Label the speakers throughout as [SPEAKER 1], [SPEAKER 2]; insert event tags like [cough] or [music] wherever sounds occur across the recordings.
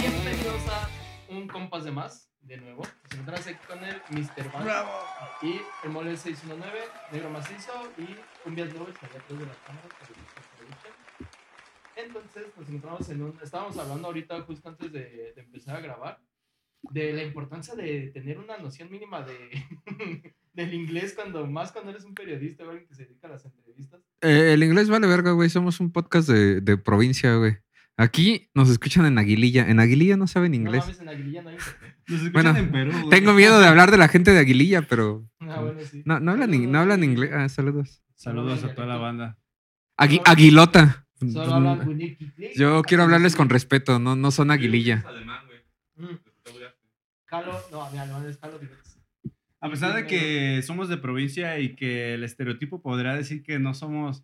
[SPEAKER 1] Bienvenidos a Un Compas de Más, de nuevo. Nos encontramos aquí con el Mr. Van y el Mole 619, Negro Macizo y Cumbias Lobos, allá atrás de la cámara, para que nos aprovechen. Entonces, nos encontramos en un... Estábamos hablando ahorita, justo antes de, de empezar a grabar, de la importancia de tener una noción mínima de, [laughs] del inglés, cuando más cuando eres un periodista o alguien que se dedica a las entrevistas.
[SPEAKER 2] Eh, el inglés vale verga, güey. Somos un podcast de, de provincia, güey. Aquí nos escuchan en Aguililla. En Aguililla no saben
[SPEAKER 1] No
[SPEAKER 2] inglés.
[SPEAKER 1] mames, en Aguililla no hay internet.
[SPEAKER 3] Nos escuchan
[SPEAKER 2] Bueno,
[SPEAKER 3] en Perú.
[SPEAKER 1] [laughs]
[SPEAKER 3] güey.
[SPEAKER 2] Tengo miedo de hablar de la gente de Aguililla, pero
[SPEAKER 1] Ah, bueno, sí.
[SPEAKER 2] no, no hablan, in- no hablan inglés. Ah, saludos.
[SPEAKER 3] Saludos a toda la banda.
[SPEAKER 2] Agui- aguilota.
[SPEAKER 3] Pues,
[SPEAKER 1] Solo hablan
[SPEAKER 3] mm,
[SPEAKER 1] Gunikiklik.
[SPEAKER 2] Yo quiero hablarles con respeto, no, no son Aguililla.
[SPEAKER 1] Mm. Calo, no, mi alemán es Calo Vivex.
[SPEAKER 3] A pesar de que somos de provincia y que el estereotipo podría decir que no somos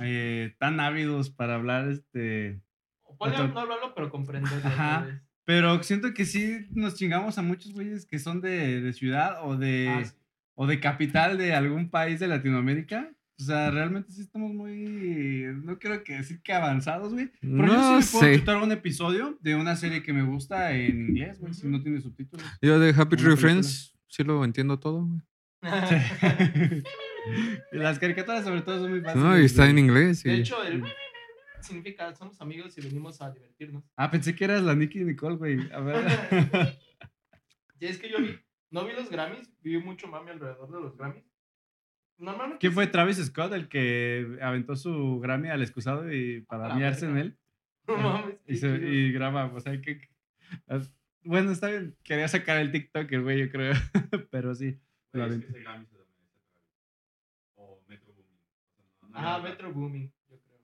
[SPEAKER 3] eh, tan ávidos para hablar, este,
[SPEAKER 1] O ponle a
[SPEAKER 3] Otro-
[SPEAKER 1] no hablarlo, pero comprender. ¿no?
[SPEAKER 3] Ajá. pero siento que sí nos chingamos a muchos güeyes que son de, de ciudad o de,
[SPEAKER 1] Ah, sí.
[SPEAKER 3] o de capital de algún país de Latinoamérica. O sea, realmente sí estamos muy, no quiero que decir que avanzados, güey. Pero
[SPEAKER 2] No
[SPEAKER 3] yo sí me puedo
[SPEAKER 2] sé.
[SPEAKER 3] chutar un episodio de una serie que me gusta en inglés, güey, si no tiene subtítulos. [laughs]
[SPEAKER 2] Yo de Happy
[SPEAKER 3] Una
[SPEAKER 2] Tree
[SPEAKER 3] película.
[SPEAKER 2] Friends sí lo entiendo todo, güey.
[SPEAKER 1] Ah,
[SPEAKER 3] [laughs] Y Las caricaturas sobre todo son muy fáciles.
[SPEAKER 2] No, y está
[SPEAKER 3] Ah, güey.
[SPEAKER 2] en inglés.
[SPEAKER 1] De
[SPEAKER 2] y-
[SPEAKER 1] hecho, el significa somos amigos y venimos a
[SPEAKER 3] [laughs]
[SPEAKER 1] divertirnos.
[SPEAKER 3] Ah, pensé que eras la Nicky Nicole, güey. A ver.
[SPEAKER 1] Y es que yo vi, no vi los Grammys, vi mucho mami alrededor de los Grammys. Normalmente.
[SPEAKER 3] ¿Quién fue Travis Scott el que aventó su Grammy al excusado y
[SPEAKER 1] A
[SPEAKER 3] para
[SPEAKER 1] la
[SPEAKER 3] miarse en
[SPEAKER 1] Ah, verga.
[SPEAKER 3] él?
[SPEAKER 1] [laughs] No mames, qué
[SPEAKER 3] Y, se-
[SPEAKER 1] chido.
[SPEAKER 3] y graba, o sea, que... Bueno, está bien. Quería sacar el TikTok, el güey, yo creo. [laughs] Pero sí. lo aventó.
[SPEAKER 1] Ah, Metro Booming, yo creo.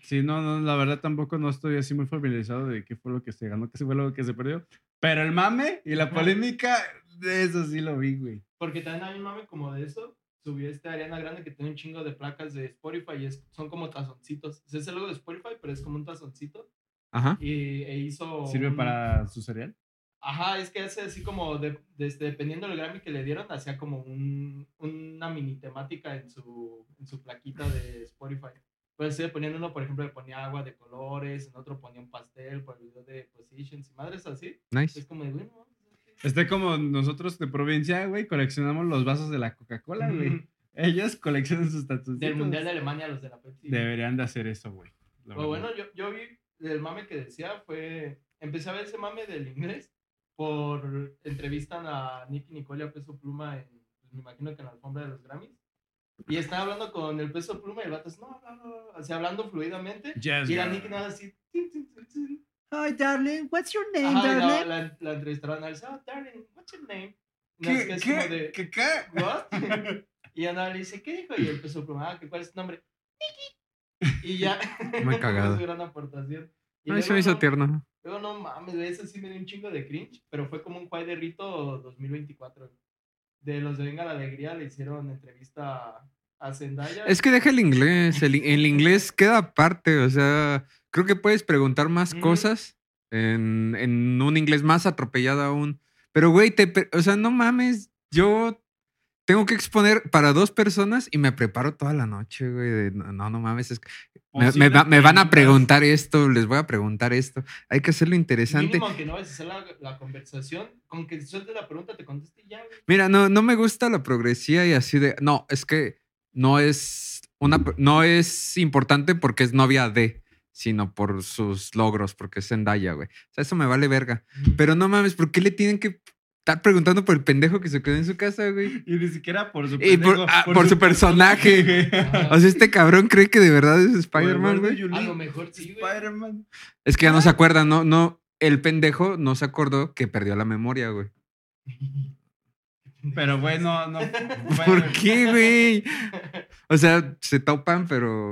[SPEAKER 3] Sí, no, no, la verdad tampoco no estoy así muy familiarizado de qué fue lo que se ganó, qué fue lo que se perdió. Pero el mame y la polémica, de eso sí lo vi, güey.
[SPEAKER 1] Porque también hay un mame como de eso. Subió este Ariana Grande que tiene un chingo de placas de Spotify y es- son como tazoncitos. O sea, Es el logo de Spotify, pero es como un tazoncito.
[SPEAKER 2] Ajá.
[SPEAKER 1] Y e hizo.
[SPEAKER 3] ¿Sirve
[SPEAKER 1] un-
[SPEAKER 3] para su cereal?
[SPEAKER 1] Ajá, es que hace así como, de, desde, dependiendo del Grammy que le dieron, hacía como un, una mini temática en su, en su plaquita de Spotify. Pues sí, poniendo uno, por ejemplo, le ponía agua de colores, en otro ponía un pastel por el video de Positions y madres así.
[SPEAKER 3] [laughs]
[SPEAKER 2] Nice.
[SPEAKER 1] Es como de, güey, no.
[SPEAKER 3] Está como nosotros de provincia, güey, coleccionamos los vasos de la Coca-Cola, güey.
[SPEAKER 1] Ujú.
[SPEAKER 3] Ellos coleccionan sus tatuajes.
[SPEAKER 1] Del Mundial de Alemania, los de la Pepsi.
[SPEAKER 3] Deberían de hacer eso, güey. la
[SPEAKER 1] Pero Pues bueno,
[SPEAKER 3] verdad.
[SPEAKER 1] yo, yo vi el mame que decía, fue. Empecé a ver ese mame del inglés por. Entrevistan a Nicky Nicole y a Peso Pluma en. pues, me imagino que en la alfombra de los Grammys. Y están hablando con el Peso Pluma y el vato es. No, no, no. O sea, hablando fluidamente.
[SPEAKER 3] Yes,
[SPEAKER 1] Y la
[SPEAKER 3] girl.
[SPEAKER 1] Nicky nada así. tin, tin, tin, tin.
[SPEAKER 3] Hi, darling, what's your name,
[SPEAKER 1] Ajá, y la,
[SPEAKER 3] darling?
[SPEAKER 1] la, la entrevistaron a él. Oh, darling, what's your name? Y es que
[SPEAKER 3] ¿Qué,
[SPEAKER 1] es como
[SPEAKER 3] qué,
[SPEAKER 1] de,
[SPEAKER 3] qué, qué?
[SPEAKER 1] ¿What? [laughs]
[SPEAKER 3] [laughs]
[SPEAKER 1] Y Ana le dice, ¿qué dijo? Y el Peso Pluma, ah, que ¿cuál es tu nombre? Nicky. Y ya.
[SPEAKER 2] [laughs]
[SPEAKER 1] [laughs]
[SPEAKER 2] Muy cagado.
[SPEAKER 1] Es gran aportación. Y
[SPEAKER 2] Ay, se
[SPEAKER 1] luego
[SPEAKER 2] me hizo
[SPEAKER 1] no-
[SPEAKER 2] tierno.
[SPEAKER 1] Luego, no mames, güey, eso sí me dio un chingo de cringe, pero fue como un Juay de Rito 2024. güey. De los de Venga la Alegría le hicieron entrevista a- a Zendaya.
[SPEAKER 2] Es que deja el inglés. El, el inglés queda aparte. O sea, creo que puedes preguntar más
[SPEAKER 1] Ujú.
[SPEAKER 2] cosas en, en un inglés más atropellado aún. Pero, güey, te, pre- o sea, no mames. Yo tengo que exponer para dos personas y me preparo toda la noche, güey. de, no, no, no mames. es que me,
[SPEAKER 3] Pues
[SPEAKER 2] me va- me van a preguntar esto, les voy a preguntar esto. Hay que hacerlo interesante.
[SPEAKER 1] Mínimo que no vayas a hacer la, la conversación, con que suelte la pregunta, te conteste y ya,
[SPEAKER 2] [laughs]
[SPEAKER 1] güey.
[SPEAKER 2] Mira, no, no me gusta la progresía y así de. No, es que no es una no es importante porque es novia de, sino por sus logros, porque es Zendaya, güey. O sea, eso me vale verga. Pero no mames, ¿por qué le tienen que estar preguntando por el pendejo que se quedó en su casa, güey?
[SPEAKER 3] Y ni siquiera por su
[SPEAKER 2] Y por,
[SPEAKER 3] pendejo,
[SPEAKER 2] ah,
[SPEAKER 3] [laughs]
[SPEAKER 2] por su personaje. güey.
[SPEAKER 1] Ajá.
[SPEAKER 2] O sea, este cabrón cree que de verdad es Spider-Man,
[SPEAKER 3] Where were
[SPEAKER 2] güey.
[SPEAKER 3] you
[SPEAKER 1] Ah, A lo
[SPEAKER 3] live?
[SPEAKER 1] mejor sí, güey.
[SPEAKER 3] Spider-Man.
[SPEAKER 2] Es que ya no se acuerda, no, no. El pendejo no se acordó que perdió la memoria, güey.
[SPEAKER 3] Pero, güey, no, no.
[SPEAKER 2] ¿Por qué, güey? O sea, se topan, pero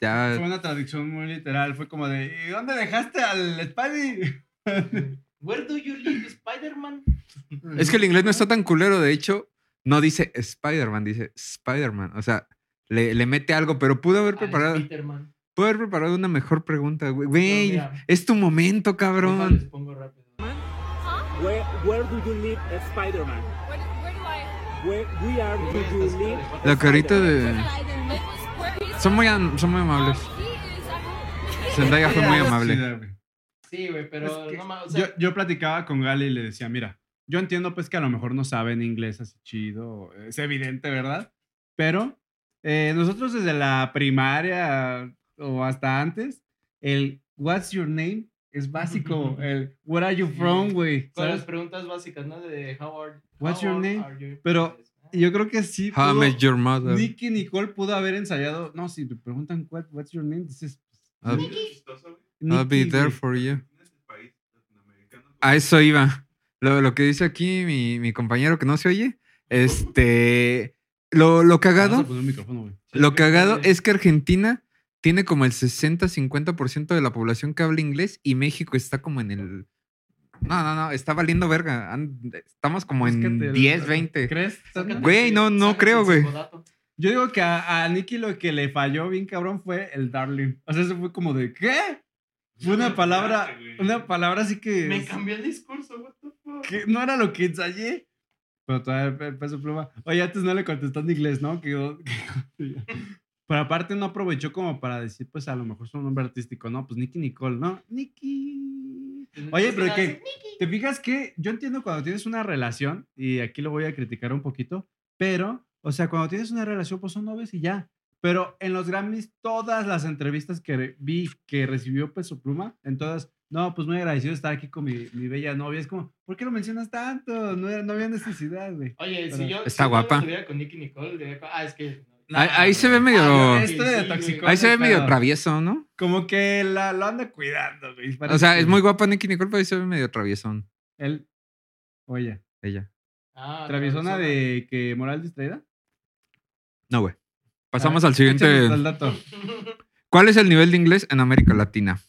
[SPEAKER 2] ya.
[SPEAKER 3] Fue una traducción muy literal. Fue como de, ¿y dónde dejaste al Spidey?
[SPEAKER 1] [laughs] Where do you live, Spider-Man?
[SPEAKER 2] [laughs] Es que el inglés no está tan culero. De hecho, no dice Spider-Man, dice Spider-Man. O sea, le, le mete algo, pero pudo haber preparado,
[SPEAKER 1] Spider-Man.
[SPEAKER 2] pudo haber preparado una mejor pregunta, güey.
[SPEAKER 1] No,
[SPEAKER 2] Güey,
[SPEAKER 1] mira,
[SPEAKER 2] es tu momento,
[SPEAKER 1] déjales,
[SPEAKER 2] cabrón.
[SPEAKER 1] pongo rápido.
[SPEAKER 4] Huh? Where, where do you live, eh, Spider-Man?
[SPEAKER 5] Where, do- where do I?
[SPEAKER 4] Where, where do
[SPEAKER 1] Güey,
[SPEAKER 4] you
[SPEAKER 1] estás-
[SPEAKER 4] live?
[SPEAKER 2] La carita de.
[SPEAKER 5] It was where he's
[SPEAKER 2] Son muy, am- son muy amables.
[SPEAKER 5] He is at home. [laughs]
[SPEAKER 2] Zendaya fue muy amable.
[SPEAKER 3] Chida, güey.
[SPEAKER 1] Sí, güey, pero
[SPEAKER 3] Es que
[SPEAKER 1] no mames. O
[SPEAKER 3] Yo,
[SPEAKER 1] sea,
[SPEAKER 3] yo platicaba con Gali y le decía, mira, yo entiendo pues que a lo mejor no saben inglés así chido, es evidente, ¿verdad? Pero eh, nosotros desde la primaria o hasta antes, el what's your name es básico, el where are you from, güey.
[SPEAKER 1] con las
[SPEAKER 3] ¿sabes?
[SPEAKER 1] preguntas básicas, ¿no? De how are
[SPEAKER 3] What's
[SPEAKER 1] how
[SPEAKER 3] your
[SPEAKER 1] old
[SPEAKER 3] name?
[SPEAKER 1] are you? Pues, ah,
[SPEAKER 3] Pero- Y Yo creo que sí.
[SPEAKER 2] How I
[SPEAKER 3] pudo-
[SPEAKER 2] Met Your Mother.
[SPEAKER 3] Nicky Nicole pudo haber ensayado, no, si te preguntan what, what's your name, dices...
[SPEAKER 2] I'll, I'll
[SPEAKER 3] Nicky,
[SPEAKER 2] be
[SPEAKER 3] güey.
[SPEAKER 2] there
[SPEAKER 3] este
[SPEAKER 2] for you.
[SPEAKER 3] pues,
[SPEAKER 2] A eso iba. Lo, lo que dice aquí mi, mi compañero que no se oye. Este. Lo, lo
[SPEAKER 3] Vamos
[SPEAKER 2] cagado.
[SPEAKER 3] a poner un micrófono, güey.
[SPEAKER 2] Lo cagado es que Argentina tiene como el 60-50% de la población que habla inglés y México está como en el. No, no, no, está valiendo verga. And- Estamos como
[SPEAKER 3] Es que te-
[SPEAKER 2] en 10, 20.
[SPEAKER 3] ¿Crees? Sandra?
[SPEAKER 2] Güey, no- no
[SPEAKER 1] Sácate
[SPEAKER 2] creo,
[SPEAKER 1] el
[SPEAKER 2] güey.
[SPEAKER 1] psicodato.
[SPEAKER 3] Yo digo que a, a Nicky lo que le falló bien cabrón fue el darling. O sea, eso fue como de ¿qué? Fue una palabra, una palabra así que,
[SPEAKER 1] Me cambió el discurso, what the fuck.
[SPEAKER 3] que no era lo que ensayé. Pero todavía el peso pluma. Oye, antes no le contestó en inglés, ¿no? [laughs] Quedó- Pero aparte no aprovechó como para decir, pues a lo mejor su nombre artístico, ¿no? Pues Nicky Nicole, ¿no? Nicky. Oye, pero
[SPEAKER 1] Entonces,
[SPEAKER 3] que-
[SPEAKER 1] hace, "Niki".
[SPEAKER 3] ¿Te fijas que yo entiendo cuando tienes una relación, y aquí lo voy a criticar un poquito, pero, o sea, cuando tienes una relación, pues son novios y ya. Pero en los Grammys, todas las entrevistas que re- vi que recibió Peso Pluma, en todas, no, pues muy agradecido de estar aquí con mi, mi bella novia. Es como, ¿por qué lo mencionas tanto? No, era- no había necesidad, güey.
[SPEAKER 1] Oye, si
[SPEAKER 3] Pero-
[SPEAKER 1] yo.
[SPEAKER 2] Está
[SPEAKER 1] si yo
[SPEAKER 2] guapa.
[SPEAKER 1] estuviera con Nicky Nicole, le diría, ah, es que.
[SPEAKER 2] Ahí, ahí se ve medio.
[SPEAKER 3] Ah,
[SPEAKER 1] sí,
[SPEAKER 3] esto de
[SPEAKER 1] güey.
[SPEAKER 3] toxicón,
[SPEAKER 2] Ahí se ve
[SPEAKER 3] pero
[SPEAKER 2] medio travieso, ¿no?
[SPEAKER 3] Como que la, lo anda cuidando, güey.
[SPEAKER 2] O sea, es muy guapa Nicky Nicole, pero ahí se ve medio traviesón.
[SPEAKER 3] Él, oye,
[SPEAKER 2] Ella.
[SPEAKER 1] Ah,
[SPEAKER 3] traviesona de que moral distraída. Ah,
[SPEAKER 2] No, güey. Pasamos
[SPEAKER 3] A ver,
[SPEAKER 2] al siguiente.
[SPEAKER 3] échanos el pues, dato.
[SPEAKER 2] ¿Cuál es el nivel de inglés en América Latina?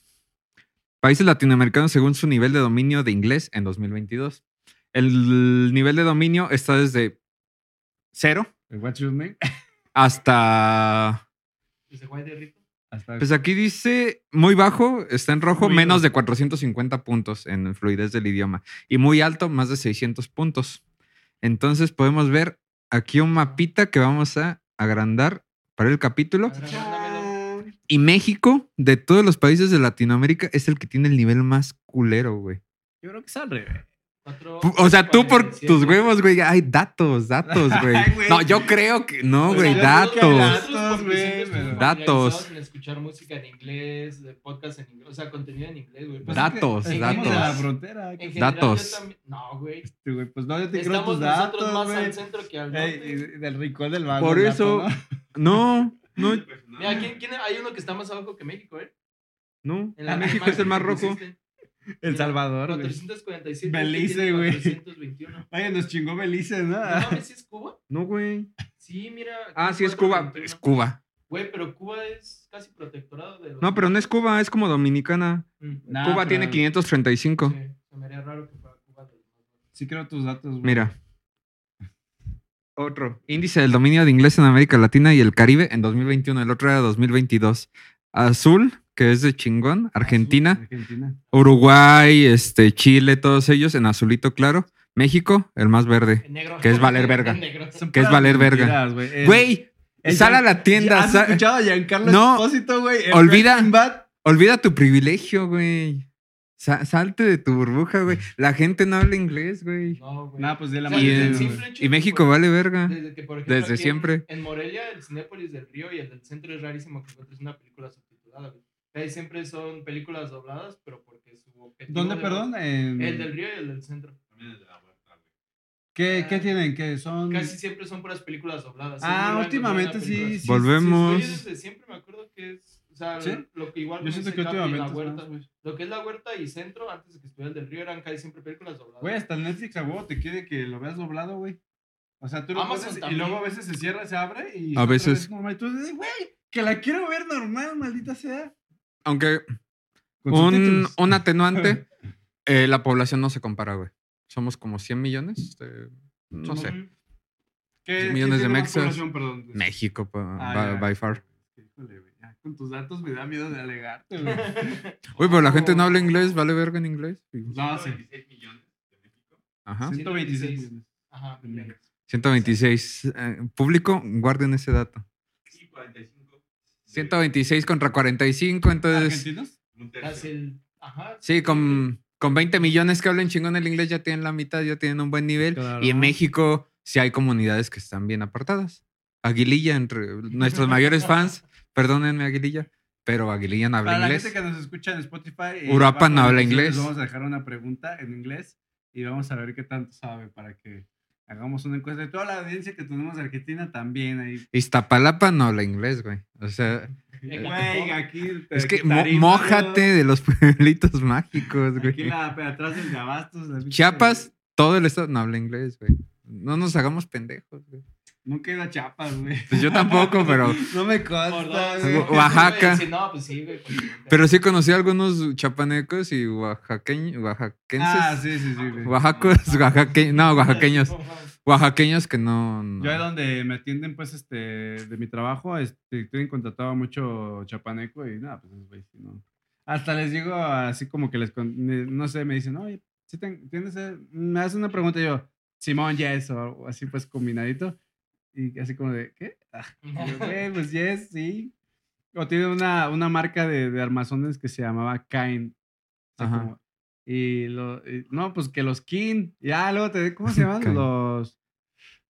[SPEAKER 2] Países latinoamericanos según su nivel de dominio de inglés en 2022. El nivel de dominio está desde cero
[SPEAKER 3] What's your name?
[SPEAKER 2] hasta...
[SPEAKER 1] Dice, "Guay de rico".
[SPEAKER 3] Hasta
[SPEAKER 2] Pues aquí dice muy bajo, está en rojo,
[SPEAKER 3] Fluido.
[SPEAKER 2] menos de 450 puntos en fluidez del idioma. Y muy alto, más de 600 puntos. Entonces podemos ver aquí un mapita que vamos a agrandar para el capítulo.
[SPEAKER 1] Agrandándamelo.
[SPEAKER 2] Y México, de todos los países de Latinoamérica, es el que tiene el nivel más culero, güey.
[SPEAKER 3] Yo creo que es al revés.
[SPEAKER 1] Cuatro-
[SPEAKER 2] Tú- O sea, tú por
[SPEAKER 1] 47.
[SPEAKER 2] tus huevos, güey. Ay, datos, datos, güey.
[SPEAKER 3] Ay, güey.
[SPEAKER 2] No, yo creo que
[SPEAKER 1] O
[SPEAKER 2] no,
[SPEAKER 1] sea,
[SPEAKER 2] güey.
[SPEAKER 1] Pues yo creo que
[SPEAKER 2] Datos.
[SPEAKER 1] nosotros,
[SPEAKER 3] Datos,
[SPEAKER 1] porque
[SPEAKER 3] güey,
[SPEAKER 1] siempre estuvimos
[SPEAKER 3] pero-
[SPEAKER 2] Datos.
[SPEAKER 1] familiarizados En escuchar música en inglés, de podcast en inglés, o sea, contenido en inglés, güey. Pues,
[SPEAKER 2] Datos,
[SPEAKER 1] en
[SPEAKER 3] Estamos
[SPEAKER 2] datos.
[SPEAKER 3] en la frontera.
[SPEAKER 1] en
[SPEAKER 3] que-
[SPEAKER 1] general,
[SPEAKER 2] datos.
[SPEAKER 1] yo también- No, güey.
[SPEAKER 3] este, güey, Pues no, yo te creo
[SPEAKER 1] Estamos
[SPEAKER 3] tus
[SPEAKER 1] nosotros
[SPEAKER 3] datos,
[SPEAKER 1] más al
[SPEAKER 3] güey.
[SPEAKER 1] centro que al
[SPEAKER 3] Ey,
[SPEAKER 1] norte.
[SPEAKER 3] y del rincón del vago.
[SPEAKER 2] Por
[SPEAKER 3] el
[SPEAKER 2] eso-
[SPEAKER 3] dato, ¿no?
[SPEAKER 2] No, no,
[SPEAKER 1] Mira, ¿quién, quién- hay uno que está más abajo que México, ¿eh?
[SPEAKER 2] no.
[SPEAKER 1] En la
[SPEAKER 2] Ah, México
[SPEAKER 1] que
[SPEAKER 2] es el más rojo.
[SPEAKER 1] existe.
[SPEAKER 3] El Salvador, güey.
[SPEAKER 1] 447.
[SPEAKER 3] Belice,
[SPEAKER 1] tiene
[SPEAKER 3] güey.
[SPEAKER 1] 421.
[SPEAKER 3] Oye, nos chingó Belice,
[SPEAKER 1] ¿No
[SPEAKER 3] ¿no?
[SPEAKER 1] mames, sí es Cuba?
[SPEAKER 2] No, güey.
[SPEAKER 1] Sí, mira.
[SPEAKER 2] Ah, sí, es Cuba. Es
[SPEAKER 1] 421.
[SPEAKER 2] Cuba.
[SPEAKER 1] Güey, pero Cuba es casi protectorado de los-
[SPEAKER 2] No, pero no es Cuba, es como dominicana.
[SPEAKER 1] Mm,
[SPEAKER 3] [laughs] Nah,
[SPEAKER 2] Cuba
[SPEAKER 3] pero
[SPEAKER 2] tiene 535.
[SPEAKER 1] sí, se me haría raro que fuera Cuba. de los más rojos.
[SPEAKER 3] Sí creo tus datos, güey.
[SPEAKER 2] Mira. Otro. Índice del dominio de inglés en América Latina y el Caribe en 2021. El otro era 2022. Azul, que es de chingón. Argentina.
[SPEAKER 3] Argentina.
[SPEAKER 2] Uruguay, este, Chile, todos ellos en azulito claro. México, el más verde.
[SPEAKER 1] En negro.
[SPEAKER 2] Que es valer verga.
[SPEAKER 1] [laughs] En negro.
[SPEAKER 3] Son
[SPEAKER 2] Que es
[SPEAKER 3] puras
[SPEAKER 2] valer verga.
[SPEAKER 3] mentiras, Güey,
[SPEAKER 1] Eh,
[SPEAKER 3] El-
[SPEAKER 2] Güey,
[SPEAKER 3] el-
[SPEAKER 2] sal a la tienda.
[SPEAKER 3] ¿Has
[SPEAKER 2] sal-
[SPEAKER 3] escuchado a Giancarlo
[SPEAKER 2] No.
[SPEAKER 3] Espósito, güey? El
[SPEAKER 2] Olvida.
[SPEAKER 3] Breaking Bad.
[SPEAKER 2] olvida tu privilegio, güey. Sa- salte de tu burbuja, güey. La gente no habla inglés, güey.
[SPEAKER 1] No, güey.
[SPEAKER 3] Nah, pues de la
[SPEAKER 1] O sea,
[SPEAKER 2] Y,
[SPEAKER 1] el
[SPEAKER 2] eh,
[SPEAKER 3] mayoría,
[SPEAKER 1] simple
[SPEAKER 3] güey.
[SPEAKER 1] hecho
[SPEAKER 2] y
[SPEAKER 1] de
[SPEAKER 2] México
[SPEAKER 1] que,
[SPEAKER 2] vale verga.
[SPEAKER 1] Desde, que, por ejemplo,
[SPEAKER 2] Desde
[SPEAKER 1] aquí en-
[SPEAKER 2] siempre.
[SPEAKER 1] En, Morelia, el Cinépolis del Río y el del centro es rarísimo que encuentres una película subtitulada. güey. Ahí siempre son películas dobladas, pero porque su objetivo.
[SPEAKER 3] ¿Dónde,
[SPEAKER 1] de-
[SPEAKER 3] perdón? Mm. En-
[SPEAKER 1] El del Río y el del centro.
[SPEAKER 3] ¿Qué, ¿Qué tienen? ¿Qué son?
[SPEAKER 1] Casi siempre son puras películas dobladas.
[SPEAKER 3] Mm. Ah,
[SPEAKER 1] Es muy raro
[SPEAKER 3] últimamente
[SPEAKER 1] ver una
[SPEAKER 3] sí,
[SPEAKER 1] película
[SPEAKER 3] sí,
[SPEAKER 1] Sí,
[SPEAKER 2] Volvemos.
[SPEAKER 1] yo desde siempre me acuerdo que es. O sea,
[SPEAKER 3] ¿Sí?
[SPEAKER 1] lo que igual.
[SPEAKER 3] Yo
[SPEAKER 1] como
[SPEAKER 3] siento
[SPEAKER 1] dice
[SPEAKER 3] que
[SPEAKER 1] Capi,
[SPEAKER 3] últimamente
[SPEAKER 1] la
[SPEAKER 3] es
[SPEAKER 1] huerta,
[SPEAKER 3] más, güey.
[SPEAKER 1] Lo que es la huerta y centro, antes de que estuviera el del río, eran casi siempre películas dobladas.
[SPEAKER 3] Güey, hasta Netflix a huevo te quiere que lo veas doblado, güey. O sea, tú lo
[SPEAKER 1] Amazon
[SPEAKER 3] pones y
[SPEAKER 1] también.
[SPEAKER 3] luego a veces se cierra, se abre y...
[SPEAKER 2] A
[SPEAKER 3] otra
[SPEAKER 2] veces.
[SPEAKER 3] vez normal. Y tú dices, güey, que la quiero ver normal, maldita sea.
[SPEAKER 2] Aunque
[SPEAKER 3] Con
[SPEAKER 2] un,
[SPEAKER 3] subtítulos. [laughs]
[SPEAKER 2] un atenuante, eh, la población no se compara, güey. Somos como 100 millones. eh, no
[SPEAKER 3] Somos
[SPEAKER 2] sé.
[SPEAKER 1] Ujú.
[SPEAKER 3] ¿Qué-
[SPEAKER 2] cien
[SPEAKER 3] qué
[SPEAKER 2] millones de
[SPEAKER 3] tiene más
[SPEAKER 2] mexas.
[SPEAKER 3] población, perdón?
[SPEAKER 2] México, pa-
[SPEAKER 3] Ah,
[SPEAKER 2] by,
[SPEAKER 3] ya.
[SPEAKER 2] by far.
[SPEAKER 3] Híjole, güey, ya con tus datos me da miedo de
[SPEAKER 1] [laughs]
[SPEAKER 3] alegarte, güey. Oh.
[SPEAKER 2] Uy, pero la gente no habla inglés, vale verga en inglés.
[SPEAKER 3] No, sí.
[SPEAKER 2] Ajá.
[SPEAKER 3] 126
[SPEAKER 1] 126. Ajá, millones.
[SPEAKER 2] 126. Eh, público, guarden ese dato.
[SPEAKER 6] Y 45. de
[SPEAKER 2] 126 contra 45, entonces...
[SPEAKER 3] argentinos.
[SPEAKER 6] Un
[SPEAKER 1] Casi
[SPEAKER 6] tercio.
[SPEAKER 1] el. Ajá.
[SPEAKER 2] Sí, con, con 20 millones que hablen chingón el inglés ya tienen la mitad, ya tienen un buen nivel.
[SPEAKER 3] Claro.
[SPEAKER 2] Y en México sí hay comunidades que están bien apartadas. Aguililla, entre nuestros
[SPEAKER 3] [laughs]
[SPEAKER 2] mayores fans, perdónenme Aguililla, pero Aguililla no habla
[SPEAKER 3] Para la
[SPEAKER 2] inglés.
[SPEAKER 3] gente que nos escucha en Spotify. eh,
[SPEAKER 2] Uruapan no
[SPEAKER 3] abajo en la
[SPEAKER 2] habla
[SPEAKER 3] descripción
[SPEAKER 2] inglés.
[SPEAKER 3] les Vamos a dejar una pregunta en inglés y vamos a ver qué tanto sabe para que hagamos una encuesta. Y toda la audiencia que tenemos de Argentina también ahí.
[SPEAKER 2] Iztapalapa no habla inglés, güey. O sea,
[SPEAKER 3] Güey, aquí.
[SPEAKER 2] es que
[SPEAKER 3] aquí
[SPEAKER 2] mo-
[SPEAKER 3] Tarima,
[SPEAKER 2] mójate de los [laughs] pueblitos mágicos,
[SPEAKER 3] Aquí
[SPEAKER 2] güey.
[SPEAKER 3] la, atrás del de Abastos. la pinche-
[SPEAKER 2] Chiapas, todo el estado no habla inglés, güey. No nos hagamos pendejos, güey.
[SPEAKER 3] Nunca he ido a Chiapas, güey.
[SPEAKER 2] Pues yo
[SPEAKER 3] [laughs]
[SPEAKER 2] tampoco, pero,
[SPEAKER 3] No me
[SPEAKER 1] Por
[SPEAKER 3] consta,
[SPEAKER 1] dos.
[SPEAKER 3] güey.
[SPEAKER 2] Gu- Oaxaca.
[SPEAKER 1] Sí, no, pues sí, güey. pues,
[SPEAKER 2] pero sí conocí a algunos chapanecos y oaxaqueños, oaxaquenses.
[SPEAKER 3] Ah, sí, sí, sí. güey.
[SPEAKER 2] Oaxacos,
[SPEAKER 3] Ah,
[SPEAKER 2] oaxaqueños, no, oaxaqueños. Oaxaqueños que no. no.
[SPEAKER 3] Yo es donde me atienden, pues, este, de mi trabajo, este, tienen contratado a mucho chapaneco y nada, pues, güey, sí, no. Hasta les digo así como que les, con- me- no sé, me dicen, oye, si tienes, eh?" me hacen una pregunta y yo, Simón, yes, o algo así pues combinadito. Y así como de, ¿qué? Y
[SPEAKER 2] [laughs]
[SPEAKER 3] yo, "Güey, pues yes, sí. O tiene una, una marca de, de armazones que se llamaba Kain. Así
[SPEAKER 2] Ajá.
[SPEAKER 3] como- y, lo, y- no, pues que los Kin. Ya, luego te ¿cómo
[SPEAKER 2] [laughs]
[SPEAKER 3] se llaman?
[SPEAKER 2] Kain.
[SPEAKER 3] Los.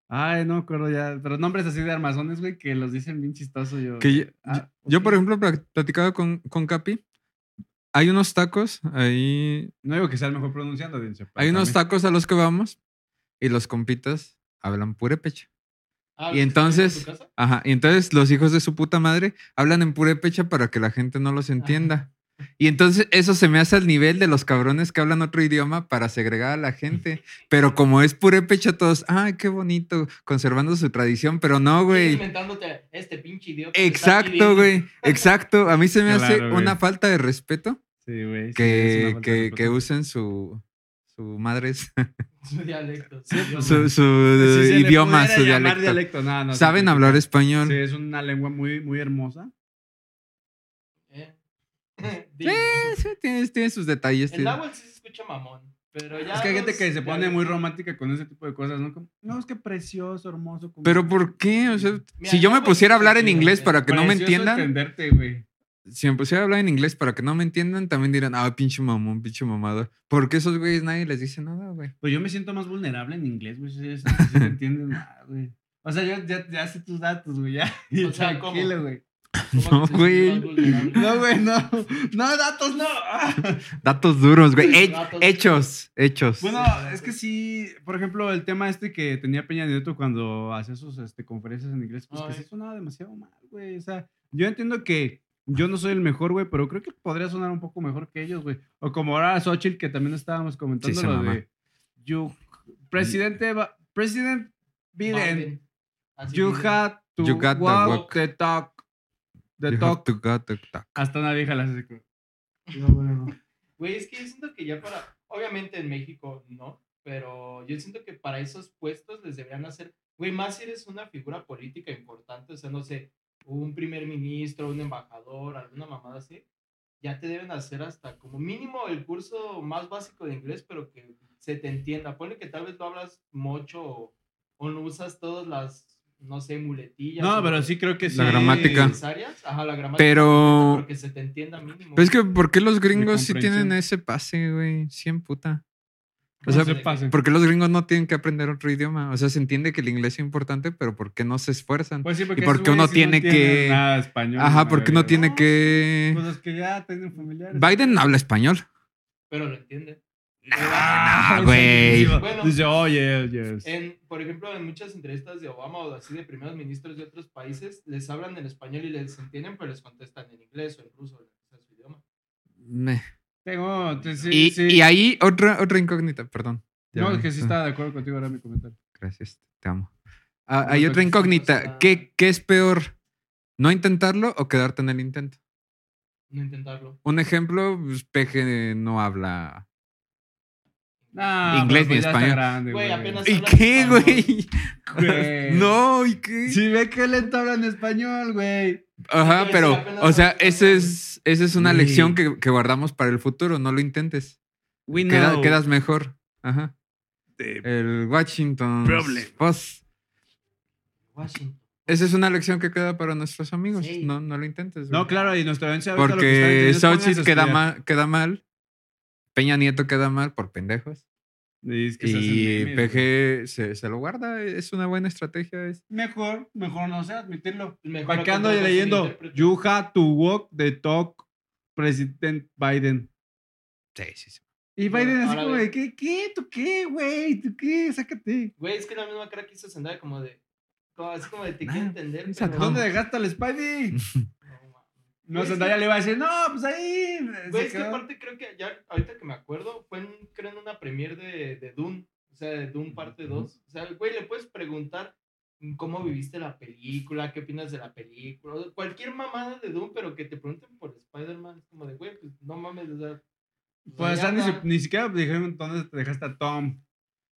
[SPEAKER 3] Ay, no me acuerdo ya. Pero nombres así de armazones, güey, que los dicen bien chistoso. Yo,
[SPEAKER 2] Que yo,
[SPEAKER 3] ah,
[SPEAKER 2] yo, por
[SPEAKER 3] ok.
[SPEAKER 2] ejemplo, pla- platicaba con, con Capi. Hay unos tacos ahí.
[SPEAKER 3] No digo que sea el mejor pronunciando, audiencia, pero
[SPEAKER 2] Hay unos
[SPEAKER 3] también-
[SPEAKER 2] tacos a los que vamos y los compitas hablan purépecha.
[SPEAKER 1] Ah,
[SPEAKER 2] Y entonces-
[SPEAKER 1] ¿tu casa?
[SPEAKER 2] Ajá. Y entonces los hijos de su puta madre hablan en purépecha para que la gente no los entienda. Y entonces eso se me hace al nivel de los cabrones que hablan otro idioma para segregar a la
[SPEAKER 3] [laughs]
[SPEAKER 2] gente. Pero como es purépecha, todos, ay, qué bonito, conservando su tradición. Pero no,
[SPEAKER 1] Sigue
[SPEAKER 2] güey.
[SPEAKER 1] Inventándote este pinche idiota. que está aquí bien.
[SPEAKER 2] Exacto, güey. Exacto. A mí se me hace
[SPEAKER 3] Claro, güey.
[SPEAKER 2] una falta de respeto
[SPEAKER 3] Sí, güey. sí, es una
[SPEAKER 2] que,
[SPEAKER 3] falta de
[SPEAKER 2] que, que
[SPEAKER 3] respeto.
[SPEAKER 2] usen su, su
[SPEAKER 3] [laughs]
[SPEAKER 2] madres,
[SPEAKER 1] [laughs] Su dialecto.
[SPEAKER 2] su, su
[SPEAKER 3] Si se le
[SPEAKER 2] idioma,
[SPEAKER 3] pudiera
[SPEAKER 2] su
[SPEAKER 3] llamar
[SPEAKER 2] dialecto.
[SPEAKER 3] dialecto, no, no, sí,
[SPEAKER 2] Saben
[SPEAKER 3] sí,
[SPEAKER 2] hablar
[SPEAKER 3] sí.
[SPEAKER 2] español.
[SPEAKER 3] Sí, es una lengua muy, muy hermosa.
[SPEAKER 1] Eh.
[SPEAKER 2] Sí, Eh, Este, sí, tiene, tiene sus detalles.
[SPEAKER 1] El
[SPEAKER 2] tiene-
[SPEAKER 1] náhuatl sí se escucha mamón. Pero ya
[SPEAKER 3] Es que hay gente
[SPEAKER 1] los
[SPEAKER 3] que se pone
[SPEAKER 1] dialectos-
[SPEAKER 3] muy romántica con ese tipo de cosas, ¿no? Como, no, es que precioso, hermoso. como-
[SPEAKER 2] Pero ¿por qué? O sea,
[SPEAKER 1] Mira,
[SPEAKER 2] si yo
[SPEAKER 1] yo
[SPEAKER 2] me
[SPEAKER 1] no-
[SPEAKER 2] pusiera a hablar en
[SPEAKER 1] sí,
[SPEAKER 2] inglés
[SPEAKER 1] güey.
[SPEAKER 2] para que no me
[SPEAKER 3] Precioso
[SPEAKER 2] entiendan,
[SPEAKER 3] entenderte, güey.
[SPEAKER 2] si me pusiera a hablar en inglés para que no me entiendan, también dirán, ah, pinche mamón, pinche mamador. Porque esos güeyes nadie les dice nada, güey.
[SPEAKER 3] Pero Pues yo me siento más vulnerable en inglés, güey. Si, si te entienden, [laughs] ah, güey. O sea, yo ya, ya sé tus datos, güey. Ya. [laughs]
[SPEAKER 1] O sea, ¿cómo?
[SPEAKER 3] Tranquilo, güey.
[SPEAKER 1] ¿Cómo que te sientes
[SPEAKER 2] No, güey.
[SPEAKER 1] más vulnerable?
[SPEAKER 3] No, güey, no. No, datos, no.
[SPEAKER 2] Datos duros, güey.
[SPEAKER 1] Sí,
[SPEAKER 2] He-
[SPEAKER 1] datos.
[SPEAKER 2] hechos, hechos.
[SPEAKER 3] Bueno, es que sí, por ejemplo, el tema este que tenía Peña Nieto cuando hacía sus este, conferencias en inglés, pues que
[SPEAKER 1] Ay.
[SPEAKER 3] sí sonaba demasiado mal, güey. O sea, yo entiendo que yo no soy el mejor, güey, pero creo que podría sonar un poco mejor que ellos, güey. O como ahora Xochitl, que también estábamos comentando
[SPEAKER 2] se
[SPEAKER 3] lo
[SPEAKER 2] mama.
[SPEAKER 3] de you, presidente, Ba- President Biden,
[SPEAKER 1] Biden. Así
[SPEAKER 3] you
[SPEAKER 1] dicen.
[SPEAKER 3] had to,
[SPEAKER 2] You got to
[SPEAKER 3] walk,
[SPEAKER 2] walk.
[SPEAKER 3] the talk, the
[SPEAKER 2] You have
[SPEAKER 3] talk.
[SPEAKER 2] to go to talk.
[SPEAKER 3] Hasta una vieja la hace como-
[SPEAKER 1] Güey, es que yo siento que ya para. Obviamente en México no, pero yo siento que para esos puestos les deberían hacer. Güey, más si eres una figura política importante, o sea, no sé, un primer ministro, un embajador, alguna mamada así, ya te deben hacer hasta como mínimo el curso más básico de inglés, pero que se te entienda. Ponle que tal vez no hablas mucho o, o no usas todas las, no sé, muletillas.
[SPEAKER 3] No,
[SPEAKER 1] o-
[SPEAKER 3] pero sí creo que sí.
[SPEAKER 2] La gramática.
[SPEAKER 1] necesarias. Ajá, la gramática.
[SPEAKER 2] Pero-
[SPEAKER 1] Pero que se te entienda mínimo.
[SPEAKER 2] Pero Pues es que, ¿por qué los gringos sí tienen
[SPEAKER 3] comprensión.
[SPEAKER 2] ese pase, güey? Sí, en puta.
[SPEAKER 3] No
[SPEAKER 2] O sea,
[SPEAKER 3] se pasen.
[SPEAKER 2] ¿por qué los gringos no tienen que aprender otro idioma? O sea, se entiende que el inglés es importante, pero ¿por qué no se esfuerzan?
[SPEAKER 3] Pues sí, porque
[SPEAKER 2] por
[SPEAKER 3] esos
[SPEAKER 2] qué uno
[SPEAKER 3] güeyes sí no
[SPEAKER 2] tiene
[SPEAKER 3] entienden
[SPEAKER 2] que-
[SPEAKER 3] Nada de español.
[SPEAKER 2] Ajá, ¿por qué no
[SPEAKER 3] mayoría,
[SPEAKER 2] tiene que...?
[SPEAKER 3] Pues los que ya tienen familiares. Ah,
[SPEAKER 2] Biden no habla español.
[SPEAKER 1] Pero lo entiende.
[SPEAKER 2] Ah, güey.
[SPEAKER 1] Bueno.
[SPEAKER 3] Dice, oye, yes.
[SPEAKER 1] En, por ejemplo, en muchas entrevistas de Obama o así de primeros ministros de otros países, les hablan en español y les entienden, pero les contestan en inglés o en ruso, o sea, su idioma.
[SPEAKER 2] Meh.
[SPEAKER 3] Tengo, entonces, sí,
[SPEAKER 2] Y,
[SPEAKER 3] sí.
[SPEAKER 2] y Ah. ahí otra, otra incógnita, perdón. Ya
[SPEAKER 3] No,
[SPEAKER 2] me-
[SPEAKER 3] que sí estaba de acuerdo contigo, era mi comentario.
[SPEAKER 2] Gracias, te amo. Ah,
[SPEAKER 1] No
[SPEAKER 2] hay
[SPEAKER 1] creo que
[SPEAKER 2] otra
[SPEAKER 1] sí, o
[SPEAKER 2] incógnita.
[SPEAKER 1] sea-
[SPEAKER 2] ¿Qué, ¿Qué es peor? ¿No intentarlo o quedarte en el intento?
[SPEAKER 1] No intentarlo.
[SPEAKER 2] Un ejemplo, pues, Peje no habla
[SPEAKER 3] No,
[SPEAKER 2] Inglés
[SPEAKER 3] pero
[SPEAKER 2] ni
[SPEAKER 3] pues ya
[SPEAKER 2] español.
[SPEAKER 3] está grande,
[SPEAKER 1] Güey,
[SPEAKER 3] güey.
[SPEAKER 1] apenas-
[SPEAKER 2] ¿Y
[SPEAKER 1] hablan
[SPEAKER 2] qué,
[SPEAKER 1] español.
[SPEAKER 2] güey?
[SPEAKER 3] [laughs] Güey.
[SPEAKER 2] [laughs] No, ¿y qué?
[SPEAKER 3] Sí, ve que lento hablan español, güey.
[SPEAKER 2] Ajá,
[SPEAKER 1] Sí, sí,
[SPEAKER 2] pero,
[SPEAKER 1] apenas
[SPEAKER 2] o sea,
[SPEAKER 1] ahorita,
[SPEAKER 2] esa
[SPEAKER 1] güey.
[SPEAKER 2] es, esa es una
[SPEAKER 3] Sí.
[SPEAKER 2] lección que, que guardamos para el futuro. No lo intentes. Queda- quedas mejor. Ajá.
[SPEAKER 7] este.
[SPEAKER 2] El Washington
[SPEAKER 7] Problem.
[SPEAKER 2] Post.
[SPEAKER 1] Washington.
[SPEAKER 2] Esa es una lección que queda para nuestros amigos.
[SPEAKER 1] Sí.
[SPEAKER 2] No, no lo intentes.
[SPEAKER 3] No,
[SPEAKER 2] güey.
[SPEAKER 3] claro, y nuestra audiencia ahorita lo que está
[SPEAKER 2] Porque
[SPEAKER 3] diciendo es pónganse
[SPEAKER 2] Sauchis
[SPEAKER 3] a
[SPEAKER 2] queda
[SPEAKER 3] estudiar.
[SPEAKER 2] mal, queda mal. Peña Nieto queda mal por pendejos.
[SPEAKER 3] Y, es que se hacen
[SPEAKER 2] Y
[SPEAKER 3] memes, güey.
[SPEAKER 2] PG se, se lo guarda. Es una buena estrategia. es-
[SPEAKER 3] Mejor, mejor no sé, admitirlo.
[SPEAKER 1] Mejor
[SPEAKER 3] ¿Para qué ando
[SPEAKER 1] contratas un
[SPEAKER 3] leyendo?
[SPEAKER 1] intérprete.
[SPEAKER 3] You have to walk the talk, President Biden.
[SPEAKER 2] Sí, sí, sí.
[SPEAKER 3] Y
[SPEAKER 1] Bueno,
[SPEAKER 3] Biden así
[SPEAKER 1] ahora
[SPEAKER 3] como
[SPEAKER 1] ve.
[SPEAKER 3] de, ¿qué, qué? ¿Tú qué, güey? ¿Tú qué? Sácate.
[SPEAKER 1] Güey, es que la misma cara que hizo Zendaya como de... Como, así como de, te
[SPEAKER 2] Nah,
[SPEAKER 1] quiero entender,
[SPEAKER 2] esa
[SPEAKER 1] pero...
[SPEAKER 3] ¿Dónde dejaste
[SPEAKER 1] [laughs]
[SPEAKER 3] al Spidey?
[SPEAKER 1] No, mames.
[SPEAKER 3] No,
[SPEAKER 1] Güey,
[SPEAKER 3] Zendaya le iba a decir, no, pues ahí. se
[SPEAKER 1] Güey, es que
[SPEAKER 3] quedó".
[SPEAKER 1] aparte creo que ya, ahorita que me acuerdo, fue en, creo en una premier de, de Dune, o sea, de Dune parte 2. O sea, güey, le puedes preguntar cómo viviste la película, qué opinas de la película, o sea, cualquier mamada de Dune, pero que te pregunten por Spider-Man, es como de, güey, pues no mames, o sea.
[SPEAKER 3] Pues
[SPEAKER 1] ya
[SPEAKER 3] ni, si-
[SPEAKER 1] está.
[SPEAKER 3] ni siquiera dijeron dónde te dejaste a Tom.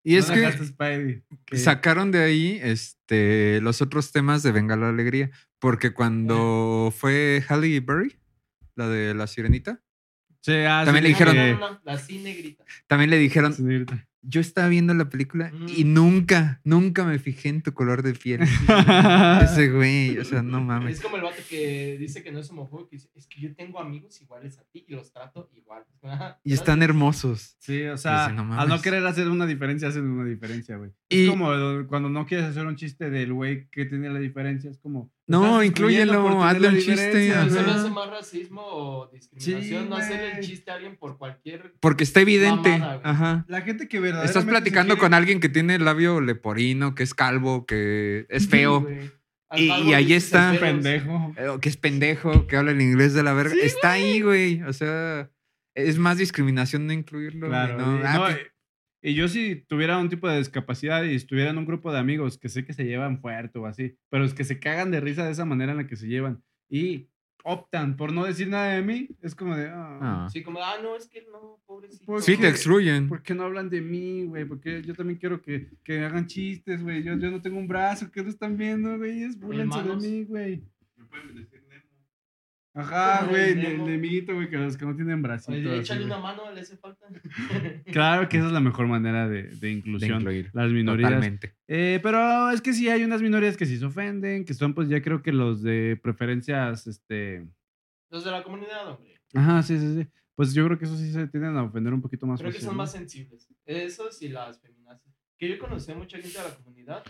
[SPEAKER 2] Y es
[SPEAKER 3] ¿Dónde
[SPEAKER 2] que
[SPEAKER 3] dejaste a Spidey? Que-
[SPEAKER 2] sacaron de ahí este, los otros temas de Venga la Alegría. Porque cuando fue Halle Berry, la de la sirenita,
[SPEAKER 3] Sí, ah,
[SPEAKER 2] También le
[SPEAKER 3] sí,
[SPEAKER 2] dijeron-
[SPEAKER 1] No,
[SPEAKER 3] que-
[SPEAKER 1] no, no, la cine
[SPEAKER 3] [laughs]
[SPEAKER 1] grita.
[SPEAKER 2] también le dijeron,
[SPEAKER 3] Sí, ahorita.
[SPEAKER 2] yo estaba viendo la película
[SPEAKER 1] Mm.
[SPEAKER 2] y nunca, nunca me fijé en tu color
[SPEAKER 3] [laughs]
[SPEAKER 2] de piel. Ese güey, o sea, no mames.
[SPEAKER 1] Es como el vato que dice que no es homofóbico, que dice, es que yo tengo amigos iguales a ti y los trato igual. [laughs]
[SPEAKER 2] Y están hermosos.
[SPEAKER 3] Sí, o sea,
[SPEAKER 2] Dice, "No
[SPEAKER 3] al no
[SPEAKER 2] mames".
[SPEAKER 3] querer hacer una diferencia, hacen una diferencia, güey.
[SPEAKER 2] Y-
[SPEAKER 3] Es como el- cuando no quieres hacer un chiste del güey que tiene la diferencia, es como...
[SPEAKER 2] No,
[SPEAKER 3] "Estás excluyendo
[SPEAKER 2] inclúyelo,
[SPEAKER 3] por tener
[SPEAKER 2] hazle
[SPEAKER 3] la
[SPEAKER 2] un chiste,
[SPEAKER 3] diferencia",
[SPEAKER 2] ajá.
[SPEAKER 1] Se me
[SPEAKER 3] güey.
[SPEAKER 1] hace más racismo o discriminación
[SPEAKER 3] ¿eh? Sí,
[SPEAKER 1] no hacerle el
[SPEAKER 3] güey.
[SPEAKER 1] chiste a alguien por cualquier
[SPEAKER 2] Porque está evidente.
[SPEAKER 1] Mamada, güey.
[SPEAKER 2] Ajá.
[SPEAKER 3] La gente que verdaderamente...
[SPEAKER 2] Estás
[SPEAKER 3] se
[SPEAKER 2] platicando
[SPEAKER 3] quiere-
[SPEAKER 2] con alguien que tiene labio leporino, que es calvo, que
[SPEAKER 3] [laughs]
[SPEAKER 2] es
[SPEAKER 1] Sí,
[SPEAKER 2] feo,
[SPEAKER 1] güey.
[SPEAKER 2] Y-
[SPEAKER 1] Al-
[SPEAKER 2] y ahí
[SPEAKER 1] algo dices,
[SPEAKER 2] está.
[SPEAKER 1] "Espero".
[SPEAKER 3] Pendejo.
[SPEAKER 2] eh, o que es pendejo, que habla el inglés de la verga. está ahí, güey. O sea, es más discriminación no incluirlo. güey,
[SPEAKER 3] Claro.
[SPEAKER 2] ¿no?
[SPEAKER 3] y,
[SPEAKER 2] Ah,
[SPEAKER 3] no, eh,
[SPEAKER 2] pues,
[SPEAKER 3] y- y yo si tuviera un tipo de discapacidad y estuviera en un grupo de amigos que sé que se llevan fuerte o así, pero es que se cagan de risa de esa manera en la que se llevan y optan por no decir nada de mí, es como de... "Ah,
[SPEAKER 2] ah.
[SPEAKER 1] Sí, como, ah, no, es que no, pobrecito.
[SPEAKER 3] Pues
[SPEAKER 2] Sí, te
[SPEAKER 3] porque-
[SPEAKER 2] excluyen.
[SPEAKER 3] ¿Por qué no hablan de mí, güey? Porque yo también quiero que, que hagan chistes, güey. Yo, yo no tengo un brazo, ¿qué no están viendo, güey? Es burlense de
[SPEAKER 1] Hermanos.
[SPEAKER 3] mí, güey.
[SPEAKER 6] Me pueden decir Nemo.
[SPEAKER 3] Ajá,
[SPEAKER 1] Ay,
[SPEAKER 3] güey, de,
[SPEAKER 1] Nemo.
[SPEAKER 3] de mito, güey, que los que no tienen bracito.
[SPEAKER 1] Oye,
[SPEAKER 3] así,
[SPEAKER 1] échale
[SPEAKER 3] güey.
[SPEAKER 1] una mano, le hace falta.
[SPEAKER 3] Claro que esa es la mejor manera de, de
[SPEAKER 2] De
[SPEAKER 3] inclusión.
[SPEAKER 2] incluir.
[SPEAKER 3] las minorías.
[SPEAKER 2] Totalmente.
[SPEAKER 3] Eh, pero es que sí hay unas minorías que sí se ofenden, que son pues ya creo que los de preferencias, este...
[SPEAKER 1] Los de la comunidad, hombre.
[SPEAKER 3] Ajá, sí, sí, sí. Pues yo creo que eso sí se tienden a ofender un poquito más
[SPEAKER 1] Creo que
[SPEAKER 3] fácil,
[SPEAKER 1] son
[SPEAKER 3] ¿no?
[SPEAKER 1] más sensibles. Esos y las feminazis. Que yo conocí a mucha gente de la comunidad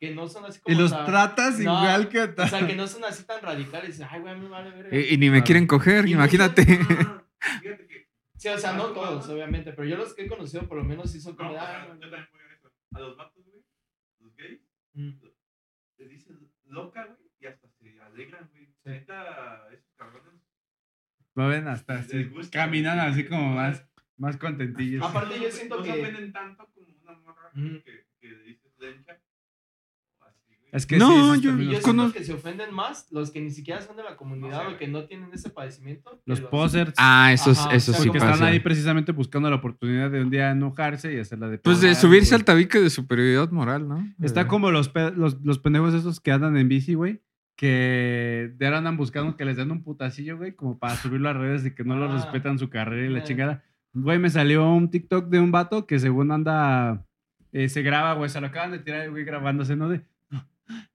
[SPEAKER 1] que no son así como.
[SPEAKER 3] Y los
[SPEAKER 1] tan-
[SPEAKER 3] tratas
[SPEAKER 1] No,
[SPEAKER 3] igual que...
[SPEAKER 1] O sea, que no son así tan radicales. Ay, güey, a mí me vale verga.
[SPEAKER 2] Y, y ni me
[SPEAKER 3] Claro.
[SPEAKER 2] quieren coger,
[SPEAKER 1] Y
[SPEAKER 2] imagínate. [laughs]
[SPEAKER 6] No, no, no. Fíjate que.
[SPEAKER 3] [laughs]
[SPEAKER 1] Sí, o sea, no todos, obviamente. Pero yo los que he conocido, por lo menos, sí son
[SPEAKER 6] No,
[SPEAKER 1] como.
[SPEAKER 6] o
[SPEAKER 1] de,
[SPEAKER 6] sea,
[SPEAKER 1] "Ah,
[SPEAKER 6] yo también voy a eso. A los vatos, güey. Los gays.
[SPEAKER 1] mm".
[SPEAKER 6] Les dicen loca, güey. Y hasta se alegran, güey. Neta, esos cabrones.
[SPEAKER 3] Lo ven hasta así,
[SPEAKER 6] Les gusta.
[SPEAKER 3] caminan así como más, más contentillos.
[SPEAKER 1] Aparte,
[SPEAKER 6] No,
[SPEAKER 1] yo
[SPEAKER 6] güey,
[SPEAKER 1] siento
[SPEAKER 6] no
[SPEAKER 1] que-
[SPEAKER 6] se ofenden tanto como una morra
[SPEAKER 1] Ujú.
[SPEAKER 6] que, que le dices lencha. o así, güey. [laughs]
[SPEAKER 3] Es que
[SPEAKER 2] No,
[SPEAKER 3] sí, esos
[SPEAKER 2] yo-
[SPEAKER 1] Y
[SPEAKER 3] términos
[SPEAKER 1] yo
[SPEAKER 2] Los
[SPEAKER 1] siento
[SPEAKER 2] cono-
[SPEAKER 1] que se ofenden más los que ni siquiera son de la
[SPEAKER 6] No sé,
[SPEAKER 1] comunidad o
[SPEAKER 6] güey.
[SPEAKER 1] que no tienen ese padecimiento. que
[SPEAKER 3] Los posers.
[SPEAKER 2] Ah, eso,
[SPEAKER 1] Ajá,
[SPEAKER 2] eso
[SPEAKER 1] o sea,
[SPEAKER 2] sí
[SPEAKER 3] que
[SPEAKER 1] como-
[SPEAKER 2] pasa.
[SPEAKER 3] están ahí precisamente buscando la oportunidad de un día enojarse y hacerla de
[SPEAKER 2] Pues de
[SPEAKER 3] pedo,
[SPEAKER 2] subirse
[SPEAKER 3] güey.
[SPEAKER 2] al tabique de superioridad moral, ¿no? Eh,
[SPEAKER 3] Está
[SPEAKER 2] De-
[SPEAKER 3] como los, pe- los, los pendejos esos que andan en bici, güey. Que de ahora andan buscando que les den un putacillo, güey, como para subirlo a redes y que no lo
[SPEAKER 1] Ah.
[SPEAKER 3] respetan su carrera y la
[SPEAKER 1] Ah.
[SPEAKER 3] chingada. Güey, me salió un TikTok de un vato que según anda, eh, se graba, güey, se lo acaban de tirar, güey, grabándose, ¿no? De, "No,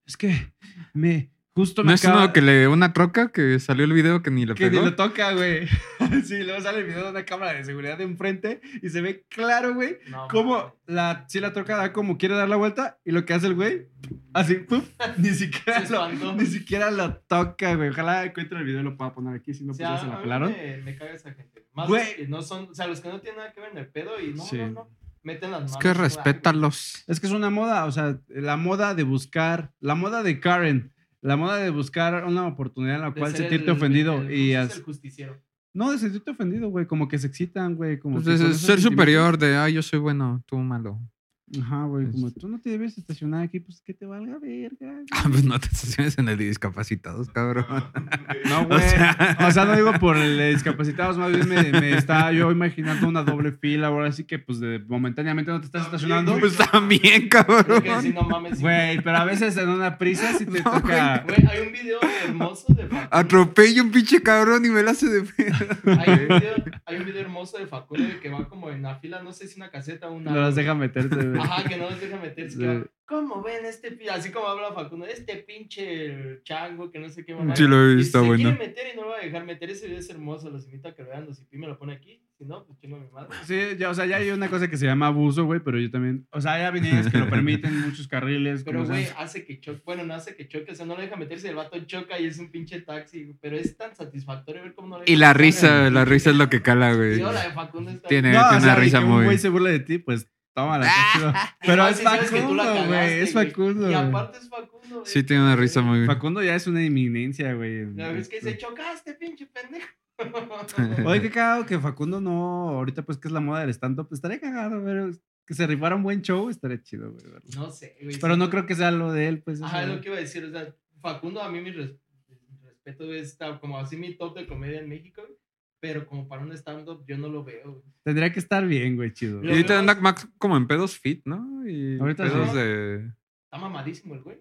[SPEAKER 3] es que me, justo me
[SPEAKER 2] ¿No es
[SPEAKER 3] acaba-
[SPEAKER 2] uno que le una troca que salió el video que ni le
[SPEAKER 3] Que ni
[SPEAKER 2] pegó?
[SPEAKER 3] lo toca, güey. [laughs] sí, luego sale el video de una cámara de seguridad de enfrente y se ve claro, güey,
[SPEAKER 1] No,
[SPEAKER 3] cómo la, sí la toca, da como quiere dar la vuelta y lo que hace el güey, así, puf, ni siquiera
[SPEAKER 1] [laughs] Se
[SPEAKER 3] lo,
[SPEAKER 1] espantó.
[SPEAKER 3] ni siquiera lo toca, güey. Ojalá encuentre el video y lo pueda poner aquí, si no,
[SPEAKER 1] O
[SPEAKER 3] pues
[SPEAKER 1] sea,
[SPEAKER 3] ya se
[SPEAKER 1] a
[SPEAKER 3] la
[SPEAKER 1] mí
[SPEAKER 3] pelaron.
[SPEAKER 1] Me, me caga esa gente. Más
[SPEAKER 3] Güey.
[SPEAKER 1] los que no son, o sea, los que no tienen nada que ver en el pedo y no,
[SPEAKER 3] Sí.
[SPEAKER 1] no, no. Meten las manos.
[SPEAKER 2] Es que respétalos.
[SPEAKER 3] Es que es una moda, o sea, la moda de buscar, la moda de Karen, la moda de buscar una oportunidad en la cual sentirte ofendido y...
[SPEAKER 1] hacer
[SPEAKER 3] as-
[SPEAKER 1] el justiciero.
[SPEAKER 3] [laughs] No, de sentirte ofendido, güey, como que se excitan, güey. como
[SPEAKER 2] Pues
[SPEAKER 3] que
[SPEAKER 2] es-
[SPEAKER 3] con
[SPEAKER 2] es
[SPEAKER 3] esos
[SPEAKER 2] ser
[SPEAKER 3] sentimientos-
[SPEAKER 2] superior de, ay, yo soy bueno, tú malo. [laughs]
[SPEAKER 3] Ajá, güey, como
[SPEAKER 2] Este.
[SPEAKER 3] tú no te debes estacionar aquí, pues que te valga verga. güey.
[SPEAKER 2] Ah, pues no te estaciones en el de discapacitados, cabrón.
[SPEAKER 3] [laughs] No,
[SPEAKER 2] O
[SPEAKER 3] güey. O
[SPEAKER 2] sea-
[SPEAKER 3] sea, no
[SPEAKER 2] [laughs]
[SPEAKER 3] digo por el de discapacitados, más bien me, me estaba yo imaginando una doble fila, ahora sí que pues de- momentáneamente no te estás estacionando.
[SPEAKER 2] Pues también,
[SPEAKER 1] Creo que sí,
[SPEAKER 2] cabrón.
[SPEAKER 1] no mames. sí.
[SPEAKER 3] Güey, pero a veces en una prisa sí te
[SPEAKER 1] [laughs]
[SPEAKER 2] No,
[SPEAKER 3] toca.
[SPEAKER 1] Güey, hay un video hermoso de Facundo.
[SPEAKER 2] Atropello un pinche cabrón y me la hace de pedo.
[SPEAKER 1] Hay un video, hay un video hermoso de Facundo que va como en la fila, no sé si una caseta o una.
[SPEAKER 3] No las deja meterte, güey.
[SPEAKER 1] Ajá, que no los deja meterse. que
[SPEAKER 3] Sí.
[SPEAKER 1] va, ¿Cómo ven este pi-?" Así como habla Facundo, este pinche chango que no sé qué mamá.
[SPEAKER 2] Sí, lo he
[SPEAKER 1] Y
[SPEAKER 2] visto,
[SPEAKER 1] se
[SPEAKER 2] bueno.
[SPEAKER 1] quiere meter y no lo va a dejar meter. Ese video es hermoso, los invito a que lo vean. Los pi me lo pone aquí. Si no, pues chingo a mi madre.
[SPEAKER 2] Ah,
[SPEAKER 3] Sí, ya, o sea, ya hay una cosa que se llama abuso, güey, pero yo también. O sea, hay avenidas que lo permiten, muchos carriles.
[SPEAKER 1] Pero,
[SPEAKER 3] como
[SPEAKER 1] güey,
[SPEAKER 3] sea.
[SPEAKER 1] hace que choque. Bueno, no hace que choque, o sea, no lo deja meterse. El vato choca y es un pinche taxi. güey, Pero es tan satisfactorio ver cómo no lo
[SPEAKER 2] Y
[SPEAKER 1] deja
[SPEAKER 2] la
[SPEAKER 1] pasar,
[SPEAKER 2] risa,
[SPEAKER 1] güey.
[SPEAKER 2] la risa es
[SPEAKER 1] [laughs]
[SPEAKER 2] lo que cala,
[SPEAKER 1] Y
[SPEAKER 2] güey.
[SPEAKER 1] ahora de eh, Facundo está.
[SPEAKER 2] Eh, Tiene-
[SPEAKER 3] No,
[SPEAKER 2] tiene
[SPEAKER 3] o
[SPEAKER 2] una
[SPEAKER 3] sea, de
[SPEAKER 2] risa
[SPEAKER 3] que
[SPEAKER 2] muy-
[SPEAKER 3] un güey se burla de ti, pues tómala, está
[SPEAKER 1] [laughs]
[SPEAKER 3] chido. [laughs] Pero
[SPEAKER 1] no,
[SPEAKER 3] es
[SPEAKER 1] si sabes que tú la
[SPEAKER 3] Facundo, güey,
[SPEAKER 1] cagaste,
[SPEAKER 3] es
[SPEAKER 1] güey.
[SPEAKER 3] Facundo.
[SPEAKER 1] Y
[SPEAKER 3] güey.
[SPEAKER 1] aparte es Facundo, güey.
[SPEAKER 2] Sí, tiene una risa muy.
[SPEAKER 3] Facundo ya es una inminencia, güey.
[SPEAKER 1] La vez que dice, chocaste, pinche
[SPEAKER 2] [laughs]
[SPEAKER 1] pendejo. [laughs]
[SPEAKER 3] Oye, qué cagado que Facundo no, ahorita pues que es la moda del stand-up, pues, estaría cagado, pero que se rifara un buen show, estaría chido, güey. verlo.
[SPEAKER 1] No sé, güey.
[SPEAKER 3] Pero no
[SPEAKER 1] siento-
[SPEAKER 3] creo que sea lo de él, pues. eso,
[SPEAKER 1] Ajá, es
[SPEAKER 3] güey.
[SPEAKER 1] lo que iba a decir, o sea, Facundo a mí mi res- mi respeto es está como así mi top de comedia en México, güey, pero como para un stand-up yo no lo veo. güey.
[SPEAKER 3] Tendría que estar bien, güey, chido.
[SPEAKER 2] Y ahorita anda Max como en pedos fit, ¿no? Y
[SPEAKER 3] Ahorita
[SPEAKER 2] pedos
[SPEAKER 1] sí.
[SPEAKER 2] de.
[SPEAKER 1] Está mamadísimo el güey.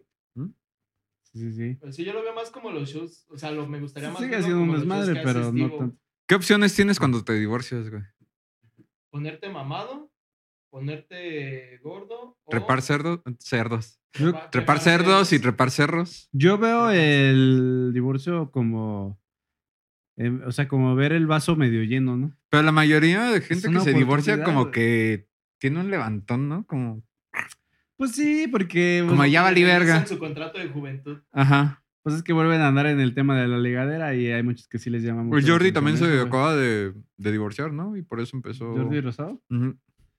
[SPEAKER 3] Sí, sí, sí.
[SPEAKER 1] Pero sí, yo lo veo más como los shows, o sea, lo, me gustaría más
[SPEAKER 3] Sigue
[SPEAKER 1] verlo
[SPEAKER 3] siendo un
[SPEAKER 1] como los shows
[SPEAKER 3] desmadre,
[SPEAKER 1] que hace
[SPEAKER 3] pero no
[SPEAKER 1] Steve-O.
[SPEAKER 3] tanto.
[SPEAKER 2] ¿Qué opciones tienes cuando te divorcias, güey?
[SPEAKER 1] Ponerte mamado, ponerte gordo. o-
[SPEAKER 2] ¿Trepar cerdos? Cerdos.
[SPEAKER 3] Yo-
[SPEAKER 1] Oh. Trepar-
[SPEAKER 2] Trepar cerdos y trepar cerros.
[SPEAKER 3] Yo veo el divorcio como. em, o sea, como ver el vaso medio lleno, ¿no?
[SPEAKER 2] Pero la mayoría de gente que
[SPEAKER 3] una
[SPEAKER 2] se divorcia
[SPEAKER 3] oportunidad,
[SPEAKER 2] como
[SPEAKER 3] güey.
[SPEAKER 2] que tiene un levantón, ¿no? Como,
[SPEAKER 3] Pues sí, porque.
[SPEAKER 2] como
[SPEAKER 3] pues,
[SPEAKER 2] ya valí verga.
[SPEAKER 1] En su contrato de juventud.
[SPEAKER 2] Ajá.
[SPEAKER 3] pues es que vuelven a andar en el tema de la ligadera y hay muchos que sí les llaman.
[SPEAKER 2] Pues Jordi también se
[SPEAKER 3] equivocó.
[SPEAKER 2] acaba de, de divorciar, ¿no? Y por eso empezó.
[SPEAKER 3] Jordi Rosado.
[SPEAKER 2] Ujú.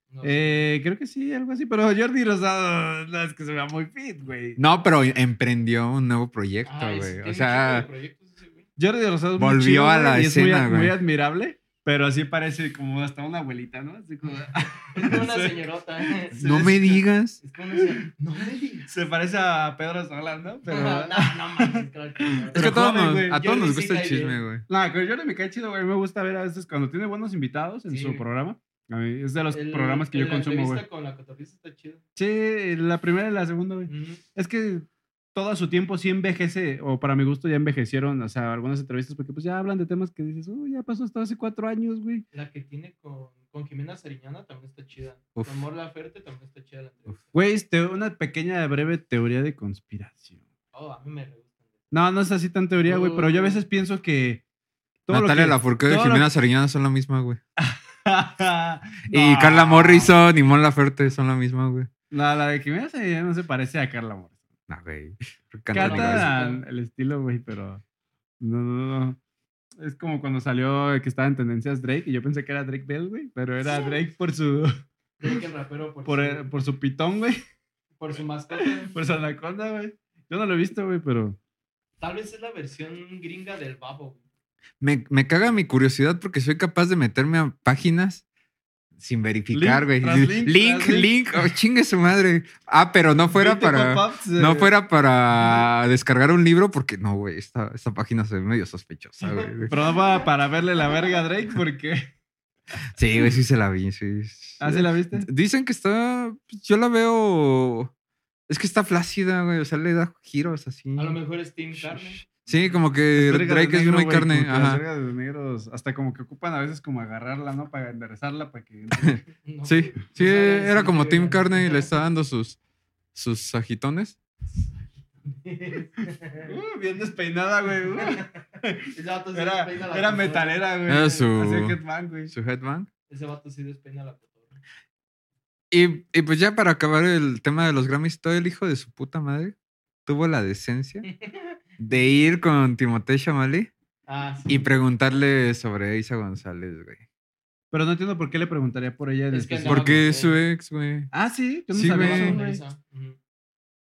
[SPEAKER 1] no sé.
[SPEAKER 3] Eh, creo que sí, algo así, pero Jordi Rosado no, es que se vea muy fit, güey.
[SPEAKER 2] No, pero emprenddió un nuevo proyecto,
[SPEAKER 1] Ah, ese
[SPEAKER 2] güey.
[SPEAKER 1] tiene
[SPEAKER 2] O
[SPEAKER 1] un
[SPEAKER 2] sea,
[SPEAKER 1] chingo de proyectos ese güey.
[SPEAKER 3] Jordi Rosado es muy
[SPEAKER 2] Volvió
[SPEAKER 3] chido,
[SPEAKER 2] a la
[SPEAKER 3] güey, y es muy-
[SPEAKER 2] escena,
[SPEAKER 3] muy,
[SPEAKER 2] güey.
[SPEAKER 3] admirable, pero así parece como hasta una abuelita, ¿no? Así como-
[SPEAKER 1] Es como
[SPEAKER 2] [laughs]
[SPEAKER 1] una señorota. [laughs] ¿eh?
[SPEAKER 2] no me digas.
[SPEAKER 1] Es como una señorota. No me digas.
[SPEAKER 3] se parece a Pedro Solán, ¿no? Pero...
[SPEAKER 1] No, no mames, claro que no.
[SPEAKER 2] Es que a todos,
[SPEAKER 3] joven,
[SPEAKER 2] nos-
[SPEAKER 3] güey.
[SPEAKER 2] a todos
[SPEAKER 1] Jordi
[SPEAKER 2] nos
[SPEAKER 1] sí
[SPEAKER 2] gusta el
[SPEAKER 1] cae
[SPEAKER 2] chisme,
[SPEAKER 1] bien.
[SPEAKER 2] güey.
[SPEAKER 3] Nah, pero Jordi me cae chido, güey. Me gusta ver a veces cuando tiene buenos invitados en
[SPEAKER 1] Sí,
[SPEAKER 3] su
[SPEAKER 1] güey.
[SPEAKER 3] programa. A mí es de los
[SPEAKER 1] El-
[SPEAKER 3] programas que
[SPEAKER 1] el
[SPEAKER 3] yo consumo,
[SPEAKER 1] entrevista
[SPEAKER 3] güey.
[SPEAKER 1] con la cotorrista está chido.
[SPEAKER 3] Sí, la primera y la segunda, güey. Es que todo a su tiempo sí envejece, o para mi gusto ya envejecieron, o sea, algunas entrevistas, porque pues ya hablan de temas que dices, uy, ya pasó hasta hace cuatro años, güey.
[SPEAKER 1] La que tiene con, con Jimena Sariñana también está chida.
[SPEAKER 2] Uf.
[SPEAKER 1] Con Amor Laferte también está chida la entrevista.
[SPEAKER 3] Güey, este, una pequeña breve teoría de conspiración.
[SPEAKER 1] Oh, a mí me re gustan.
[SPEAKER 3] No, no es así tan teoría, güey, pero yo a veces pienso que... todo lo
[SPEAKER 2] Natalia
[SPEAKER 1] [laughs]
[SPEAKER 3] que- [laughs]
[SPEAKER 2] Lafourcade y
[SPEAKER 3] todo lo-
[SPEAKER 2] Jimena Sariñana son la misma, güey. Y
[SPEAKER 3] No.
[SPEAKER 2] Carla Morrison y Mon Laferte son la misma, güey.
[SPEAKER 3] No, la de Jimena Sariñana no se parece a Carla Morrison.
[SPEAKER 2] No, güey. Cantan igual.
[SPEAKER 3] Canta
[SPEAKER 1] igual.
[SPEAKER 3] el estilo, güey, pero. No, no, no. Es como cuando salió que estaba en tendencias Drake y yo pensé que era Drake Bell, güey, pero era Drake por su,
[SPEAKER 1] Creo que el rapero por,
[SPEAKER 3] por, eh,
[SPEAKER 1] su,
[SPEAKER 3] por su pitón, güey,
[SPEAKER 1] por su mascota.
[SPEAKER 3] por su anaconda, güey. Yo no lo he visto, güey, pero.
[SPEAKER 1] Tal vez es la versión gringa del babo. güey.
[SPEAKER 2] Me, me caga mi curiosidad porque soy capaz de meterme a páginas sin verificar,
[SPEAKER 3] Link
[SPEAKER 2] güey.
[SPEAKER 3] tras
[SPEAKER 2] Link,
[SPEAKER 3] link
[SPEAKER 2] link,
[SPEAKER 3] tras link.
[SPEAKER 2] oh, chingue su madre. Ah, pero no fuera
[SPEAKER 3] ¿Viste
[SPEAKER 2] para.
[SPEAKER 3] pop-ups,
[SPEAKER 2] No
[SPEAKER 3] eh?
[SPEAKER 2] fuera para descargar un libro porque no, güey, esta, esta página se ve medio sospechosa, güey.
[SPEAKER 3] Pero no para, para verle la verga a Drake
[SPEAKER 2] [laughs]
[SPEAKER 3] porque.
[SPEAKER 2] Sí, güey, sí se la vi, sí. sí.
[SPEAKER 3] ¿Ah, sí la viste?
[SPEAKER 2] Dicen que está, yo la veo, es que está flácida, güey, o sea, le da giros así.
[SPEAKER 1] A lo mejor es Tim Carmen.
[SPEAKER 2] Sí, como que
[SPEAKER 3] Verga de
[SPEAKER 2] Drake es
[SPEAKER 3] negro,
[SPEAKER 2] muy
[SPEAKER 3] güey, como
[SPEAKER 2] carne.
[SPEAKER 3] que Las
[SPEAKER 2] Ajá.
[SPEAKER 3] vergas de los negros, hasta como que ocupan a veces como agarrarla, ¿no? Para enderezarla, para que. [laughs] entre.
[SPEAKER 1] No,
[SPEAKER 2] Sí,
[SPEAKER 1] güey.
[SPEAKER 2] sí,
[SPEAKER 1] No sabía
[SPEAKER 2] era
[SPEAKER 1] decirte,
[SPEAKER 2] como
[SPEAKER 1] güey,
[SPEAKER 2] Tim
[SPEAKER 1] la
[SPEAKER 2] Carney y le
[SPEAKER 1] neta.
[SPEAKER 2] está dando sus, sus sagitones.
[SPEAKER 3] Uh, bien despeinada, güey. uh.
[SPEAKER 1] [laughs] Ese vato [laughs] sí
[SPEAKER 3] Era,
[SPEAKER 1] despeina la
[SPEAKER 3] era
[SPEAKER 1] cotorra.
[SPEAKER 3] metalera, güey.
[SPEAKER 2] Era su-
[SPEAKER 3] Hacía Hitman, güey.
[SPEAKER 2] Su headband.
[SPEAKER 1] Ese vato sí despeina la cotorra.
[SPEAKER 2] Y, y pues ya para acabar el tema de los Grammys, todo el hijo de su puta madre tuvo la decencia
[SPEAKER 3] [laughs]
[SPEAKER 2] de ir con Timothée Chamali
[SPEAKER 1] Ah, sí.
[SPEAKER 2] y preguntarle sobre Isa González, güey.
[SPEAKER 3] Pero no entiendo por qué le preguntaría por ella en
[SPEAKER 1] Es que
[SPEAKER 3] específico.
[SPEAKER 1] andaba
[SPEAKER 2] Porque
[SPEAKER 1] con
[SPEAKER 2] es su
[SPEAKER 1] él.
[SPEAKER 2] ex, güey.
[SPEAKER 3] Ah, sí, yo no
[SPEAKER 2] Sí,
[SPEAKER 3] sabía
[SPEAKER 2] güey.
[SPEAKER 3] eso,
[SPEAKER 1] Con
[SPEAKER 3] güey.
[SPEAKER 1] Isa. Ujú.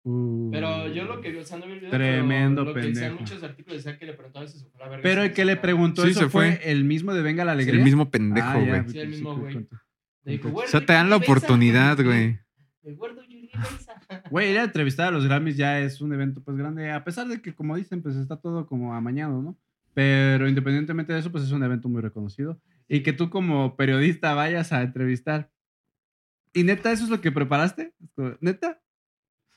[SPEAKER 3] Uh.
[SPEAKER 1] Pero yo lo que vi, o sea, no vi el video.
[SPEAKER 3] Tremendo
[SPEAKER 1] pero lo que decían
[SPEAKER 3] pendejo.
[SPEAKER 1] muchos artículos decía que le preguntaban si se fue a la verga.
[SPEAKER 3] Pero
[SPEAKER 1] si
[SPEAKER 3] el
[SPEAKER 1] se
[SPEAKER 3] que le
[SPEAKER 1] fue.
[SPEAKER 3] preguntó
[SPEAKER 2] Sí,
[SPEAKER 3] eso
[SPEAKER 2] se fue.
[SPEAKER 3] fue. el mismo de Venga la Alegría.
[SPEAKER 2] El mismo pendejo,
[SPEAKER 3] Ah, ya,
[SPEAKER 2] güey.
[SPEAKER 1] Sí, el
[SPEAKER 3] sí,
[SPEAKER 1] mismo
[SPEAKER 3] sí,
[SPEAKER 1] güey.
[SPEAKER 3] cuento.
[SPEAKER 1] Le dijo,
[SPEAKER 2] O
[SPEAKER 1] "Güey,
[SPEAKER 2] sea, te dan la
[SPEAKER 1] bésame,
[SPEAKER 2] oportunidad,
[SPEAKER 1] bésame".
[SPEAKER 2] güey.
[SPEAKER 1] El gordo Yuri Loaiza.
[SPEAKER 3] Güey, ir a entrevistar a los Grammys ya es un evento pues grande, a pesar de que como dicen, pues está todo como amañado, ¿no? Pero independientemente de eso, pues es un evento muy reconocido. Y que tú como periodista vayas a entrevistar. ¿Y neta eso es lo que preparaste? ¿Neta?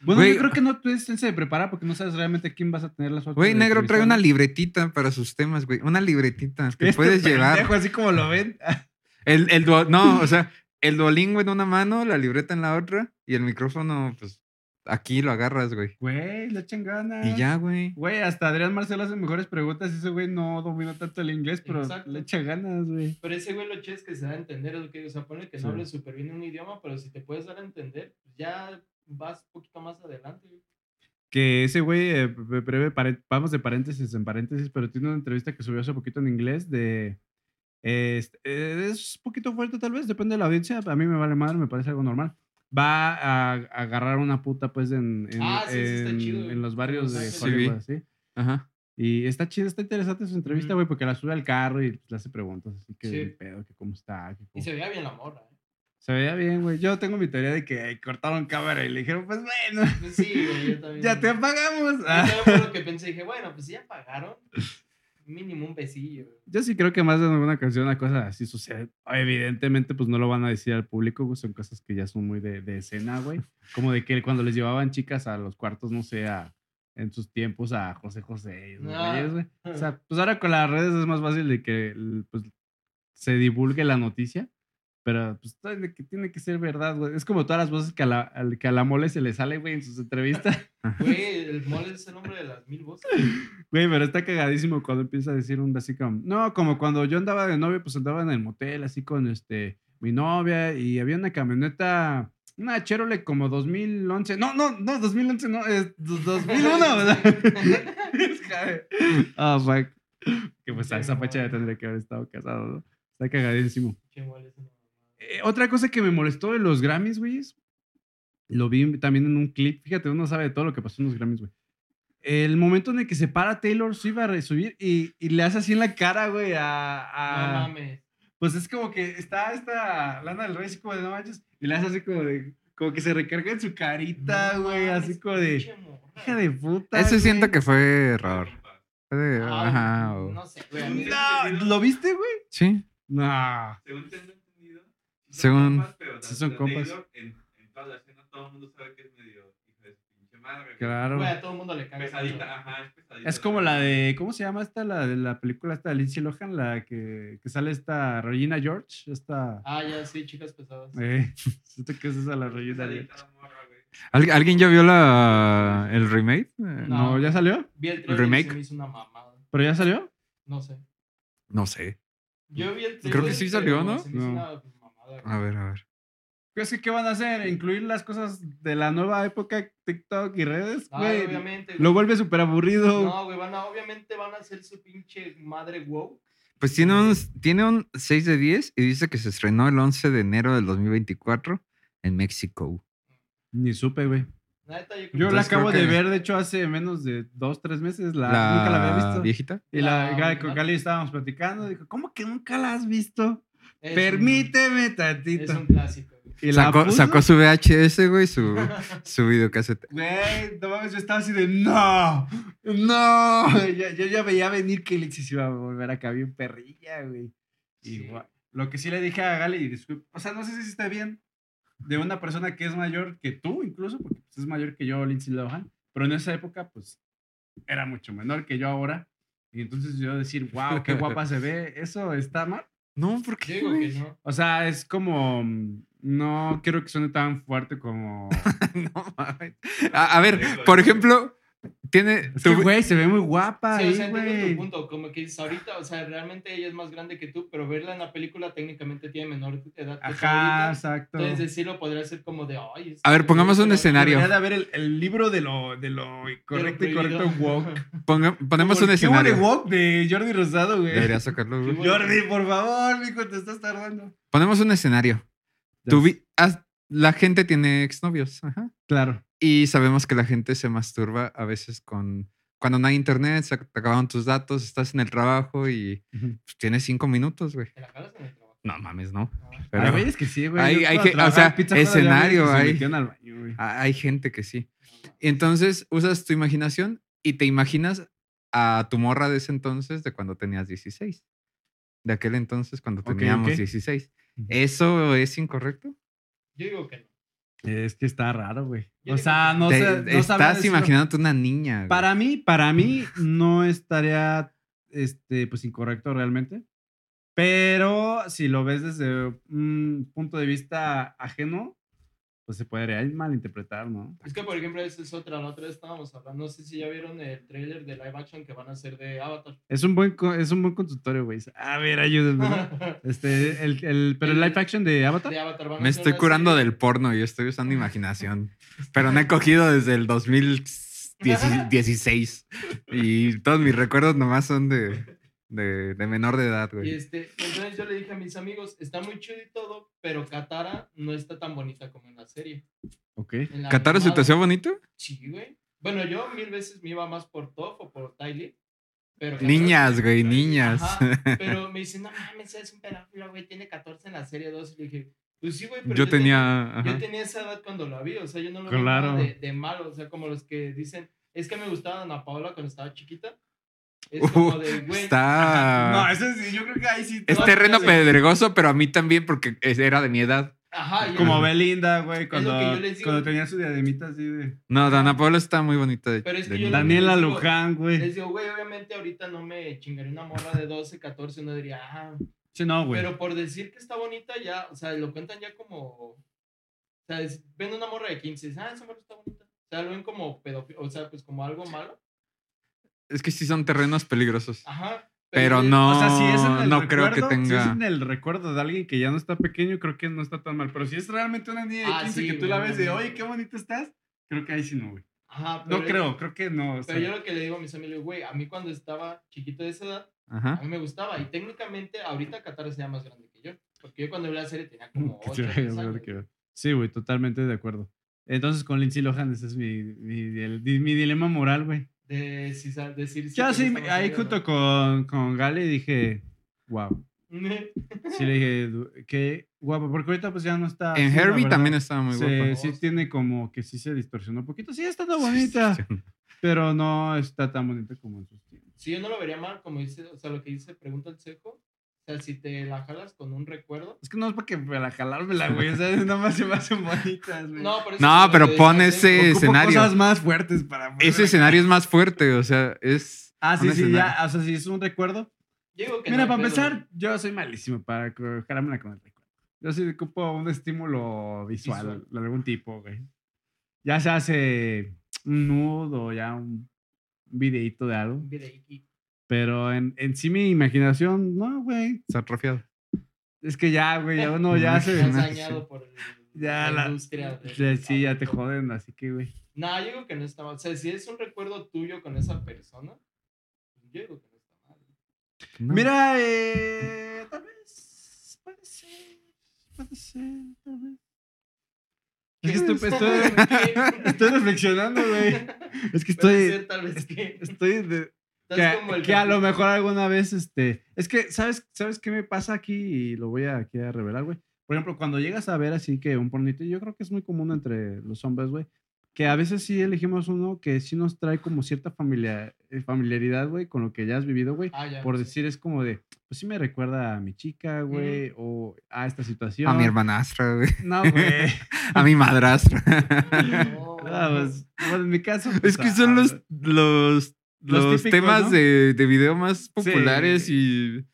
[SPEAKER 3] Bueno,
[SPEAKER 2] Güey.
[SPEAKER 3] yo creo que no tienes chance de preparar porque no sabes realmente quién vas a tener la suerte.
[SPEAKER 2] Güey,
[SPEAKER 3] de
[SPEAKER 2] negro trae una
[SPEAKER 3] entrevistar.
[SPEAKER 2] libretita para sus temas, güey.
[SPEAKER 3] [laughs]
[SPEAKER 2] Una libretita que
[SPEAKER 3] Este
[SPEAKER 2] puedes llevar.
[SPEAKER 3] pendejo, Así como lo ven. Ah,
[SPEAKER 2] El, el duo- no,
[SPEAKER 3] [laughs]
[SPEAKER 2] o sea, el Duolingo en una mano, la libreta en la otra y el micrófono, pues aquí lo agarras, güey.
[SPEAKER 3] Güey, la chingana.
[SPEAKER 2] Y ya, güey.
[SPEAKER 3] Güey, hasta Adrián Marcelo hace mejores preguntas. y Ese güey no domina tanto el inglés, pero
[SPEAKER 1] Exacto.
[SPEAKER 3] le echa ganas, güey.
[SPEAKER 1] Pero ese güey lo chido es que se da a entender, es lo que digo, o sea, pone que no
[SPEAKER 3] Sí.
[SPEAKER 1] hables súper bien un idioma, pero si te puedes dar a entender, pues ya vas un poquito más adelante. güey.
[SPEAKER 3] Que ese güey, eh, bre- breve, pare- vamos de paréntesis en paréntesis, pero tiene una entrevista que subió hace poquito en inglés de... eh, este, eh, es un poquito fuerte tal vez, depende de la audiencia. A mí me vale madre, me parece algo normal. Va a, a agarrar una puta pues en, en,
[SPEAKER 1] Ah, sí, sí, está
[SPEAKER 3] en-
[SPEAKER 1] chido, güey.
[SPEAKER 3] en los barrios de
[SPEAKER 1] Sí,
[SPEAKER 2] vi.
[SPEAKER 3] Hollywood, ¿sí?
[SPEAKER 2] Ajá.
[SPEAKER 3] Y está chido, está interesante su entrevista,
[SPEAKER 1] Ujú.
[SPEAKER 3] güey, porque la sube al carro y pues, le hace preguntas, así que
[SPEAKER 1] Sí.
[SPEAKER 3] "Ni pedo, que cómo está, que
[SPEAKER 1] Y
[SPEAKER 3] cómo
[SPEAKER 1] se veía bien la morra. ¿eh?
[SPEAKER 3] Se veía bien, güey. Yo tengo mi teoría de que cortaron cámara y le dijeron, pues bueno,
[SPEAKER 1] Pues sí, güey, yo también.
[SPEAKER 3] [laughs] ya te
[SPEAKER 1] yo
[SPEAKER 3] apagamos. Ah,
[SPEAKER 1] también fue lo que pensé, dije, bueno, pues si ya pagaron, mínimo un besillo. güey.
[SPEAKER 3] Yo sí creo que más de alguna canción la cosa así sucede. Evidentemente, pues no lo van a decir al público, güey. Son cosas que ya son muy de, de escena, güey. Como de que cuando les llevaban chicas a los cuartos, no sé, a- en sus tiempos a José José. y esos
[SPEAKER 1] Ah.
[SPEAKER 3] güeyes, güey. O sea, pues ahora con las redes es más fácil de que l- pues, se divulgue la noticia, pero pues tiene que, tiene que ser verdad, güey. Es como todas las voces que a la, al- que a la mole se le sale, güey, en sus entrevistas.
[SPEAKER 1] [laughs] Güey, el mole es el nombre de las mil
[SPEAKER 3] [laughs]
[SPEAKER 1] voces.
[SPEAKER 3] Güey, pero está cagadísimo cuando empieza a decir un así como... No, como cuando yo andaba de novio, pues andaba en el motel así con este mi novia y había una camioneta... Una Cherole como 2011. No, no, no, 2011 no, es 2001, [laughs] ¿verdad?
[SPEAKER 1] [laughs]
[SPEAKER 3] Ah, fuck. Que pues a esa fecha ya tendría que haber estado casado, ¿no? Está cagadísimo.
[SPEAKER 1] Che, mole es una mamada.
[SPEAKER 3] Eh, otra cosa que me molestó de los Grammys, güey, es- lo vi también en un clip. Fíjate, uno sabe de todo lo que pasó en los Grammys, güey. El momento en el que se para Taylor Swift a resubir y, y le hace así en la cara, güey,
[SPEAKER 1] No
[SPEAKER 3] a... a-
[SPEAKER 1] mames.
[SPEAKER 3] pues es como que está esta Lana del Rey así como de no manches y le hace así como de... Como que se recarga en su carita,
[SPEAKER 1] No
[SPEAKER 3] güey,
[SPEAKER 1] mames,
[SPEAKER 3] así como de...
[SPEAKER 1] pinche morra.
[SPEAKER 3] Hija de puta,
[SPEAKER 2] Ese siento
[SPEAKER 3] güey".
[SPEAKER 2] que fue error. Fue de-
[SPEAKER 1] Ah,
[SPEAKER 2] ajá. o-
[SPEAKER 1] No sé, güey. a mí-
[SPEAKER 3] No, ¿Lo viste, güey?
[SPEAKER 2] Sí.
[SPEAKER 3] No.
[SPEAKER 6] Según tengo entendido. sí
[SPEAKER 2] Según-
[SPEAKER 6] compas, pero
[SPEAKER 3] sí son
[SPEAKER 6] la- la
[SPEAKER 3] compas.
[SPEAKER 6] Taylor En, en toda la escena todo el mundo sabe que es medio hijo de su pinche madre. güey.
[SPEAKER 3] Claro.
[SPEAKER 1] Güey, a todo el mundo le caga.
[SPEAKER 6] Pesadita, ajá, es pesadita.
[SPEAKER 3] Es como la de, ¿cómo se llama esta? La de la película esta de Lindsay Lohan, la que, que sale esta Regina George, esta...
[SPEAKER 1] Ah, ya, sí, chicas pesadas.
[SPEAKER 3] [laughs] Eh, siento que es esa la Regina George.
[SPEAKER 6] Pesadita la morra, güey.
[SPEAKER 2] ¿Al- ¿Alguien ya vio la, el remake? Eh,
[SPEAKER 1] No.
[SPEAKER 3] No, ¿ya salió?
[SPEAKER 1] Vi el trailer y
[SPEAKER 2] remake?
[SPEAKER 1] se me hizo una mamada.
[SPEAKER 3] ¿Pero ya salió?
[SPEAKER 1] No sé.
[SPEAKER 2] No sé.
[SPEAKER 1] Yo vi el
[SPEAKER 2] Creo
[SPEAKER 1] trailer,
[SPEAKER 2] que sí
[SPEAKER 1] pero
[SPEAKER 2] salió, ¿no?
[SPEAKER 1] Se me hizo
[SPEAKER 3] No.
[SPEAKER 1] una mamada.
[SPEAKER 2] A ver, a ver.
[SPEAKER 3] Es que, ¿qué van a hacer? ¿Incluir las cosas de la nueva época, TikTok y redes?
[SPEAKER 1] No,
[SPEAKER 3] Güey,
[SPEAKER 1] Ah, obviamente.
[SPEAKER 3] lo
[SPEAKER 1] güey.
[SPEAKER 3] vuelve súper aburrido.
[SPEAKER 1] No, güey, van a, obviamente van a hacer su pinche madre wow.
[SPEAKER 2] Pues tiene un, tiene un 6 de 10 y dice que se estrenó el 11 de enero del 2024 en México.
[SPEAKER 3] Ni supe, güey.
[SPEAKER 1] La neta, yo
[SPEAKER 3] Yo
[SPEAKER 1] creo
[SPEAKER 3] la
[SPEAKER 2] Entonces,
[SPEAKER 3] acabo
[SPEAKER 2] creo
[SPEAKER 3] de
[SPEAKER 2] que-
[SPEAKER 3] ver, de hecho, hace menos de dos, tres meses. La,
[SPEAKER 2] la
[SPEAKER 3] Nunca la había visto.
[SPEAKER 2] viejita.
[SPEAKER 3] Y la,
[SPEAKER 1] La-
[SPEAKER 3] con Cali estábamos platicando. Dijo, ¿cómo que nunca la has visto?
[SPEAKER 1] es
[SPEAKER 3] Permíteme
[SPEAKER 1] un- es
[SPEAKER 3] tantito.
[SPEAKER 1] un clásico. güey.
[SPEAKER 3] Y la
[SPEAKER 2] Sacó,
[SPEAKER 3] puso.
[SPEAKER 2] sacó su VHS, güey,
[SPEAKER 3] [laughs]
[SPEAKER 2] su, su videocassette.
[SPEAKER 3] Güey, no mames, yo estaba así de no, no. [laughs] Yo, yo ya veía venir que Alexis iba a volver acá bien perrilla, güey. Y
[SPEAKER 1] Sí.
[SPEAKER 3] gua- lo que sí le dije a Gali, disculpe, o sea, no sé si está bien de una persona que es mayor que tú, incluso, porque pues, es mayor que yo, Lindsay Lohan, pero en esa época, pues, era mucho menor que yo ahora. Y entonces yo decir, wow, qué guapa
[SPEAKER 1] [laughs]
[SPEAKER 3] se ve, eso está mal.
[SPEAKER 2] No, ¿por
[SPEAKER 1] Yo
[SPEAKER 2] qué?
[SPEAKER 1] digo que
[SPEAKER 2] güey?
[SPEAKER 1] no.
[SPEAKER 3] O sea, es como, mm, no quiero que suene tan
[SPEAKER 1] [laughs]
[SPEAKER 3] fuerte como...
[SPEAKER 2] [laughs] No, mames. a, a ver, por ejemplo, tiene.
[SPEAKER 3] Es que,
[SPEAKER 2] tu-
[SPEAKER 3] güey, se ve muy guapa.
[SPEAKER 1] Sí,
[SPEAKER 3] ahí,
[SPEAKER 1] o sea, entiendo
[SPEAKER 3] güey.
[SPEAKER 1] tu punto. Como que dices, ahorita, o sea, realmente ella es más grande que tú, pero verla en la película técnicamente tiene menor edad que tú
[SPEAKER 3] Ajá,
[SPEAKER 1] ahorita.
[SPEAKER 3] exacto.
[SPEAKER 1] Entonces decirlo podría ser como de, ay.
[SPEAKER 2] A ver, pongamos un escenario.
[SPEAKER 3] Debería de haber el, el libro de lo, de lo correcto y correcto
[SPEAKER 2] [laughs]
[SPEAKER 3] woke.
[SPEAKER 2] ponga- ponemos
[SPEAKER 3] Como
[SPEAKER 2] un
[SPEAKER 3] el ¿Qué huele
[SPEAKER 2] escenario.
[SPEAKER 3] woke de Jordi Rosado, güey?
[SPEAKER 2] Debería sacarlo, güey.
[SPEAKER 1] Qué bueno.
[SPEAKER 3] [laughs] Jordi, por favor, mijo, te estás tardando.
[SPEAKER 2] Ponemos un escenario. Tu vi- haz- la gente tiene exnovios. Ajá.
[SPEAKER 3] Claro.
[SPEAKER 2] Y sabemos que la gente se masturba a veces con. Cuando no hay internet, se te acabaron tus datos, estás en el trabajo y
[SPEAKER 3] Ujú.
[SPEAKER 2] pues, tienes cinco minutos, güey.
[SPEAKER 1] [laughs] ¿Te la jalas en el trabajo?
[SPEAKER 2] No mames, no.
[SPEAKER 1] No.
[SPEAKER 2] Pero-
[SPEAKER 3] hay güeyes que sí, güey.
[SPEAKER 2] Hay-
[SPEAKER 3] Yo
[SPEAKER 2] hay
[SPEAKER 3] cuando
[SPEAKER 2] que- o sea,
[SPEAKER 3] trabajaba en Ah, Pizza Hut había
[SPEAKER 2] escenario,
[SPEAKER 3] güeyes que se
[SPEAKER 2] hay-
[SPEAKER 3] metían al baño, güey.
[SPEAKER 2] Ah, Hay gente que sí. Entonces usas tu imaginación y te imaginas a tu morra de ese entonces, de cuando tenías 16. De aquel entonces, cuando
[SPEAKER 3] Ok, ok.
[SPEAKER 2] teníamos 16.
[SPEAKER 3] Ujú.
[SPEAKER 2] ¿Eso es incorrecto?
[SPEAKER 1] Yo digo que no.
[SPEAKER 3] Es que está raro, güey.
[SPEAKER 1] Yo
[SPEAKER 3] O
[SPEAKER 1] digo
[SPEAKER 3] sea,
[SPEAKER 1] que-
[SPEAKER 3] no
[SPEAKER 2] Te-
[SPEAKER 3] sé. no sabría
[SPEAKER 2] estás
[SPEAKER 3] decirlo.
[SPEAKER 2] imaginándote una niña. güey.
[SPEAKER 3] Para mí, para mí no estaría este, pues incorrecto realmente. Pero si lo ves desde un punto de vista ajeno, pues se podría malinterpretar, ¿no?
[SPEAKER 1] Es que, por ejemplo, esa es otra. La otra vez estábamos hablando. No sé si ya vieron el trailer de live action que van a hacer de Avatar.
[SPEAKER 3] Es un buen, co- es un buen consultorio, güey. A ver, ayúdenme. Este, el, el- pero el live action de
[SPEAKER 1] [laughs]
[SPEAKER 3] Avatar.
[SPEAKER 1] de Avatar van a
[SPEAKER 2] Me
[SPEAKER 1] hacer
[SPEAKER 2] estoy
[SPEAKER 1] una
[SPEAKER 2] curando
[SPEAKER 1] serie.
[SPEAKER 2] del porno y estoy usando imaginación. Pero me he cogido desde el
[SPEAKER 1] [laughs]
[SPEAKER 2] 2016. Y todos mis recuerdos nomás son de, de, de menor de edad,
[SPEAKER 1] Y
[SPEAKER 2] güey.
[SPEAKER 1] este, entonces yo le dije a mis amigos, está muy chido y todo, pero Katara no está tan bonita como en la serie.
[SPEAKER 3] Ok.
[SPEAKER 1] En la
[SPEAKER 2] ¿Catara se te
[SPEAKER 1] animada.
[SPEAKER 2] hacía bonito?
[SPEAKER 1] Sí, güey. Bueno, yo mil veces me iba más por Toph o por Tylee. Pero Katara-
[SPEAKER 2] Niñas, güey, niñas. [laughs]
[SPEAKER 1] Ajá, pero me dicen, no mames, es un pedófilo, güey, tiene 14 en la serie 2. Y le dije, pues sí, güey, pero
[SPEAKER 2] Yo tenía.
[SPEAKER 1] Yo
[SPEAKER 2] ajá.
[SPEAKER 1] tenía esa edad cuando la vi, o sea, yo no lo
[SPEAKER 3] Claro.
[SPEAKER 1] vi de, de malo, o sea, como los que dicen, es que me gustaba Ana Paola cuando estaba chiquita. Es como
[SPEAKER 2] Uh, [laughs]
[SPEAKER 1] de, güey,
[SPEAKER 2] Está.
[SPEAKER 3] eso sí, yo creo que ahí sí.
[SPEAKER 2] Es
[SPEAKER 1] no,
[SPEAKER 2] terreno
[SPEAKER 1] no sé.
[SPEAKER 2] pedregoso, pero a mí también, porque es- era de mi edad.
[SPEAKER 1] ajá, y-
[SPEAKER 3] Como Belinda, güey,
[SPEAKER 1] lo que
[SPEAKER 3] cuando,
[SPEAKER 1] yo les digo.
[SPEAKER 3] cuando tenía su diademita así de.
[SPEAKER 2] No, Dana Paola está muy bonita. de-
[SPEAKER 1] Pero es que
[SPEAKER 2] de
[SPEAKER 1] yo
[SPEAKER 2] niña.
[SPEAKER 1] la-
[SPEAKER 3] Daniela
[SPEAKER 1] les digo-
[SPEAKER 3] Luján, güey.
[SPEAKER 1] Les digo, güey, obviamente ahorita no me chingaría una morra de 12, 14, uno diría, ah,
[SPEAKER 3] Sí, no, güey.
[SPEAKER 1] pero por decir que está bonita ya, o sea, lo cuentan ya como, o sea, es- ven una morra de 15, y dicen, ah, esa morra está bonita. O sea, lo ven como pedofi- o sea, pues como algo malo.
[SPEAKER 2] Es que sí son terrenos peligrosos.
[SPEAKER 1] Ajá.
[SPEAKER 2] Pero
[SPEAKER 1] yo-
[SPEAKER 2] no,
[SPEAKER 3] O sea, si es en el
[SPEAKER 2] no creo
[SPEAKER 3] recuerdo,
[SPEAKER 2] que
[SPEAKER 3] si es
[SPEAKER 2] tenga.
[SPEAKER 3] en el recuerdo de alguien que ya no está pequeño, creo que no está tan mal. Pero si es realmente una niña de
[SPEAKER 1] Ah,
[SPEAKER 3] 15
[SPEAKER 1] sí,
[SPEAKER 3] que tú la
[SPEAKER 1] güey,
[SPEAKER 3] ves de,
[SPEAKER 1] no,
[SPEAKER 3] oye,
[SPEAKER 1] no.
[SPEAKER 3] qué bonita estás, creo que ahí sí no, güey.
[SPEAKER 1] Ajá,
[SPEAKER 3] No
[SPEAKER 1] pero-
[SPEAKER 3] creo, creo que no. o sea,
[SPEAKER 1] Pero
[SPEAKER 3] [laughs]
[SPEAKER 1] yo lo que le digo a mis amigos, güey, a mí cuando estaba chiquito de esa edad,
[SPEAKER 3] Ah.
[SPEAKER 2] Ajá.
[SPEAKER 1] a mí me gustaba. Y técnicamente, ahorita Qatar sea más grande que yo. Porque yo cuando vi la serie tenía como
[SPEAKER 3] Mm, que
[SPEAKER 1] 8
[SPEAKER 3] te vaya a ver
[SPEAKER 1] años.
[SPEAKER 3] que- Sí, güey, totalmente de acuerdo. Entonces, con Lindsay Lohan, ese es mi, mi, el- mi dilema moral, güey.
[SPEAKER 1] De si sa- decir si
[SPEAKER 3] Yo
[SPEAKER 1] te
[SPEAKER 3] sí,
[SPEAKER 1] gusta más
[SPEAKER 3] ahí
[SPEAKER 1] o
[SPEAKER 3] junto
[SPEAKER 1] menos.
[SPEAKER 3] con, con Gale dije, wow.
[SPEAKER 1] [laughs]
[SPEAKER 3] Sí, le dije, du- qué guapo, porque ahorita pues ya no
[SPEAKER 1] ah,
[SPEAKER 3] está.
[SPEAKER 2] En
[SPEAKER 3] así, la
[SPEAKER 2] Herbie
[SPEAKER 3] verdad.
[SPEAKER 2] también estaba muy
[SPEAKER 3] se,
[SPEAKER 2] guapa.
[SPEAKER 3] sí tiene como que sí se distorsionó un poquito. Sí, está bonita,
[SPEAKER 2] Sí.
[SPEAKER 3] pero no está tan bonita como en sus tiempos.
[SPEAKER 1] Sí, yo no lo vería mal, como dice, o sea, lo que dice, pregunta el cejo. O sea, si te la jalas con un recuerdo.
[SPEAKER 3] Es que no es porque para jalármela, güey. O sea, [laughs] nada más se me hacen bonitas, güey.
[SPEAKER 1] No, pero, eso
[SPEAKER 2] No,
[SPEAKER 1] es lo
[SPEAKER 2] pero
[SPEAKER 1] que
[SPEAKER 2] pon
[SPEAKER 1] decía Cejo.
[SPEAKER 2] ese-
[SPEAKER 3] Ocupo
[SPEAKER 2] escenario.
[SPEAKER 3] cosas más fuertes para poder-
[SPEAKER 2] Ese escenario es más fuerte, o sea, es.
[SPEAKER 3] Ah, sí,
[SPEAKER 2] un
[SPEAKER 3] sí,
[SPEAKER 2] escenario.
[SPEAKER 3] ya. O sea, sí, es un recuerdo.
[SPEAKER 1] Yo digo que
[SPEAKER 3] Mira,
[SPEAKER 1] no hay
[SPEAKER 3] para
[SPEAKER 1] pedo,
[SPEAKER 3] empezar, yo soy malísimo para co- jalármela con el recuerdo. Yo sí ocupo un estímulo visual,
[SPEAKER 1] Visual.
[SPEAKER 3] de algún tipo, güey. Ya se hace un nudo, ya un videíto de algo.
[SPEAKER 1] un videíqui.
[SPEAKER 3] Pero en, en sí mi imaginación, no, güey.
[SPEAKER 2] Está atrofiado.
[SPEAKER 3] Es que ya, güey, ya uno ya
[SPEAKER 2] No,
[SPEAKER 3] se...
[SPEAKER 1] Estás
[SPEAKER 2] no.
[SPEAKER 1] dañado por el-
[SPEAKER 3] Ya
[SPEAKER 1] la
[SPEAKER 3] la-
[SPEAKER 1] industria. del
[SPEAKER 3] Pues ya- sí, ya te
[SPEAKER 1] adulto.
[SPEAKER 3] joden, así que, güey.
[SPEAKER 1] No, yo digo que no está mal. O sea, si es un recuerdo tuyo con esa persona, yo digo que no está mal.
[SPEAKER 2] No.
[SPEAKER 3] Mira, eh, tal vez... Puede ser, puede ser, tal vez. Es
[SPEAKER 1] [laughs]
[SPEAKER 3] que estoy, estoy, [laughs] estoy reflexionando, güey. Es que
[SPEAKER 1] Puede
[SPEAKER 3] estoy...
[SPEAKER 1] ser, tal vez
[SPEAKER 3] [laughs]
[SPEAKER 1] que.
[SPEAKER 3] Estoy de,
[SPEAKER 1] Estás como
[SPEAKER 3] que,
[SPEAKER 1] el
[SPEAKER 3] que a lo
[SPEAKER 1] capítulo-
[SPEAKER 3] mejor alguna vez, este, es que, ¿sabes, ¿sabes qué me pasa aquí? Y lo voy a, aquí a revelar, güey. Por ejemplo, cuando llegas a ver así que un pornito, yo creo que es muy común entre los hombres, güey, que a veces sí elegimos uno que sí nos trae como cierta familia, eh, familiaridad, güey, con lo que ya has vivido, güey.
[SPEAKER 1] Ah, ya,
[SPEAKER 3] Por
[SPEAKER 1] sí.
[SPEAKER 3] decir, es como de, pues sí me recuerda a mi chica, güey, o a esta situación.
[SPEAKER 2] A mi hermanastra, güey.
[SPEAKER 3] No, güey.
[SPEAKER 2] [laughs]
[SPEAKER 3] [laughs]
[SPEAKER 2] A mi madrastra.
[SPEAKER 1] No,
[SPEAKER 3] No, pues, bueno, en mi caso.
[SPEAKER 2] [laughs] es
[SPEAKER 3] pues,
[SPEAKER 2] que
[SPEAKER 3] ah,
[SPEAKER 2] son los,
[SPEAKER 3] güey.
[SPEAKER 2] los, los,
[SPEAKER 3] Los típicos,
[SPEAKER 2] temas
[SPEAKER 3] ¿no?
[SPEAKER 2] de, de video más populares y.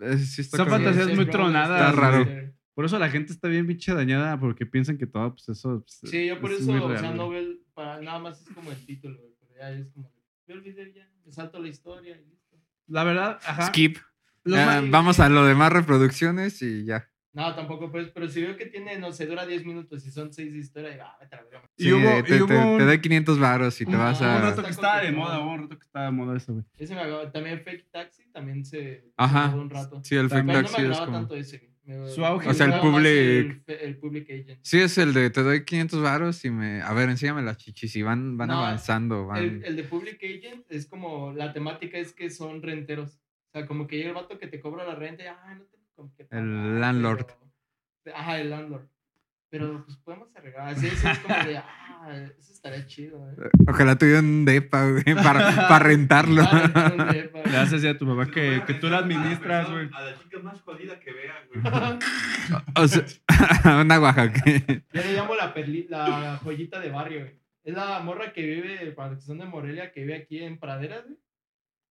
[SPEAKER 2] eh, sí está
[SPEAKER 3] Son
[SPEAKER 2] cabrón.
[SPEAKER 3] fantasías
[SPEAKER 1] Sí,
[SPEAKER 3] muy
[SPEAKER 1] bro,
[SPEAKER 3] tronadas,
[SPEAKER 1] está
[SPEAKER 2] güey.
[SPEAKER 1] raro.
[SPEAKER 3] Por eso la gente está bien pinche dañada porque piensan que todo, pues eso. pues,
[SPEAKER 1] Sí, yo por
[SPEAKER 3] es
[SPEAKER 1] eso,
[SPEAKER 3] muy
[SPEAKER 1] o
[SPEAKER 3] real,
[SPEAKER 1] sea,
[SPEAKER 3] güey.
[SPEAKER 1] no veo el- para, nada más es como el título, güey, pero ya es como, veo el video y ya, me salto la historia y listo.
[SPEAKER 3] La verdad, ajá.
[SPEAKER 2] Skip.
[SPEAKER 3] Los
[SPEAKER 2] Ah,
[SPEAKER 3] ma-
[SPEAKER 2] vamos a lo demás reproducciones y ya.
[SPEAKER 1] No, tampoco, pues, pero si veo que tiene, no sé, dura 10 minutos y son 6 historias, digo, ah, vete a la verga.
[SPEAKER 3] Y
[SPEAKER 2] Sí,
[SPEAKER 3] hubo- y
[SPEAKER 2] te,
[SPEAKER 3] hubo
[SPEAKER 2] te-
[SPEAKER 3] un-
[SPEAKER 2] te doy 500 varos y te
[SPEAKER 1] No,
[SPEAKER 2] vas
[SPEAKER 3] hubo un
[SPEAKER 2] a.
[SPEAKER 3] rato que estaba de moda, hubo un rato que estaba de moda eso, güey.
[SPEAKER 1] Ese me agradó. También Fake Taxi también se se
[SPEAKER 2] Ajá.
[SPEAKER 1] tardó un rato.
[SPEAKER 2] Sí, el
[SPEAKER 3] También
[SPEAKER 2] fake
[SPEAKER 1] Pero no
[SPEAKER 2] taxi
[SPEAKER 1] me
[SPEAKER 2] es
[SPEAKER 1] agradaba
[SPEAKER 2] como.
[SPEAKER 1] tanto ese. güey. Me-
[SPEAKER 3] Su auge.
[SPEAKER 1] me
[SPEAKER 3] O sea, el
[SPEAKER 1] gustaba más
[SPEAKER 2] public-
[SPEAKER 1] El, el public agent.
[SPEAKER 2] Sí, es el de te doy 500 varos y me. A ver, enséñame las chichis y van, van
[SPEAKER 1] No,
[SPEAKER 2] avanzando. Van...
[SPEAKER 1] El, el de Public Agent es como la temática es que son renteros. O sea, como que llega el vato que te cobra la renta y ah, no tengo con qué pagar",
[SPEAKER 2] landlord.
[SPEAKER 1] pero- Ajá, el landlord. Pero pues podemos arreglar. Así es, es como
[SPEAKER 2] [laughs]
[SPEAKER 1] de, ah, eso estaría chido, ¿eh?
[SPEAKER 2] Ojalá tuviera un depa, güey, para, para
[SPEAKER 1] Ah,
[SPEAKER 2] rentarlo. [laughs]
[SPEAKER 1] entonces, para-
[SPEAKER 3] Le haces ya a tu mamá
[SPEAKER 6] Se lo voy
[SPEAKER 3] que,
[SPEAKER 6] a
[SPEAKER 3] que tú
[SPEAKER 6] rentar
[SPEAKER 3] la
[SPEAKER 6] a
[SPEAKER 3] administras,
[SPEAKER 6] persona-
[SPEAKER 3] güey.
[SPEAKER 6] A la chica más jodida que vea, [laughs] güey.
[SPEAKER 2] O sea, [laughs] una Oaxaca.
[SPEAKER 1] Yo le llamo la, perli- la joyita de barrio, güey. Es la morra que vive, para los que son de Morelia, que vive aquí en Praderas, güey.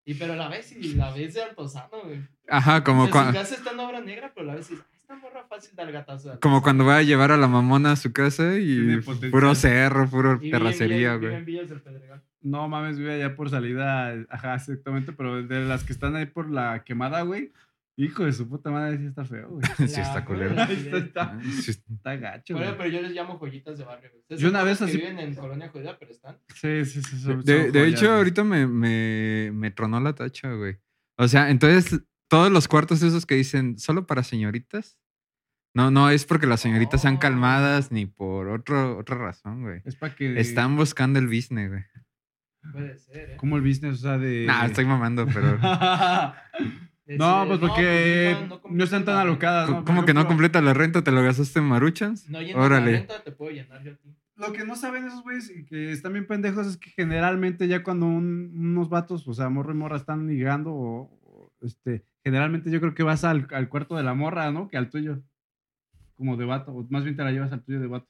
[SPEAKER 1] Y pero la ves y la ves de Altozano, güey.
[SPEAKER 2] Ajá,
[SPEAKER 1] O
[SPEAKER 2] como,
[SPEAKER 1] sea, su
[SPEAKER 2] cua-
[SPEAKER 1] casa está en obra negra, pero la ves y dices, "Ah, esta morra fácil dar gatazo.
[SPEAKER 2] como cuando va a llevar a la mamona a su casa y
[SPEAKER 3] Tiene potencial.
[SPEAKER 2] puro cerro, puro
[SPEAKER 1] Y vive en
[SPEAKER 2] terracería,
[SPEAKER 1] Villa- vive
[SPEAKER 2] güey.
[SPEAKER 1] en Villas del Pedregal.
[SPEAKER 3] No mames, vive allá por salida, ajá, exactamente, pero de las que están ahí por la quemada, güey. Hijo de su puta madre, sí está feo, güey.
[SPEAKER 2] Sí, está
[SPEAKER 1] La- [laughs]
[SPEAKER 2] culero.
[SPEAKER 1] la-
[SPEAKER 3] Está, está-
[SPEAKER 2] Sí,
[SPEAKER 3] está gacho,
[SPEAKER 1] Por eso,
[SPEAKER 3] güey.
[SPEAKER 1] pero yo les llamo joyitas de barrio, güey. Ustedes
[SPEAKER 3] Yo
[SPEAKER 1] son
[SPEAKER 3] una vez
[SPEAKER 1] que
[SPEAKER 3] así-
[SPEAKER 1] viven en Colonia Jodida, pero están.
[SPEAKER 3] Sí, sí, sí.
[SPEAKER 2] De,
[SPEAKER 3] son-
[SPEAKER 2] de
[SPEAKER 3] son joyas,
[SPEAKER 2] hecho,
[SPEAKER 3] güey.
[SPEAKER 2] ahorita me, me, me tronó la tacha, güey. O sea, entonces, todos los cuartos esos que dicen solo para señoritas. No, no es porque las señoritas sean
[SPEAKER 1] Oh.
[SPEAKER 2] calmadas ni por otro, otra razón, güey.
[SPEAKER 3] Es para que.
[SPEAKER 2] Están buscando el business, güey.
[SPEAKER 1] Puede ser, ¿eh?
[SPEAKER 3] Como el business, o sea, de.
[SPEAKER 2] Nah, estoy mamando,
[SPEAKER 3] [laughs]
[SPEAKER 2] pero.
[SPEAKER 3] no,
[SPEAKER 1] Decir,
[SPEAKER 3] pues
[SPEAKER 1] pues,
[SPEAKER 3] porque
[SPEAKER 1] igual
[SPEAKER 3] no,
[SPEAKER 1] completan
[SPEAKER 3] están tan
[SPEAKER 1] la-
[SPEAKER 3] alocadas. ¿no?
[SPEAKER 2] Co-
[SPEAKER 3] Por
[SPEAKER 2] ¿Cómo que no
[SPEAKER 3] ejemplo,
[SPEAKER 2] completa la renta? ¿Te lo gastaste en maruchans?
[SPEAKER 1] No llenas
[SPEAKER 2] Órale.
[SPEAKER 1] la renta, te puedo llenar yo a ti.
[SPEAKER 3] Lo que no saben esos güeyes y que están bien pendejos es que generalmente ya cuando un- unos vatos, o sea, morro y morra están ligando, o, o, este, generalmente yo creo que vas al, al cuarto de la morra, ¿no? Que al tuyo. Como de vato, o más bien te la llevas al tuyo de vato.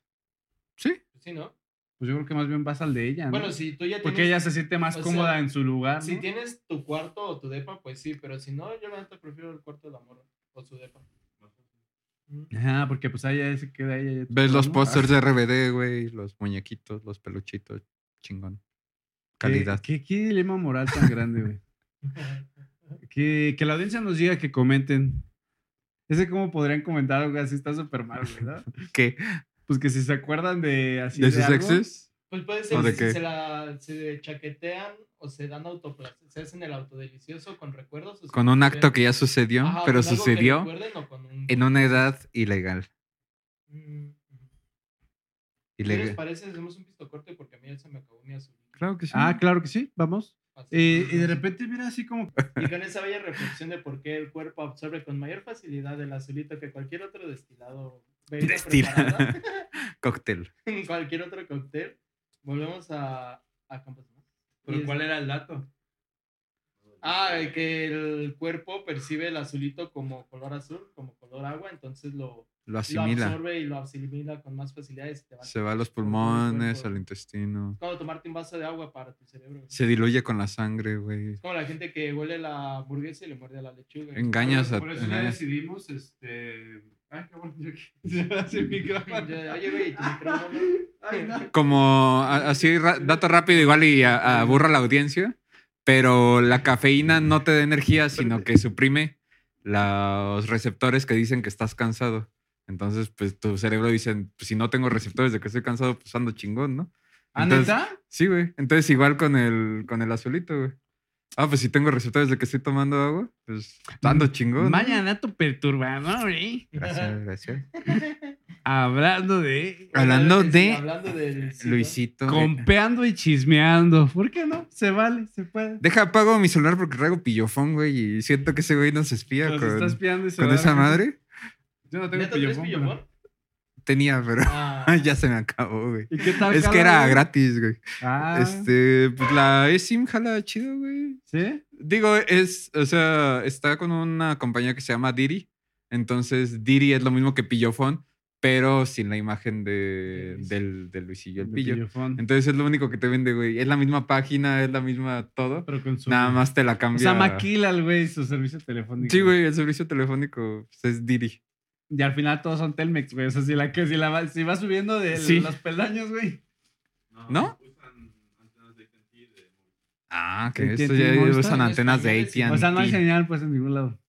[SPEAKER 2] Sí.
[SPEAKER 1] Sí, ¿no?
[SPEAKER 3] Pues yo creo que más bien vas al de ella, Ah, ¿no?
[SPEAKER 1] Bueno, si tú ya
[SPEAKER 3] Porque
[SPEAKER 1] tienes-
[SPEAKER 3] ella se siente más
[SPEAKER 1] o sea,
[SPEAKER 3] cómoda en su lugar.
[SPEAKER 1] Si
[SPEAKER 3] ¿no?
[SPEAKER 1] tienes tu cuarto o tu depa, pues sí, pero si no, yo la neta prefiero el cuarto de la morra o su depa.
[SPEAKER 3] Ajá, porque pues ahí se queda ella. ya tú
[SPEAKER 2] ¿Ves los
[SPEAKER 3] ¿no?
[SPEAKER 2] pósters de RBD, güey? Los muñequitos, los peluchitos. Chingón.
[SPEAKER 3] ¿Qué-
[SPEAKER 2] Calidad.
[SPEAKER 3] ¿Qué, qué dilema moral tan grande, güey? Que, que la audiencia nos diga que comenten. Ese cómo podrían comentar algo así está súper mal, güey, ¿no?
[SPEAKER 2] ¿Qué?
[SPEAKER 3] Pues que si se acuerdan de así
[SPEAKER 2] ¿De sus
[SPEAKER 3] algo,
[SPEAKER 2] exes?
[SPEAKER 1] Pues puede ser
[SPEAKER 2] ¿O de
[SPEAKER 1] que
[SPEAKER 2] qué?
[SPEAKER 1] si se la se chaquetean o se dan autoplacer, se hacen el autodelicioso con recuerdos. o
[SPEAKER 2] Con un
[SPEAKER 1] simplemente-
[SPEAKER 2] acto que ya sucedió,
[SPEAKER 1] Ajá,
[SPEAKER 2] pero
[SPEAKER 1] con algo que
[SPEAKER 2] sucedió
[SPEAKER 1] recuerden o con un-
[SPEAKER 2] en una edad ilegal.
[SPEAKER 1] Mm. ¿Qué les
[SPEAKER 2] Ilegal.
[SPEAKER 1] parece? Hacemos un pisto corto porque a mí ya se me acabó mi azul.
[SPEAKER 2] Claro que sí.
[SPEAKER 3] Ah,
[SPEAKER 2] [laughs]
[SPEAKER 3] claro que sí, vamos.
[SPEAKER 1] Así.
[SPEAKER 3] Eh, y de repente mira así como
[SPEAKER 1] Y con esa bella reflexión de por qué el cuerpo absorbe con mayor facilidad el azulito que cualquier otro destilado. bebida
[SPEAKER 2] Destila.
[SPEAKER 1] preparada.
[SPEAKER 2] [laughs] Cóctel.
[SPEAKER 1] [laughs] en cualquier otro cóctel. Volvemos a, a Campos.
[SPEAKER 6] ¿Pero cuál era el dato?
[SPEAKER 1] Ah, el que el cuerpo percibe el azulito como color azul, como color agua, entonces lo,
[SPEAKER 2] Lo
[SPEAKER 1] lo
[SPEAKER 2] asimila.
[SPEAKER 1] absorbe y lo asimila con más facilidad. y se te va.
[SPEAKER 2] Se va a los
[SPEAKER 1] por todo el
[SPEAKER 2] pulmones,
[SPEAKER 1] cuerpo.
[SPEAKER 2] al intestino.
[SPEAKER 1] Es como tomarte un vaso de agua para tu cerebro. güey.
[SPEAKER 2] Se diluye con la sangre, güey.
[SPEAKER 1] Es como la gente que huele la hamburguesa y le muerde la lechuga. güey.
[SPEAKER 2] Engañas a...
[SPEAKER 6] Por eso ya
[SPEAKER 2] engañas-
[SPEAKER 6] decidimos, este... Ay, qué bueno, yo que... Hace mi
[SPEAKER 1] Yo, Oye, güey, tu micrófono.
[SPEAKER 6] Ay, no.
[SPEAKER 2] Como a- así, ra- dato rápido, igual y a- aburra la audiencia, pero la cafeína no te da energía, sino que suprime los receptores que dicen que estás cansado. Entonces, pues tu cerebro dice, "Pues, si no tengo receptores de que estoy cansado, pues ando chingón, ¿no?
[SPEAKER 3] ¿Ah,
[SPEAKER 2] Entonces-
[SPEAKER 3] neta?
[SPEAKER 2] Sí, güey. Entonces, igual con el, con el azulito, güey. Ah, pues si tengo receptores de que estoy tomando agua, pues ando chingón. ¿no?
[SPEAKER 3] Vaya dato perturbador, ¿eh?
[SPEAKER 2] Gracias, gracias.
[SPEAKER 3] Hablando de
[SPEAKER 2] Hablando
[SPEAKER 1] Sí,
[SPEAKER 2] de
[SPEAKER 1] Hablando de Luisito.
[SPEAKER 2] Luisito. güey.
[SPEAKER 3] compeando y chismeando. ¿Por qué no? Se vale, se puede.
[SPEAKER 2] Deja, apago mi celular porque traigo pillofón, güey, y siento que ese güey nos espía
[SPEAKER 3] Nos
[SPEAKER 2] con,
[SPEAKER 3] está espiando y se
[SPEAKER 2] con
[SPEAKER 3] va a
[SPEAKER 2] esa
[SPEAKER 3] dar cuenta.
[SPEAKER 2] madre.
[SPEAKER 3] Yo no tengo
[SPEAKER 1] ¿Neta traes
[SPEAKER 3] pillofón. pero-
[SPEAKER 1] pillofón?
[SPEAKER 2] Tenía, pero [laughs]
[SPEAKER 1] Ah,
[SPEAKER 2] ya se me acabó, güey.
[SPEAKER 3] ¿Y qué tal?
[SPEAKER 2] Es que
[SPEAKER 3] Carla,
[SPEAKER 2] era
[SPEAKER 3] güey?
[SPEAKER 2] gratis, güey.
[SPEAKER 3] Ah,
[SPEAKER 2] Este, pues la eSIM jala chido, güey.
[SPEAKER 3] ¿sí?
[SPEAKER 2] Digo, es, o sea, está con una compañía que se llama Diri. Entonces, Diri es lo mismo que pillofón, pero sin la imagen de,
[SPEAKER 1] De Luis.
[SPEAKER 2] del, de Luisillo el
[SPEAKER 3] De
[SPEAKER 2] pillo.
[SPEAKER 3] pillofón.
[SPEAKER 2] Entonces, es lo único que te vende, güey. Es la misma página, es la misma todo.
[SPEAKER 3] Pero con su...
[SPEAKER 2] Nada más te la
[SPEAKER 3] O
[SPEAKER 2] cambia.
[SPEAKER 3] sea, maquila el güey su servicio telefónico.
[SPEAKER 2] Sí, güey, el servicio telefónico pues, es Diri.
[SPEAKER 3] Y al final todos son Telmex, güey. O sea, si la que si la va, si va subiendo de
[SPEAKER 2] Sí.
[SPEAKER 3] los peldaños, güey.
[SPEAKER 2] ¿No?
[SPEAKER 6] Usan antenas de AT&T de...
[SPEAKER 2] Ah,
[SPEAKER 3] Sí,
[SPEAKER 2] que esto
[SPEAKER 3] tiene
[SPEAKER 2] ya
[SPEAKER 3] Movistar
[SPEAKER 2] usan
[SPEAKER 1] en
[SPEAKER 2] antenas de
[SPEAKER 1] español, sí.
[SPEAKER 2] AT&T.
[SPEAKER 3] O sea, no hay señal pues en ningún lado.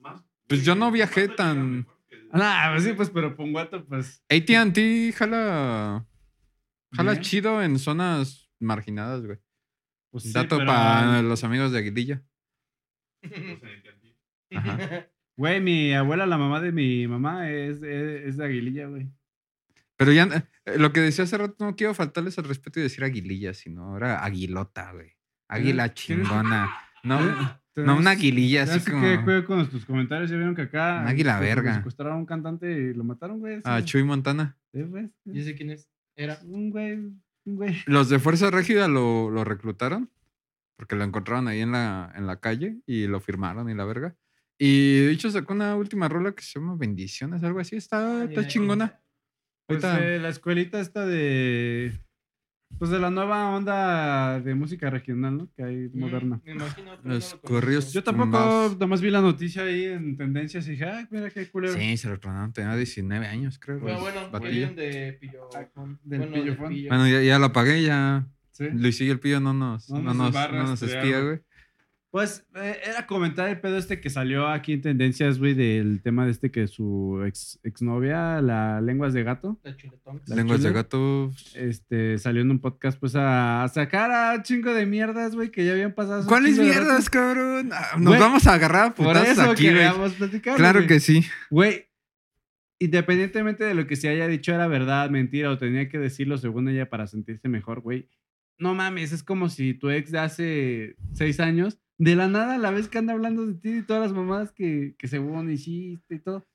[SPEAKER 6] Más-
[SPEAKER 2] Pues yo no viajé
[SPEAKER 6] más
[SPEAKER 2] tan-
[SPEAKER 6] mejor que el-
[SPEAKER 3] Ah, pues sí, pues, pero con guato, pues.
[SPEAKER 2] AT&T jala, jala
[SPEAKER 3] bien.
[SPEAKER 2] chido en zonas marginadas, güey.
[SPEAKER 3] Pues sí,
[SPEAKER 2] Dato
[SPEAKER 3] pero-
[SPEAKER 2] para los amigos de Aguililla.
[SPEAKER 1] [laughs]
[SPEAKER 6] Usan AT&T.
[SPEAKER 2] Ajá.
[SPEAKER 3] Güey, mi abuela, la mamá de mi mamá, es, es, es de Aguililla, güey.
[SPEAKER 2] Pero ya, eh, lo que decía hace rato, no quiero faltarles el respeto y decir Aguililla, sino ahora Aguilota, güey. Águila
[SPEAKER 3] ¿Tienes- tienes- [laughs]
[SPEAKER 2] chingona. No,
[SPEAKER 3] ¿Tú
[SPEAKER 2] No, una aguililla así
[SPEAKER 3] Así
[SPEAKER 2] como...
[SPEAKER 3] que cuidado con tus comentarios. Ya vieron que acá.
[SPEAKER 2] Un águila
[SPEAKER 3] se-
[SPEAKER 2] verga. Ah,
[SPEAKER 3] Secuestraron a un cantante y lo mataron, güey. Sí.
[SPEAKER 2] A Chuy Montana.
[SPEAKER 3] Sí, güey.
[SPEAKER 1] Yo sé quién es.
[SPEAKER 2] Ah,
[SPEAKER 1] Era.
[SPEAKER 3] Un güey. Un güey.
[SPEAKER 2] Los de Fuerza Régida lo, lo reclutaron porque lo encontraron ahí en la, en la calle y lo firmaron y la verga. Y de hecho sacó una última rola que se llama Bendiciones, algo así. Está, está chingona.
[SPEAKER 3] Pues
[SPEAKER 2] Ahorita-
[SPEAKER 3] eh, la escuelita esta de. Pues de la nueva onda de música regional, ¿no? Que hay moderna.
[SPEAKER 1] Mm, Me imagino. pero no lo
[SPEAKER 2] Los
[SPEAKER 1] conozco.
[SPEAKER 2] corridos.
[SPEAKER 3] Yo tampoco,
[SPEAKER 2] tumbas.
[SPEAKER 3] nomás vi la noticia ahí en tendencias y dije, ah, mira qué culero.
[SPEAKER 2] Sí, se lo clonaron. Tenía 19 años, creo.
[SPEAKER 1] Pero
[SPEAKER 2] pues,
[SPEAKER 1] bueno,
[SPEAKER 2] batilla.
[SPEAKER 1] alguien de Pillo.
[SPEAKER 3] del
[SPEAKER 1] bueno, de
[SPEAKER 3] pillofón.
[SPEAKER 1] Pillo.
[SPEAKER 2] Bueno, ya, ya la pagué, ya.
[SPEAKER 3] Sí.
[SPEAKER 2] Luisillo el Pillo no nos,
[SPEAKER 3] No
[SPEAKER 2] no
[SPEAKER 3] nos
[SPEAKER 2] nos,
[SPEAKER 3] va a
[SPEAKER 2] no nos
[SPEAKER 3] rastrear,
[SPEAKER 2] espía,
[SPEAKER 3] güey.
[SPEAKER 2] güey.
[SPEAKER 3] Pues eh, era comentar el pedo este que salió aquí en tendencias, güey, del tema de este que su ex, exnovia, la lenguas de gato,
[SPEAKER 1] La chuletón.
[SPEAKER 3] La
[SPEAKER 2] Lenguas de
[SPEAKER 3] chula.
[SPEAKER 2] gato.
[SPEAKER 3] este, salió en un podcast pues a, a sacar a un chingo de mierdas, güey, que ya habían pasado. hace un
[SPEAKER 2] ¿Cuáles
[SPEAKER 3] chingo de rato.
[SPEAKER 2] mierdas, cabrón? Ah, Nos
[SPEAKER 3] Güey,
[SPEAKER 2] vamos a agarrar a
[SPEAKER 3] Por
[SPEAKER 2] putazos
[SPEAKER 3] eso
[SPEAKER 2] aquí, güey.
[SPEAKER 3] queríamos platicar.
[SPEAKER 2] Claro que sí.
[SPEAKER 3] Güey, independientemente de lo que se haya dicho era verdad, mentira o tenía que decirlo según ella para sentirse mejor, güey. No mames, es como si tu ex de hace seis años, de la nada, a la vez que anda hablando de ti y todas las mamadas que, que según hiciste y todo,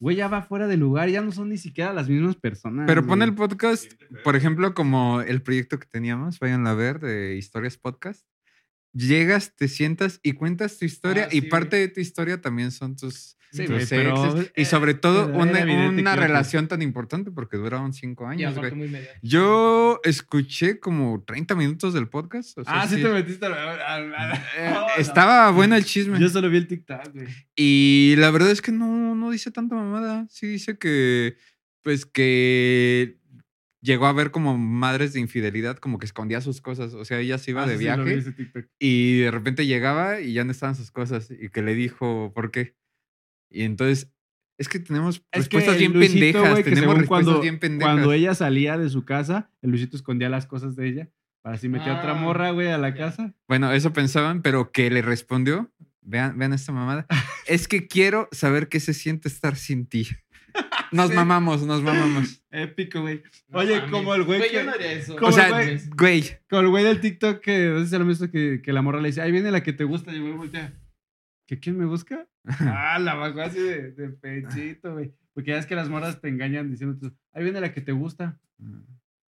[SPEAKER 3] güey, ya va fuera de lugar, ya no son ni siquiera las mismas personas.
[SPEAKER 2] Pero pon
[SPEAKER 3] Ah, güey.
[SPEAKER 2] el podcast, por ejemplo, como el proyecto que teníamos, vayan a ver, de Historias Podcast. Llegas, te sientas y cuentas tu historia
[SPEAKER 1] Ah, sí,
[SPEAKER 2] y parte
[SPEAKER 1] güey.
[SPEAKER 2] de tu historia también son tus,
[SPEAKER 3] Sí,
[SPEAKER 2] tus
[SPEAKER 3] güey,
[SPEAKER 2] exes.
[SPEAKER 3] pero,
[SPEAKER 2] y
[SPEAKER 3] eh,
[SPEAKER 2] sobre todo
[SPEAKER 3] era
[SPEAKER 2] una,
[SPEAKER 3] evidente
[SPEAKER 2] una
[SPEAKER 3] que iba a
[SPEAKER 2] relación tan importante porque duraron cinco
[SPEAKER 1] Y
[SPEAKER 2] años,
[SPEAKER 1] aparte muy
[SPEAKER 2] güey.
[SPEAKER 1] mediático.
[SPEAKER 2] Yo escuché como 30 minutos del podcast. o sea,
[SPEAKER 3] Ah, sí,
[SPEAKER 2] sí.
[SPEAKER 3] te metiste al- al- al-
[SPEAKER 2] [laughs] Eh,
[SPEAKER 3] [laughs] no, no.
[SPEAKER 2] Estaba bueno el chisme.
[SPEAKER 3] Yo solo vi el TikTok, güey.
[SPEAKER 2] Y la verdad es que no, no dice tanta mamada. Sí dice que, pues que llegó a ver como madres de infidelidad, como que escondía sus cosas. O sea, ella se iba
[SPEAKER 3] Ah,
[SPEAKER 2] de
[SPEAKER 3] sí, sí, lo vi
[SPEAKER 2] viaje
[SPEAKER 3] ese TikTok.
[SPEAKER 2] y de repente llegaba y ya no estaban sus cosas. Y que le dijo, ¿por qué? Y entonces, es que tenemos
[SPEAKER 3] Es que
[SPEAKER 2] respuestas
[SPEAKER 3] el
[SPEAKER 2] bien
[SPEAKER 3] Luisito,
[SPEAKER 2] pendejas.
[SPEAKER 3] güey, que
[SPEAKER 2] tenemos
[SPEAKER 3] según
[SPEAKER 2] respuestas
[SPEAKER 3] cuando-
[SPEAKER 2] bien pendejas.
[SPEAKER 3] Cuando ella salía de su casa, el Luisito escondía las cosas de ella para así meter a otra
[SPEAKER 1] Ah,
[SPEAKER 3] morra, güey, a la
[SPEAKER 1] ya.
[SPEAKER 3] casa.
[SPEAKER 2] Bueno, eso pensaban, pero que le respondió. Vean, vean
[SPEAKER 3] [laughs]
[SPEAKER 2] esta mamada. es que quiero saber qué se siente estar sin ti. Nos
[SPEAKER 3] Sí.
[SPEAKER 2] mamamos, nos mamamos.
[SPEAKER 3] Épico, güey.
[SPEAKER 1] No
[SPEAKER 3] Oye,
[SPEAKER 1] mames.
[SPEAKER 3] como el güey
[SPEAKER 1] Güey, yo
[SPEAKER 3] que-
[SPEAKER 1] no haría eso.
[SPEAKER 3] como
[SPEAKER 2] o sea,
[SPEAKER 3] güey-
[SPEAKER 2] güey.
[SPEAKER 3] Con el güey del TikTok que no sé si se lo mismo que, que la morra le dice, ahí viene la que te gusta, y el güey voltea. ¿Que quién me busca? ah, la bajó así de, de pechito, güey. Porque ya es que las morras te engañan diciendo, ahí viene la que te gusta.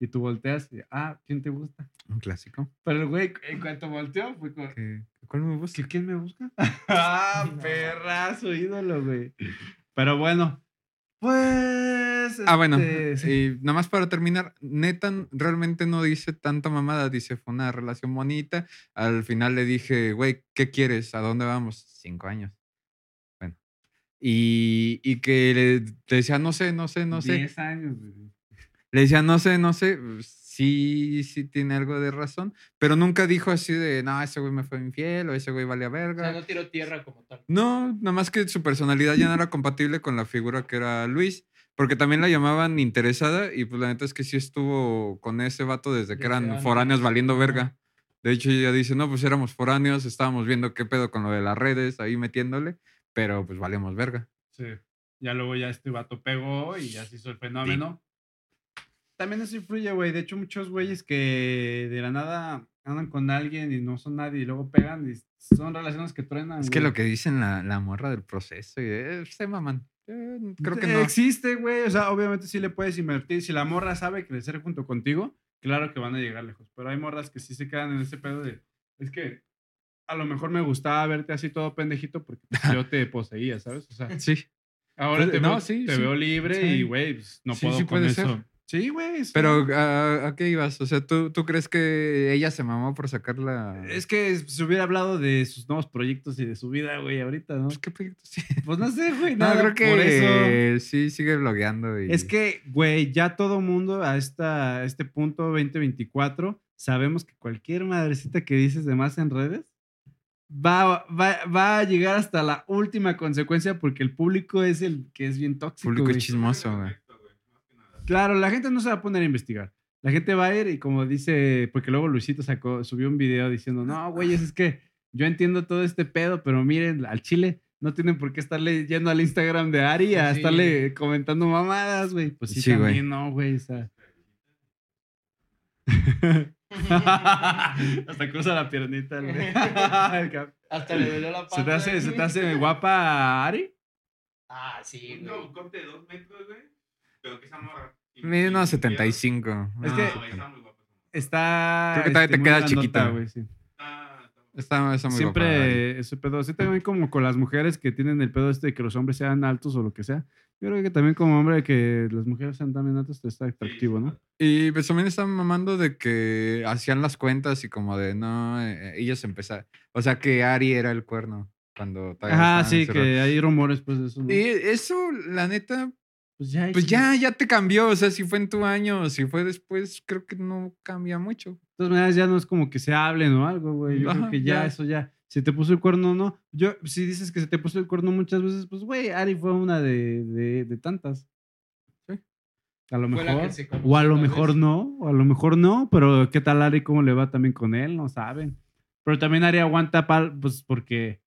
[SPEAKER 3] Y tú volteas y, ah, ¿quién te gusta?
[SPEAKER 2] Mm, Un clásico.
[SPEAKER 3] Pero el güey, en cuanto volteó, fue como, [laughs]
[SPEAKER 2] que- ¿Cuál me gusta?
[SPEAKER 3] ¿Que quién me busca? ah, perrazo, ídolo, güey. Pero bueno, pues.
[SPEAKER 2] Ah, bueno.
[SPEAKER 3] este, sí.
[SPEAKER 2] Y nada más para terminar, neta realmente no dice tanta mamada. Dice, fue una relación bonita. Al final le dije, güey, ¿qué quieres? ¿A dónde vamos? Cinco años. Bueno. Y, y que le, le decía, no sé, no sé, no sé.
[SPEAKER 3] 10 años, güey.
[SPEAKER 2] Le decía, no sé, no sé. Sí, sí tiene algo de razón. Pero nunca dijo así de, no, ese güey me fue infiel o ese güey vale a
[SPEAKER 1] O sea,
[SPEAKER 2] verga.
[SPEAKER 1] no tiró tierra como
[SPEAKER 2] [laughs]
[SPEAKER 1] tal.
[SPEAKER 2] No, nada más que su personalidad ya no era compatible con la figura que era Luis, porque también la llamaban interesada y pues la neta es que sí estuvo con ese vato desde que
[SPEAKER 1] Desde
[SPEAKER 2] eran
[SPEAKER 1] antes.
[SPEAKER 2] foráneos valiendo
[SPEAKER 1] Ajá.
[SPEAKER 2] verga. De hecho ella dice, no, pues éramos foráneos, estábamos viendo qué pedo con lo de las redes, ahí metiéndole, pero pues valíamos verga.
[SPEAKER 3] Sí. Ya luego ya este vato pegó y ya se hizo el fenómeno. También eso influye, güey. De hecho, muchos güeyes que de la nada andan con alguien y no son nadie y luego pegan y son relaciones que truenan.
[SPEAKER 2] Es que
[SPEAKER 3] güey.
[SPEAKER 2] lo que dicen la, la morra del proceso, y, eh, se maman. Eh,
[SPEAKER 1] Mm,
[SPEAKER 2] creo que
[SPEAKER 3] Eh,
[SPEAKER 2] no.
[SPEAKER 3] Existe, güey. O sea, obviamente sí le puedes invertir. Si la morra sabe crecer junto contigo, claro que van a llegar lejos. Pero hay morras que sí se quedan en ese pedo de. Es que a lo mejor me gustaba verte así todo pendejito porque pues, yo te poseía, ¿sabes? O sea,
[SPEAKER 2] Sí,
[SPEAKER 3] ahora te,
[SPEAKER 2] No,
[SPEAKER 3] veo,
[SPEAKER 2] sí,
[SPEAKER 3] te
[SPEAKER 2] sí.
[SPEAKER 3] veo libre
[SPEAKER 2] Sí.
[SPEAKER 3] y, güey, pues, no
[SPEAKER 2] Sí,
[SPEAKER 3] puedo
[SPEAKER 2] sí
[SPEAKER 3] con
[SPEAKER 2] puede
[SPEAKER 3] eso.
[SPEAKER 2] ser.
[SPEAKER 3] Sí, güey. es-
[SPEAKER 2] pero ¿a, a qué ibas? O sea, ¿tú, ¿tú crees que ella se mamó por sacar la...
[SPEAKER 3] Es que se hubiera hablado de sus nuevos proyectos y de su vida, güey, ahorita, ¿no?
[SPEAKER 2] Pues, ¿Qué proyecto? Sí.
[SPEAKER 3] Pues no sé, güey.
[SPEAKER 2] No,
[SPEAKER 3] nada,
[SPEAKER 2] creo que
[SPEAKER 3] Por eso.
[SPEAKER 2] sí sigue blogueando. Y...
[SPEAKER 3] Es que, güey, ya todo mundo a, esta, a este punto 2024 sabemos que cualquier madrecita que dices de más en redes va, va, va a llegar hasta la última consecuencia porque el público es el que es bien tóxico.
[SPEAKER 2] Público
[SPEAKER 3] güey.
[SPEAKER 2] chismoso, güey.
[SPEAKER 3] Claro, la gente no se va a poner a investigar. La gente va a ir y como dice, porque luego Luisito sacó, subió un video diciendo, no, güeyes, es que yo entiendo todo este pedo, pero miren, al chile no tienen por qué estarle yendo al Instagram de Ari a
[SPEAKER 1] Sí.
[SPEAKER 3] estarle comentando mamadas, güey. Pues sí,
[SPEAKER 6] [laughs]
[SPEAKER 2] Sí, güey.
[SPEAKER 3] también no, güey. o sea. Hasta cruza la piernita. El, el cap-
[SPEAKER 1] Hasta le dolió la pata.
[SPEAKER 3] [laughs] ¿Se, te hace,
[SPEAKER 1] güey.
[SPEAKER 3] ¿Se te hace guapa Ari?
[SPEAKER 1] Ah, sí,
[SPEAKER 6] Un
[SPEAKER 1] güey.
[SPEAKER 6] no, corte de 2 metros, güey. Pero que esa morra.
[SPEAKER 2] Mide unos
[SPEAKER 6] y
[SPEAKER 2] 75.
[SPEAKER 3] Es que-
[SPEAKER 6] Es que.
[SPEAKER 2] Ah,
[SPEAKER 6] está muy guapa.
[SPEAKER 3] Está. este,
[SPEAKER 2] Creo que todavía te
[SPEAKER 3] muy
[SPEAKER 2] queda
[SPEAKER 3] grandota,
[SPEAKER 2] chiquita.
[SPEAKER 3] güey, sí.
[SPEAKER 6] Está, está muy
[SPEAKER 2] Está, está muy guapa.
[SPEAKER 3] Siempre ese pedo. Así también como con las mujeres que tienen el pedo este de que los hombres sean altos o lo que sea. Yo creo que también como hombre que las mujeres sean también altas te está atractivo, ¿no?
[SPEAKER 2] Y pues también estaban mamando de que hacían las cuentas y como de no, eh, ellos empezaron. O sea que Ari era el cuerno cuando todavía
[SPEAKER 3] Ajá,
[SPEAKER 2] estaban
[SPEAKER 3] sí,
[SPEAKER 2] encerrados.
[SPEAKER 3] que hay rumores pues de eso. ¿no?
[SPEAKER 2] Y eso, la neta,
[SPEAKER 3] Pues ya.
[SPEAKER 2] pues
[SPEAKER 3] sí.
[SPEAKER 2] ya, ya te cambió. O sea, si fue en tu año o si fue después, creo que no cambia mucho.
[SPEAKER 3] De todas maneras ya no es como que se hablen o algo, güey. Yo creo
[SPEAKER 2] Ajá,
[SPEAKER 3] que ya,
[SPEAKER 2] ya.
[SPEAKER 3] eso ya. Si te puso el cuerno o no. Yo, si dices que se te puso el cuerno muchas veces, pues güey, Ari fue una de, de, de tantas.
[SPEAKER 2] Sí.
[SPEAKER 3] A lo
[SPEAKER 1] Fue la
[SPEAKER 3] mejor.
[SPEAKER 1] que se conoció,
[SPEAKER 3] O a lo
[SPEAKER 1] tal
[SPEAKER 3] mejor
[SPEAKER 1] vez.
[SPEAKER 3] no, o a lo mejor no, pero ¿qué tal Ari? ¿Cómo le va también con él? No saben. Pero también Ari aguanta, pal- pues porque.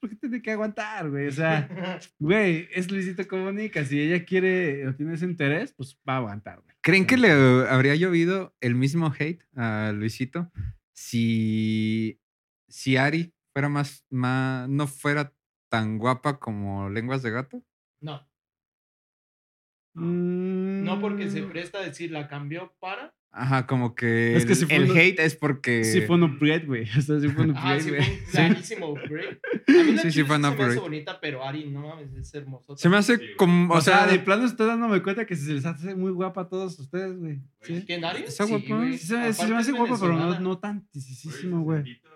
[SPEAKER 3] Porque tiene que aguantar, güey. O sea,
[SPEAKER 1] [laughs]
[SPEAKER 3] güey, es Luisito Comunica. Si ella quiere o tiene ese interés, pues va a aguantar, güey.
[SPEAKER 2] ¿Creen que le habría llovido el mismo hate a Luisito si, si Ari fuera más, más, no fuera tan guapa como Lenguas de Gato?
[SPEAKER 1] No,
[SPEAKER 3] No,
[SPEAKER 1] no porque
[SPEAKER 3] Mm,
[SPEAKER 1] se presta a decir la cambió para.
[SPEAKER 2] Ajá, como que,
[SPEAKER 3] Es que
[SPEAKER 2] el,
[SPEAKER 3] si fue
[SPEAKER 2] el
[SPEAKER 3] un-
[SPEAKER 2] hate es porque...
[SPEAKER 3] Sí fue un upgrade, güey. [laughs] O sea, sí fue un
[SPEAKER 1] Ah,
[SPEAKER 3] upgrade,
[SPEAKER 1] sí,
[SPEAKER 3] güey.
[SPEAKER 1] fue un clarísimo
[SPEAKER 3] [laughs]
[SPEAKER 1] upgrade. A mí la
[SPEAKER 2] Sí, sí,
[SPEAKER 1] Chile
[SPEAKER 2] fue un
[SPEAKER 1] se me hace
[SPEAKER 2] upgrade.
[SPEAKER 1] bonita, pero Ari no mames, es hermoso.
[SPEAKER 2] Se me hace
[SPEAKER 6] Sí.
[SPEAKER 2] como... O,
[SPEAKER 3] O sea,
[SPEAKER 2] sea,
[SPEAKER 3] de plano estoy dándome cuenta que se les hace muy guapa a todos ustedes, güey. Sí.
[SPEAKER 1] ¿Quién, Ari?
[SPEAKER 2] Está
[SPEAKER 1] Sí,
[SPEAKER 2] guapa.
[SPEAKER 1] güey.
[SPEAKER 3] Sí, se, me- sí se
[SPEAKER 1] Aparte
[SPEAKER 3] me hace
[SPEAKER 1] es
[SPEAKER 3] guapa, pero no,
[SPEAKER 1] venezolana.
[SPEAKER 3] no tan tisísimo, güey.
[SPEAKER 6] Tantito,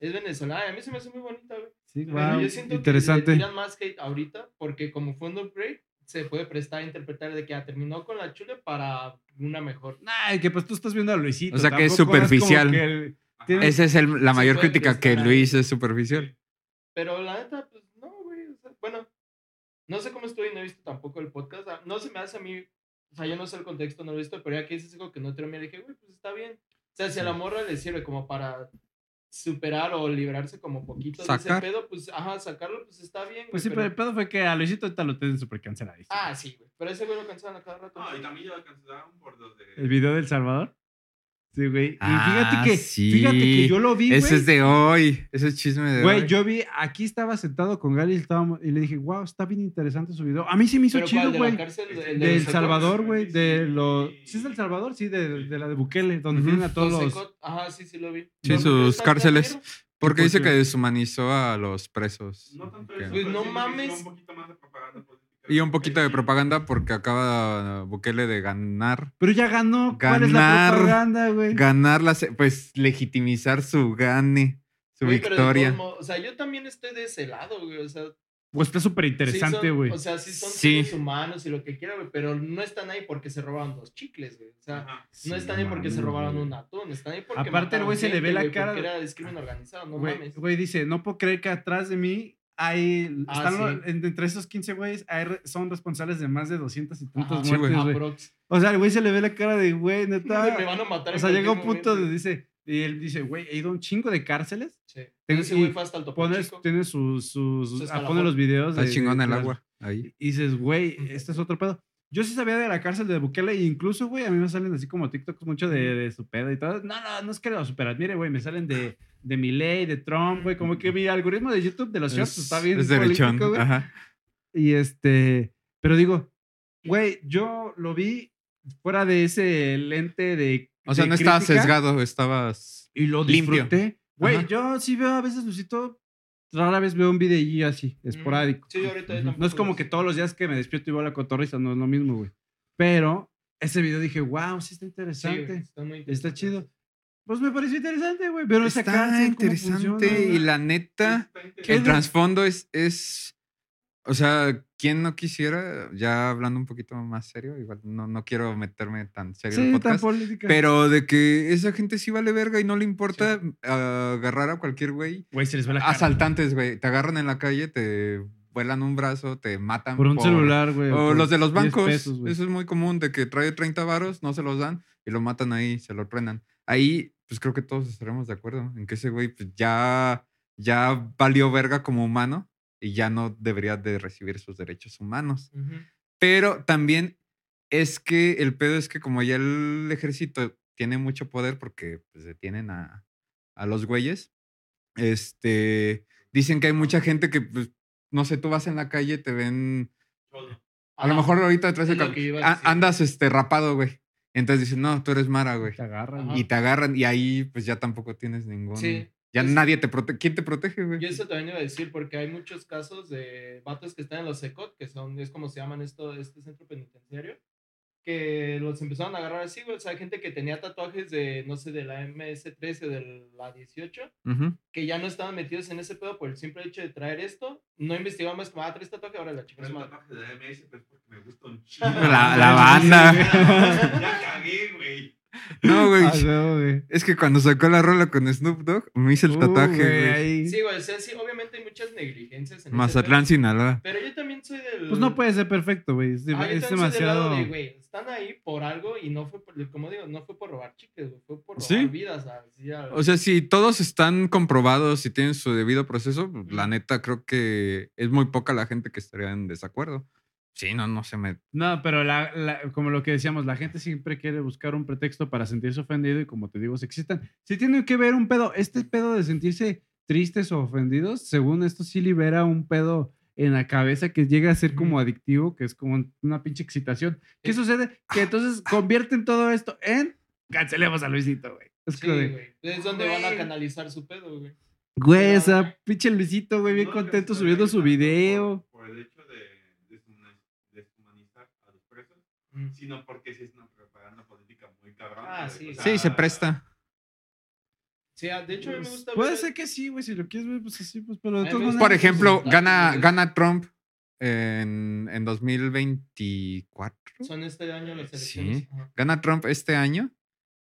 [SPEAKER 1] Es venezolana, a mí se me hace muy bonita, güey.
[SPEAKER 3] Sí,
[SPEAKER 1] Pero
[SPEAKER 3] guau.
[SPEAKER 1] yo siento que
[SPEAKER 3] Interesante.
[SPEAKER 1] le tiran más hate ahorita porque como fue un upgrade se puede prestar a interpretar de que ah, terminó con la chule para una mejor.
[SPEAKER 3] Ay, que pues tú estás viendo a Luisito.
[SPEAKER 2] O sea, que es
[SPEAKER 3] tampoco como
[SPEAKER 2] superficial.
[SPEAKER 3] que el-
[SPEAKER 6] Ajá.
[SPEAKER 3] Tiene-
[SPEAKER 2] esa es el- la
[SPEAKER 1] Sí
[SPEAKER 2] mayor
[SPEAKER 1] fue
[SPEAKER 2] crítica que
[SPEAKER 1] prestada.
[SPEAKER 2] Luis es superficial.
[SPEAKER 1] Pero la neta, pues no, güey. o sea, bueno, no sé cómo estoy, no he visto tampoco el podcast. ah, No se me hace a mí, o sea, yo no sé el contexto, no lo he visto, pero ya que dices algo que no te lo mira, dije, güey, pues está bien. O sea, si a la morra le sirve como para superar o librarse como poquito
[SPEAKER 2] Sacar.
[SPEAKER 1] de ese pedo, pues, ajá, sacarlo, pues está bien. güey,
[SPEAKER 3] Pues sí, pero el
[SPEAKER 1] pero-
[SPEAKER 3] pedo fue que a Luisito ahorita lo tienen súper canceladísimo.
[SPEAKER 1] Ah, sí, güey. Pero ese güey lo cancelan a cada rato.
[SPEAKER 6] No, Ah, y también ya cancelaron por los de.
[SPEAKER 3] El video del Salvador. Sí, güey. Y
[SPEAKER 2] Ah,
[SPEAKER 3] fíjate que,
[SPEAKER 2] sí.
[SPEAKER 3] fíjate que yo lo vi, güey.
[SPEAKER 2] Ese es de hoy. Ese es chisme de
[SPEAKER 3] Güey,
[SPEAKER 2] hoy.
[SPEAKER 3] yo vi, aquí estaba sentado con Gali y, estábamos- y le dije, wow, está bien interesante su video. A mí sí me hizo
[SPEAKER 1] Pero ¿cuál, de
[SPEAKER 3] chido,
[SPEAKER 1] la
[SPEAKER 3] güey.
[SPEAKER 1] cárcel?
[SPEAKER 6] El
[SPEAKER 1] ¿El
[SPEAKER 3] De
[SPEAKER 1] de
[SPEAKER 3] El
[SPEAKER 1] los
[SPEAKER 3] Salvador, güey.
[SPEAKER 6] sí,
[SPEAKER 3] De
[SPEAKER 6] sí.
[SPEAKER 3] los. ¿Sí es del Salvador? Sí, de, de la de Bukele, donde
[SPEAKER 2] Ujú.
[SPEAKER 3] tienen a todos
[SPEAKER 1] Los
[SPEAKER 3] los.
[SPEAKER 1] Ecot- Ajá, sí, sí lo vi.
[SPEAKER 2] Sí,
[SPEAKER 1] ¿No
[SPEAKER 2] sus
[SPEAKER 1] crees,
[SPEAKER 2] cárceles.
[SPEAKER 1] Altamira?
[SPEAKER 2] Porque dice
[SPEAKER 3] porque-
[SPEAKER 2] que deshumanizó a los presos.
[SPEAKER 6] No tanto
[SPEAKER 2] Ok.
[SPEAKER 6] eso,
[SPEAKER 1] Pues
[SPEAKER 6] pero
[SPEAKER 1] no
[SPEAKER 6] sí hizo
[SPEAKER 1] mames.
[SPEAKER 6] Un poquito más de propaganda política.
[SPEAKER 2] Y un poquito de
[SPEAKER 6] Sí.
[SPEAKER 2] propaganda porque acaba Bukele de ganar.
[SPEAKER 3] Pero ya ganó. ¿Cuál es la
[SPEAKER 2] Ganar.
[SPEAKER 3] propaganda, güey?
[SPEAKER 2] Ganar las. Pues legitimizar su gane, su
[SPEAKER 1] Güey, pero de todos
[SPEAKER 2] victoria.
[SPEAKER 1] modos, o sea, yo también estoy de ese lado, güey. O sea, sí
[SPEAKER 3] Pues está súper
[SPEAKER 1] son-
[SPEAKER 3] interesante, güey.
[SPEAKER 1] O sea, sí son
[SPEAKER 2] Sí.
[SPEAKER 1] seres humanos y lo que quiera, güey. Pero no están ahí porque se robaron dos chicles, güey. O sea,
[SPEAKER 6] Ajá.
[SPEAKER 1] no
[SPEAKER 2] Sí,
[SPEAKER 1] están ahí porque se
[SPEAKER 2] mames,
[SPEAKER 1] robaron
[SPEAKER 2] güey.
[SPEAKER 1] un atún. Están ahí porque.
[SPEAKER 3] Aparte, el
[SPEAKER 1] mataron
[SPEAKER 3] güey se le
[SPEAKER 1] gente,
[SPEAKER 3] ve la
[SPEAKER 1] güey,
[SPEAKER 3] cara
[SPEAKER 1] Porque
[SPEAKER 3] de-
[SPEAKER 1] era descrimen organizado, no
[SPEAKER 3] Güey,
[SPEAKER 1] mames.
[SPEAKER 3] güey dice, no puedo creer que atrás de mí hay...
[SPEAKER 1] Ah,
[SPEAKER 3] están los-
[SPEAKER 1] sí.
[SPEAKER 3] en- entre esos 15 güeyes hay re- son responsables de más de 200 y
[SPEAKER 1] Ajá,
[SPEAKER 3] tantos
[SPEAKER 2] sí, güey.
[SPEAKER 3] muertes, güey. [laughs]
[SPEAKER 1] aprox.
[SPEAKER 3] O sea, el güey se le ve la cara de,
[SPEAKER 1] [laughs]
[SPEAKER 3] güey,
[SPEAKER 1] Me
[SPEAKER 3] neta...
[SPEAKER 1] van a matar.
[SPEAKER 3] o
[SPEAKER 1] en
[SPEAKER 3] sea, llega un
[SPEAKER 1] cualquier
[SPEAKER 3] punto donde
[SPEAKER 1] momento.
[SPEAKER 3] dice... Y él dice, güey, he ido a un chingo de cárceles.
[SPEAKER 1] Sí.
[SPEAKER 3] Tengo-
[SPEAKER 1] Ese
[SPEAKER 3] y
[SPEAKER 1] güey fue hasta el topo
[SPEAKER 3] Pones,
[SPEAKER 1] chico.
[SPEAKER 3] tiene sus... sus,
[SPEAKER 1] Su
[SPEAKER 3] ah,
[SPEAKER 1] escalafón.
[SPEAKER 3] pone los videos
[SPEAKER 2] Está
[SPEAKER 3] de-
[SPEAKER 2] chingón
[SPEAKER 3] de-
[SPEAKER 2] el
[SPEAKER 3] de-
[SPEAKER 2] agua. Ahí.
[SPEAKER 3] Y dices, güey, este es otro pedo. Yo sí sabía de la cárcel de Bukele e incluso, güey, a mí me salen así como TikToks mucho de, de su pedo y todo. No, no, no es que lo superadmire, güey, me salen de, de Milei, de Trump, güey, como que mi algoritmo de YouTube de los shorts está bien
[SPEAKER 2] es derechón.
[SPEAKER 3] político, güey.
[SPEAKER 2] Ajá.
[SPEAKER 3] Y este, pero digo, güey, yo lo vi fuera de ese lente de
[SPEAKER 2] O sea,
[SPEAKER 3] de
[SPEAKER 2] no estaba
[SPEAKER 3] crítica
[SPEAKER 2] sesgado, estabas.
[SPEAKER 3] y lo
[SPEAKER 2] limpio.
[SPEAKER 3] disfruté. Güey,
[SPEAKER 2] Ajá.
[SPEAKER 3] yo sí veo a veces Lucito, rara vez veo un videillo así,
[SPEAKER 2] Mm,
[SPEAKER 3] esporádico.
[SPEAKER 1] Sí, yo ahorita yo
[SPEAKER 3] No es
[SPEAKER 1] tampoco
[SPEAKER 3] como
[SPEAKER 1] los-
[SPEAKER 3] que todos los días que me despierto y veo la cotorriza, no es lo mismo, güey. Pero ese video dije, wow, sí está
[SPEAKER 1] Sí, güey,
[SPEAKER 3] interesante.
[SPEAKER 1] está muy
[SPEAKER 3] está
[SPEAKER 1] interesante.
[SPEAKER 3] chido. Pues me pareció interesante, güey. Pero esa
[SPEAKER 2] Está
[SPEAKER 3] cárcel, cómo
[SPEAKER 2] interesante
[SPEAKER 3] funciona.
[SPEAKER 2] y la neta.
[SPEAKER 6] Está interesante.
[SPEAKER 2] El
[SPEAKER 3] de-
[SPEAKER 2] trasfondo es, es. O sea, quien no quisiera, ya hablando un poquito más serio, igual no, no quiero meterme tan serio en el
[SPEAKER 3] Sí, tan
[SPEAKER 2] podcast.
[SPEAKER 3] política.
[SPEAKER 2] Pero de que esa gente sí vale verga y no le importa ah, agarrar a cualquier güey.
[SPEAKER 3] güey, se les ve la cara.
[SPEAKER 2] Asaltantes, güey. Te agarran en la calle, te vuelan un brazo, te matan.
[SPEAKER 3] Por un celular, güey.
[SPEAKER 2] O
[SPEAKER 3] por
[SPEAKER 2] los de los
[SPEAKER 3] 10
[SPEAKER 2] bancos.
[SPEAKER 3] pesos, güey.
[SPEAKER 2] eso es muy común, de que trae 30 varos, no se los dan y lo matan ahí, se lo prendan. Ahí, pues creo que todos estaremos de acuerdo en que ese güey pues, ya, ya valió verga como humano y ya no debería de recibir sus derechos humanos.
[SPEAKER 1] Ujú.
[SPEAKER 2] Pero también es que el pedo es que como ya el ejército tiene mucho poder porque pues, detienen a, a los güeyes. Este, dicen que hay mucha gente que, pues, no sé, tú vas en la calle, te ven.
[SPEAKER 6] Cholo.
[SPEAKER 2] A
[SPEAKER 1] Ah,
[SPEAKER 2] lo mejor ahorita traes
[SPEAKER 1] es
[SPEAKER 2] el
[SPEAKER 1] lo
[SPEAKER 2] cab-
[SPEAKER 1] que iba a
[SPEAKER 2] a-
[SPEAKER 1] decir.
[SPEAKER 2] andas este, rapado, güey. Entonces dicen, no, tú eres Mara, güey.
[SPEAKER 3] Te agarran.
[SPEAKER 1] Ajá.
[SPEAKER 2] Y te agarran y ahí, pues ya tampoco tienes ningún.
[SPEAKER 1] Sí.
[SPEAKER 2] Ya
[SPEAKER 1] Es-
[SPEAKER 2] nadie te protege. ¿Quién te protege, güey?
[SPEAKER 1] Yo eso también iba a decir, porque hay muchos casos de vatos que están en los ECOT, que son, es como se llaman esto, este centro penitenciario, que los empezaron a agarrar así, güey. O sea, gente que tenía tatuajes de, no sé, de la MS-13 o de la 18,
[SPEAKER 2] Ujú.
[SPEAKER 1] [laughs] que ya no estaban metidos en ese pedo por el simple hecho de traer esto. No investigaban más como, ah, tres tatuajes, ahora la chica es
[SPEAKER 6] Pero el
[SPEAKER 1] madre.
[SPEAKER 6] tatuaje de la MS, pero es porque me gusta un chingo.
[SPEAKER 1] Ah,
[SPEAKER 2] La, la banda.
[SPEAKER 6] Ya cagué, güey.
[SPEAKER 2] No, güey.
[SPEAKER 3] Ah, no, güey.
[SPEAKER 2] Es que cuando sacó la rola con Snoop Dogg, me hice el
[SPEAKER 3] Uh,
[SPEAKER 2] tatuaje, güey.
[SPEAKER 3] ahí.
[SPEAKER 1] Sí, güey, o sea, sí, obviamente hay muchas negligencias en ese
[SPEAKER 2] Mazatlán,
[SPEAKER 1] pedo.
[SPEAKER 2] Sinaloa.
[SPEAKER 1] Pero yo también soy del...
[SPEAKER 3] Pues no puede ser perfecto, güey. Es,
[SPEAKER 1] Ah, yo
[SPEAKER 3] es
[SPEAKER 1] también soy del lado
[SPEAKER 3] demasiado.
[SPEAKER 1] de, güey, están ahí por algo y no fue por, como digo, no fue por robar chicas, güey, fue por robar
[SPEAKER 2] Sí.
[SPEAKER 1] vidas. ah, así a-
[SPEAKER 2] O sea, si todos están comprobados y tienen su debido proceso, pues, la neta creo que es muy poca la gente que estaría en desacuerdo. Sí, no, no se me...
[SPEAKER 3] No, pero la- la- como lo que decíamos, la gente siempre quiere buscar un pretexto para sentirse ofendido y como te digo, se excitan. Si tienen que ver un pedo, este pedo de sentirse tristes o ofendidos, según esto sí libera un pedo en la cabeza que llega a ser como adictivo, que es como una pinche excitación.
[SPEAKER 1] Eh,
[SPEAKER 3] ¿Qué sucede?
[SPEAKER 1] ah.
[SPEAKER 3] Que entonces convierten todo esto en cancelemos a Luisito, güey. Es
[SPEAKER 1] Sí,
[SPEAKER 3] como de,
[SPEAKER 1] güey. Es donde van a
[SPEAKER 3] Güey.
[SPEAKER 1] canalizar su pedo, güey.
[SPEAKER 3] güey,
[SPEAKER 1] Pero-
[SPEAKER 3] esa pinche Luisito, güey, bien
[SPEAKER 6] No,
[SPEAKER 3] contento
[SPEAKER 6] estoy
[SPEAKER 3] subiendo su
[SPEAKER 6] revisando
[SPEAKER 3] video.
[SPEAKER 6] Por, por el hecho de deshumani- deshumanizar a los presos,
[SPEAKER 1] Mm.
[SPEAKER 6] sino porque sí es una propaganda política muy cabrón.
[SPEAKER 1] Ah,
[SPEAKER 6] güey.
[SPEAKER 1] sí,
[SPEAKER 6] O sea,
[SPEAKER 2] Sí, se presta.
[SPEAKER 1] Sí, ah, de hecho, a mí me gusta
[SPEAKER 3] Puede
[SPEAKER 1] ver-
[SPEAKER 3] ser que sí, güey, si lo quieres ver, pues así, pues, pero
[SPEAKER 1] A
[SPEAKER 3] de
[SPEAKER 1] mí
[SPEAKER 3] todos
[SPEAKER 1] me
[SPEAKER 3] modos-
[SPEAKER 1] gusta
[SPEAKER 2] Por ejemplo,
[SPEAKER 1] Datos,
[SPEAKER 2] gana,
[SPEAKER 1] güey.
[SPEAKER 2] gana Trump en, en 2024.
[SPEAKER 1] Son este año las
[SPEAKER 2] Sí.
[SPEAKER 1] elecciones. ajá.
[SPEAKER 2] Gana Trump este año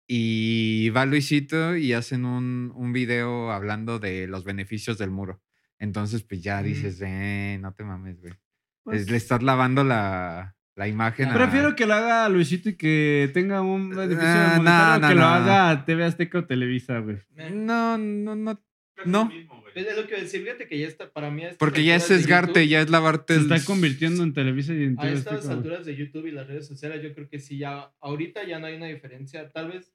[SPEAKER 2] y va Luisito y hacen un, un video hablando de los beneficios del muro. Entonces, pues ya
[SPEAKER 1] Ujú.
[SPEAKER 2] dices, eh, no te mames, güey.
[SPEAKER 3] Mm. Pues-
[SPEAKER 2] Es- le estás lavando la, la imagen. a-
[SPEAKER 3] Prefiero que lo haga Luisito y que tenga un beneficio
[SPEAKER 2] Ah, no,
[SPEAKER 3] monetario
[SPEAKER 2] no,
[SPEAKER 3] que lo
[SPEAKER 2] no.
[SPEAKER 3] haga TV Azteca o Televisa, güey.
[SPEAKER 1] Me-
[SPEAKER 2] No, no, no.
[SPEAKER 6] casi
[SPEAKER 2] No.
[SPEAKER 6] lo mismo, güey.
[SPEAKER 1] Es lo que decir, fíjate que ya está, para mí... a estas
[SPEAKER 2] Porque ya es
[SPEAKER 1] alturas de
[SPEAKER 2] sesgarte,
[SPEAKER 1] YouTube-
[SPEAKER 2] ya es lavarte.
[SPEAKER 3] Se
[SPEAKER 2] el-
[SPEAKER 3] está convirtiendo en Televisa y en
[SPEAKER 1] A
[SPEAKER 3] TV
[SPEAKER 1] estas
[SPEAKER 3] Azteca. güey.
[SPEAKER 1] alturas de YouTube y las redes sociales, yo creo que sí, ya ahorita ya no hay una diferencia. Tal vez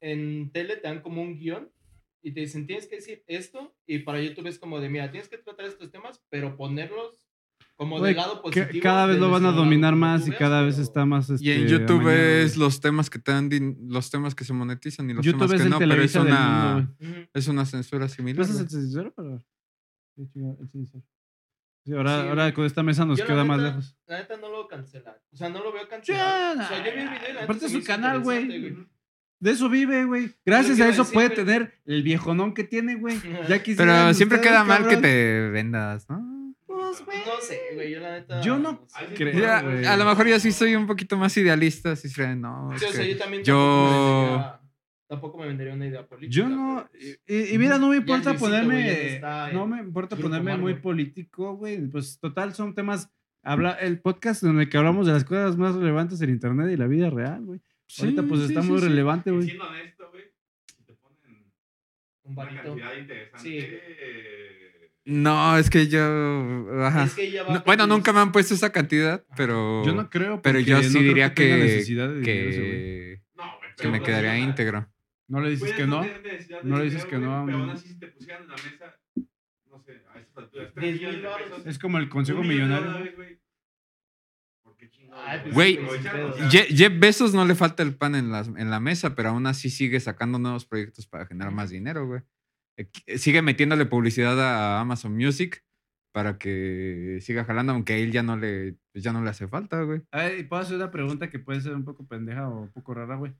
[SPEAKER 1] en tele te dan como un guión y te dicen, tienes que decir esto, y para YouTube es como de, mira, tienes que tratar estos temas, pero ponerlos como
[SPEAKER 3] Güey,
[SPEAKER 1] del lado
[SPEAKER 3] Que
[SPEAKER 1] positivo.
[SPEAKER 3] cada vez
[SPEAKER 1] del
[SPEAKER 3] lo van a
[SPEAKER 1] lado
[SPEAKER 3] dominar
[SPEAKER 1] que
[SPEAKER 3] más
[SPEAKER 1] tú
[SPEAKER 3] y
[SPEAKER 1] veas,
[SPEAKER 3] cada vez
[SPEAKER 1] pero-
[SPEAKER 3] está más.
[SPEAKER 2] Y en
[SPEAKER 3] este,
[SPEAKER 2] YouTube
[SPEAKER 3] amañado,
[SPEAKER 2] es
[SPEAKER 3] güey.
[SPEAKER 2] los temas que te dan, din- los temas que se monetizan y los
[SPEAKER 3] YouTube
[SPEAKER 2] temas
[SPEAKER 3] es
[SPEAKER 2] que
[SPEAKER 3] el
[SPEAKER 2] no, pero es
[SPEAKER 3] Televisa del
[SPEAKER 2] una,
[SPEAKER 3] mundo,
[SPEAKER 1] Ujú.
[SPEAKER 2] es una censura
[SPEAKER 3] güey.
[SPEAKER 2] similar.
[SPEAKER 3] ¿Pasas
[SPEAKER 2] güey.
[SPEAKER 3] el sensor pero- Sí, chinga, el sensor. Sí, ahora,
[SPEAKER 1] Sí,
[SPEAKER 3] ahora
[SPEAKER 1] güey.
[SPEAKER 3] con esta mesa nos
[SPEAKER 1] Yo la
[SPEAKER 3] queda más
[SPEAKER 1] neta-
[SPEAKER 3] lejos.
[SPEAKER 1] La neta no lo cancela. O sea, no lo veo
[SPEAKER 3] Ya,
[SPEAKER 1] cancelar. o sea, yo vi el video y la neta
[SPEAKER 3] aparte
[SPEAKER 1] se
[SPEAKER 3] es
[SPEAKER 1] me
[SPEAKER 3] su
[SPEAKER 1] hizo
[SPEAKER 3] canal, güey.
[SPEAKER 1] interesante,
[SPEAKER 3] De eso vive, güey. Gracias
[SPEAKER 1] iba
[SPEAKER 3] a
[SPEAKER 1] a
[SPEAKER 3] eso
[SPEAKER 1] decir,
[SPEAKER 3] puede
[SPEAKER 1] güey.
[SPEAKER 3] tener el viejonón que tiene, güey.
[SPEAKER 1] [laughs]
[SPEAKER 3] Ya quisieran
[SPEAKER 2] Pero siempre
[SPEAKER 3] ustedes,
[SPEAKER 2] queda mal que
[SPEAKER 3] cabrón.
[SPEAKER 2] te vendas, ¿no?
[SPEAKER 3] Pues, güey.
[SPEAKER 1] No sé, güey, yo la neta.
[SPEAKER 3] Yo no
[SPEAKER 1] sé.
[SPEAKER 6] Alguien-
[SPEAKER 3] creo,
[SPEAKER 2] Ya,
[SPEAKER 3] güey.
[SPEAKER 2] a lo mejor yo sí soy un poquito más idealista, sí, sí, no. es
[SPEAKER 1] Sí, o sea,
[SPEAKER 2] que-
[SPEAKER 1] yo también.
[SPEAKER 2] yo-
[SPEAKER 1] Tampoco me vendería, tampoco me vendería una idea política.
[SPEAKER 3] Yo no.
[SPEAKER 1] pero- pues,
[SPEAKER 2] eh,
[SPEAKER 3] Y, pues. y mira, no me
[SPEAKER 1] Ya
[SPEAKER 3] importa
[SPEAKER 1] Luisito, güey, ya
[SPEAKER 3] ponerme.
[SPEAKER 1] está en
[SPEAKER 3] No me importa
[SPEAKER 1] Grupo
[SPEAKER 3] ponerme
[SPEAKER 1] Mar,
[SPEAKER 3] muy
[SPEAKER 1] güey.
[SPEAKER 3] político, güey. Pues total, son temas. Habla, el podcast en el que hablamos de las cosas más relevantes del internet y la vida real, güey.
[SPEAKER 2] Sí,
[SPEAKER 3] Ahorita pues
[SPEAKER 2] sí,
[SPEAKER 3] está
[SPEAKER 2] sí,
[SPEAKER 3] muy
[SPEAKER 2] sí.
[SPEAKER 3] relevante,
[SPEAKER 6] Y
[SPEAKER 3] güey.
[SPEAKER 6] Siendo honesto, güey, si te ponen
[SPEAKER 1] Un
[SPEAKER 6] una
[SPEAKER 1] varito.
[SPEAKER 6] cantidad interesante.
[SPEAKER 1] Sí.
[SPEAKER 6] eh,
[SPEAKER 2] No, es que yo. ajá.
[SPEAKER 1] Es que ella va
[SPEAKER 2] No, bueno,
[SPEAKER 1] con-
[SPEAKER 2] nunca me han puesto esa cantidad, pero.
[SPEAKER 3] Yo no creo.
[SPEAKER 2] pero
[SPEAKER 3] porque
[SPEAKER 2] yo
[SPEAKER 3] no
[SPEAKER 2] sí
[SPEAKER 3] creo tenga
[SPEAKER 2] diría que-
[SPEAKER 3] necesidad de dinero ese güey.
[SPEAKER 2] que,
[SPEAKER 6] No, güey.
[SPEAKER 2] que
[SPEAKER 6] pero
[SPEAKER 2] me
[SPEAKER 6] no
[SPEAKER 2] quedaría
[SPEAKER 6] tiene nada.
[SPEAKER 2] íntegro.
[SPEAKER 3] No le dices
[SPEAKER 6] Puedes
[SPEAKER 3] que no.
[SPEAKER 6] tener necesidad de
[SPEAKER 3] no le dices
[SPEAKER 6] dinero,
[SPEAKER 3] que no
[SPEAKER 6] güey,
[SPEAKER 3] a
[SPEAKER 6] Pero
[SPEAKER 3] un-
[SPEAKER 6] aún así, si te pusieran en la mesa, no sé, a estas alturas,
[SPEAKER 1] Diez
[SPEAKER 6] 3 millones
[SPEAKER 1] mil
[SPEAKER 6] de
[SPEAKER 1] varos.
[SPEAKER 6] pesos.
[SPEAKER 3] Es como el consejo
[SPEAKER 6] un millón de
[SPEAKER 3] millonario.
[SPEAKER 6] dólares, güey. ¿Por qué chingados,
[SPEAKER 1] Ay, pues,
[SPEAKER 2] Güey,
[SPEAKER 1] sí,
[SPEAKER 6] Aprovechar,
[SPEAKER 1] sin
[SPEAKER 6] o
[SPEAKER 1] pedo.
[SPEAKER 6] sea,
[SPEAKER 2] Je- Jeff Bezos no le falta el pan en la, en la mesa, pero aún así sigue sacando nuevos proyectos para generar más dinero, güey. Eh, qu- Sigue metiéndole publicidad a Amazon Music para que siga jalando, aunque a él ya no le, pues, ya no le hace falta, güey.
[SPEAKER 3] A ver, y puedo hacer una pregunta que puede ser un poco pendeja o un poco rara, güey.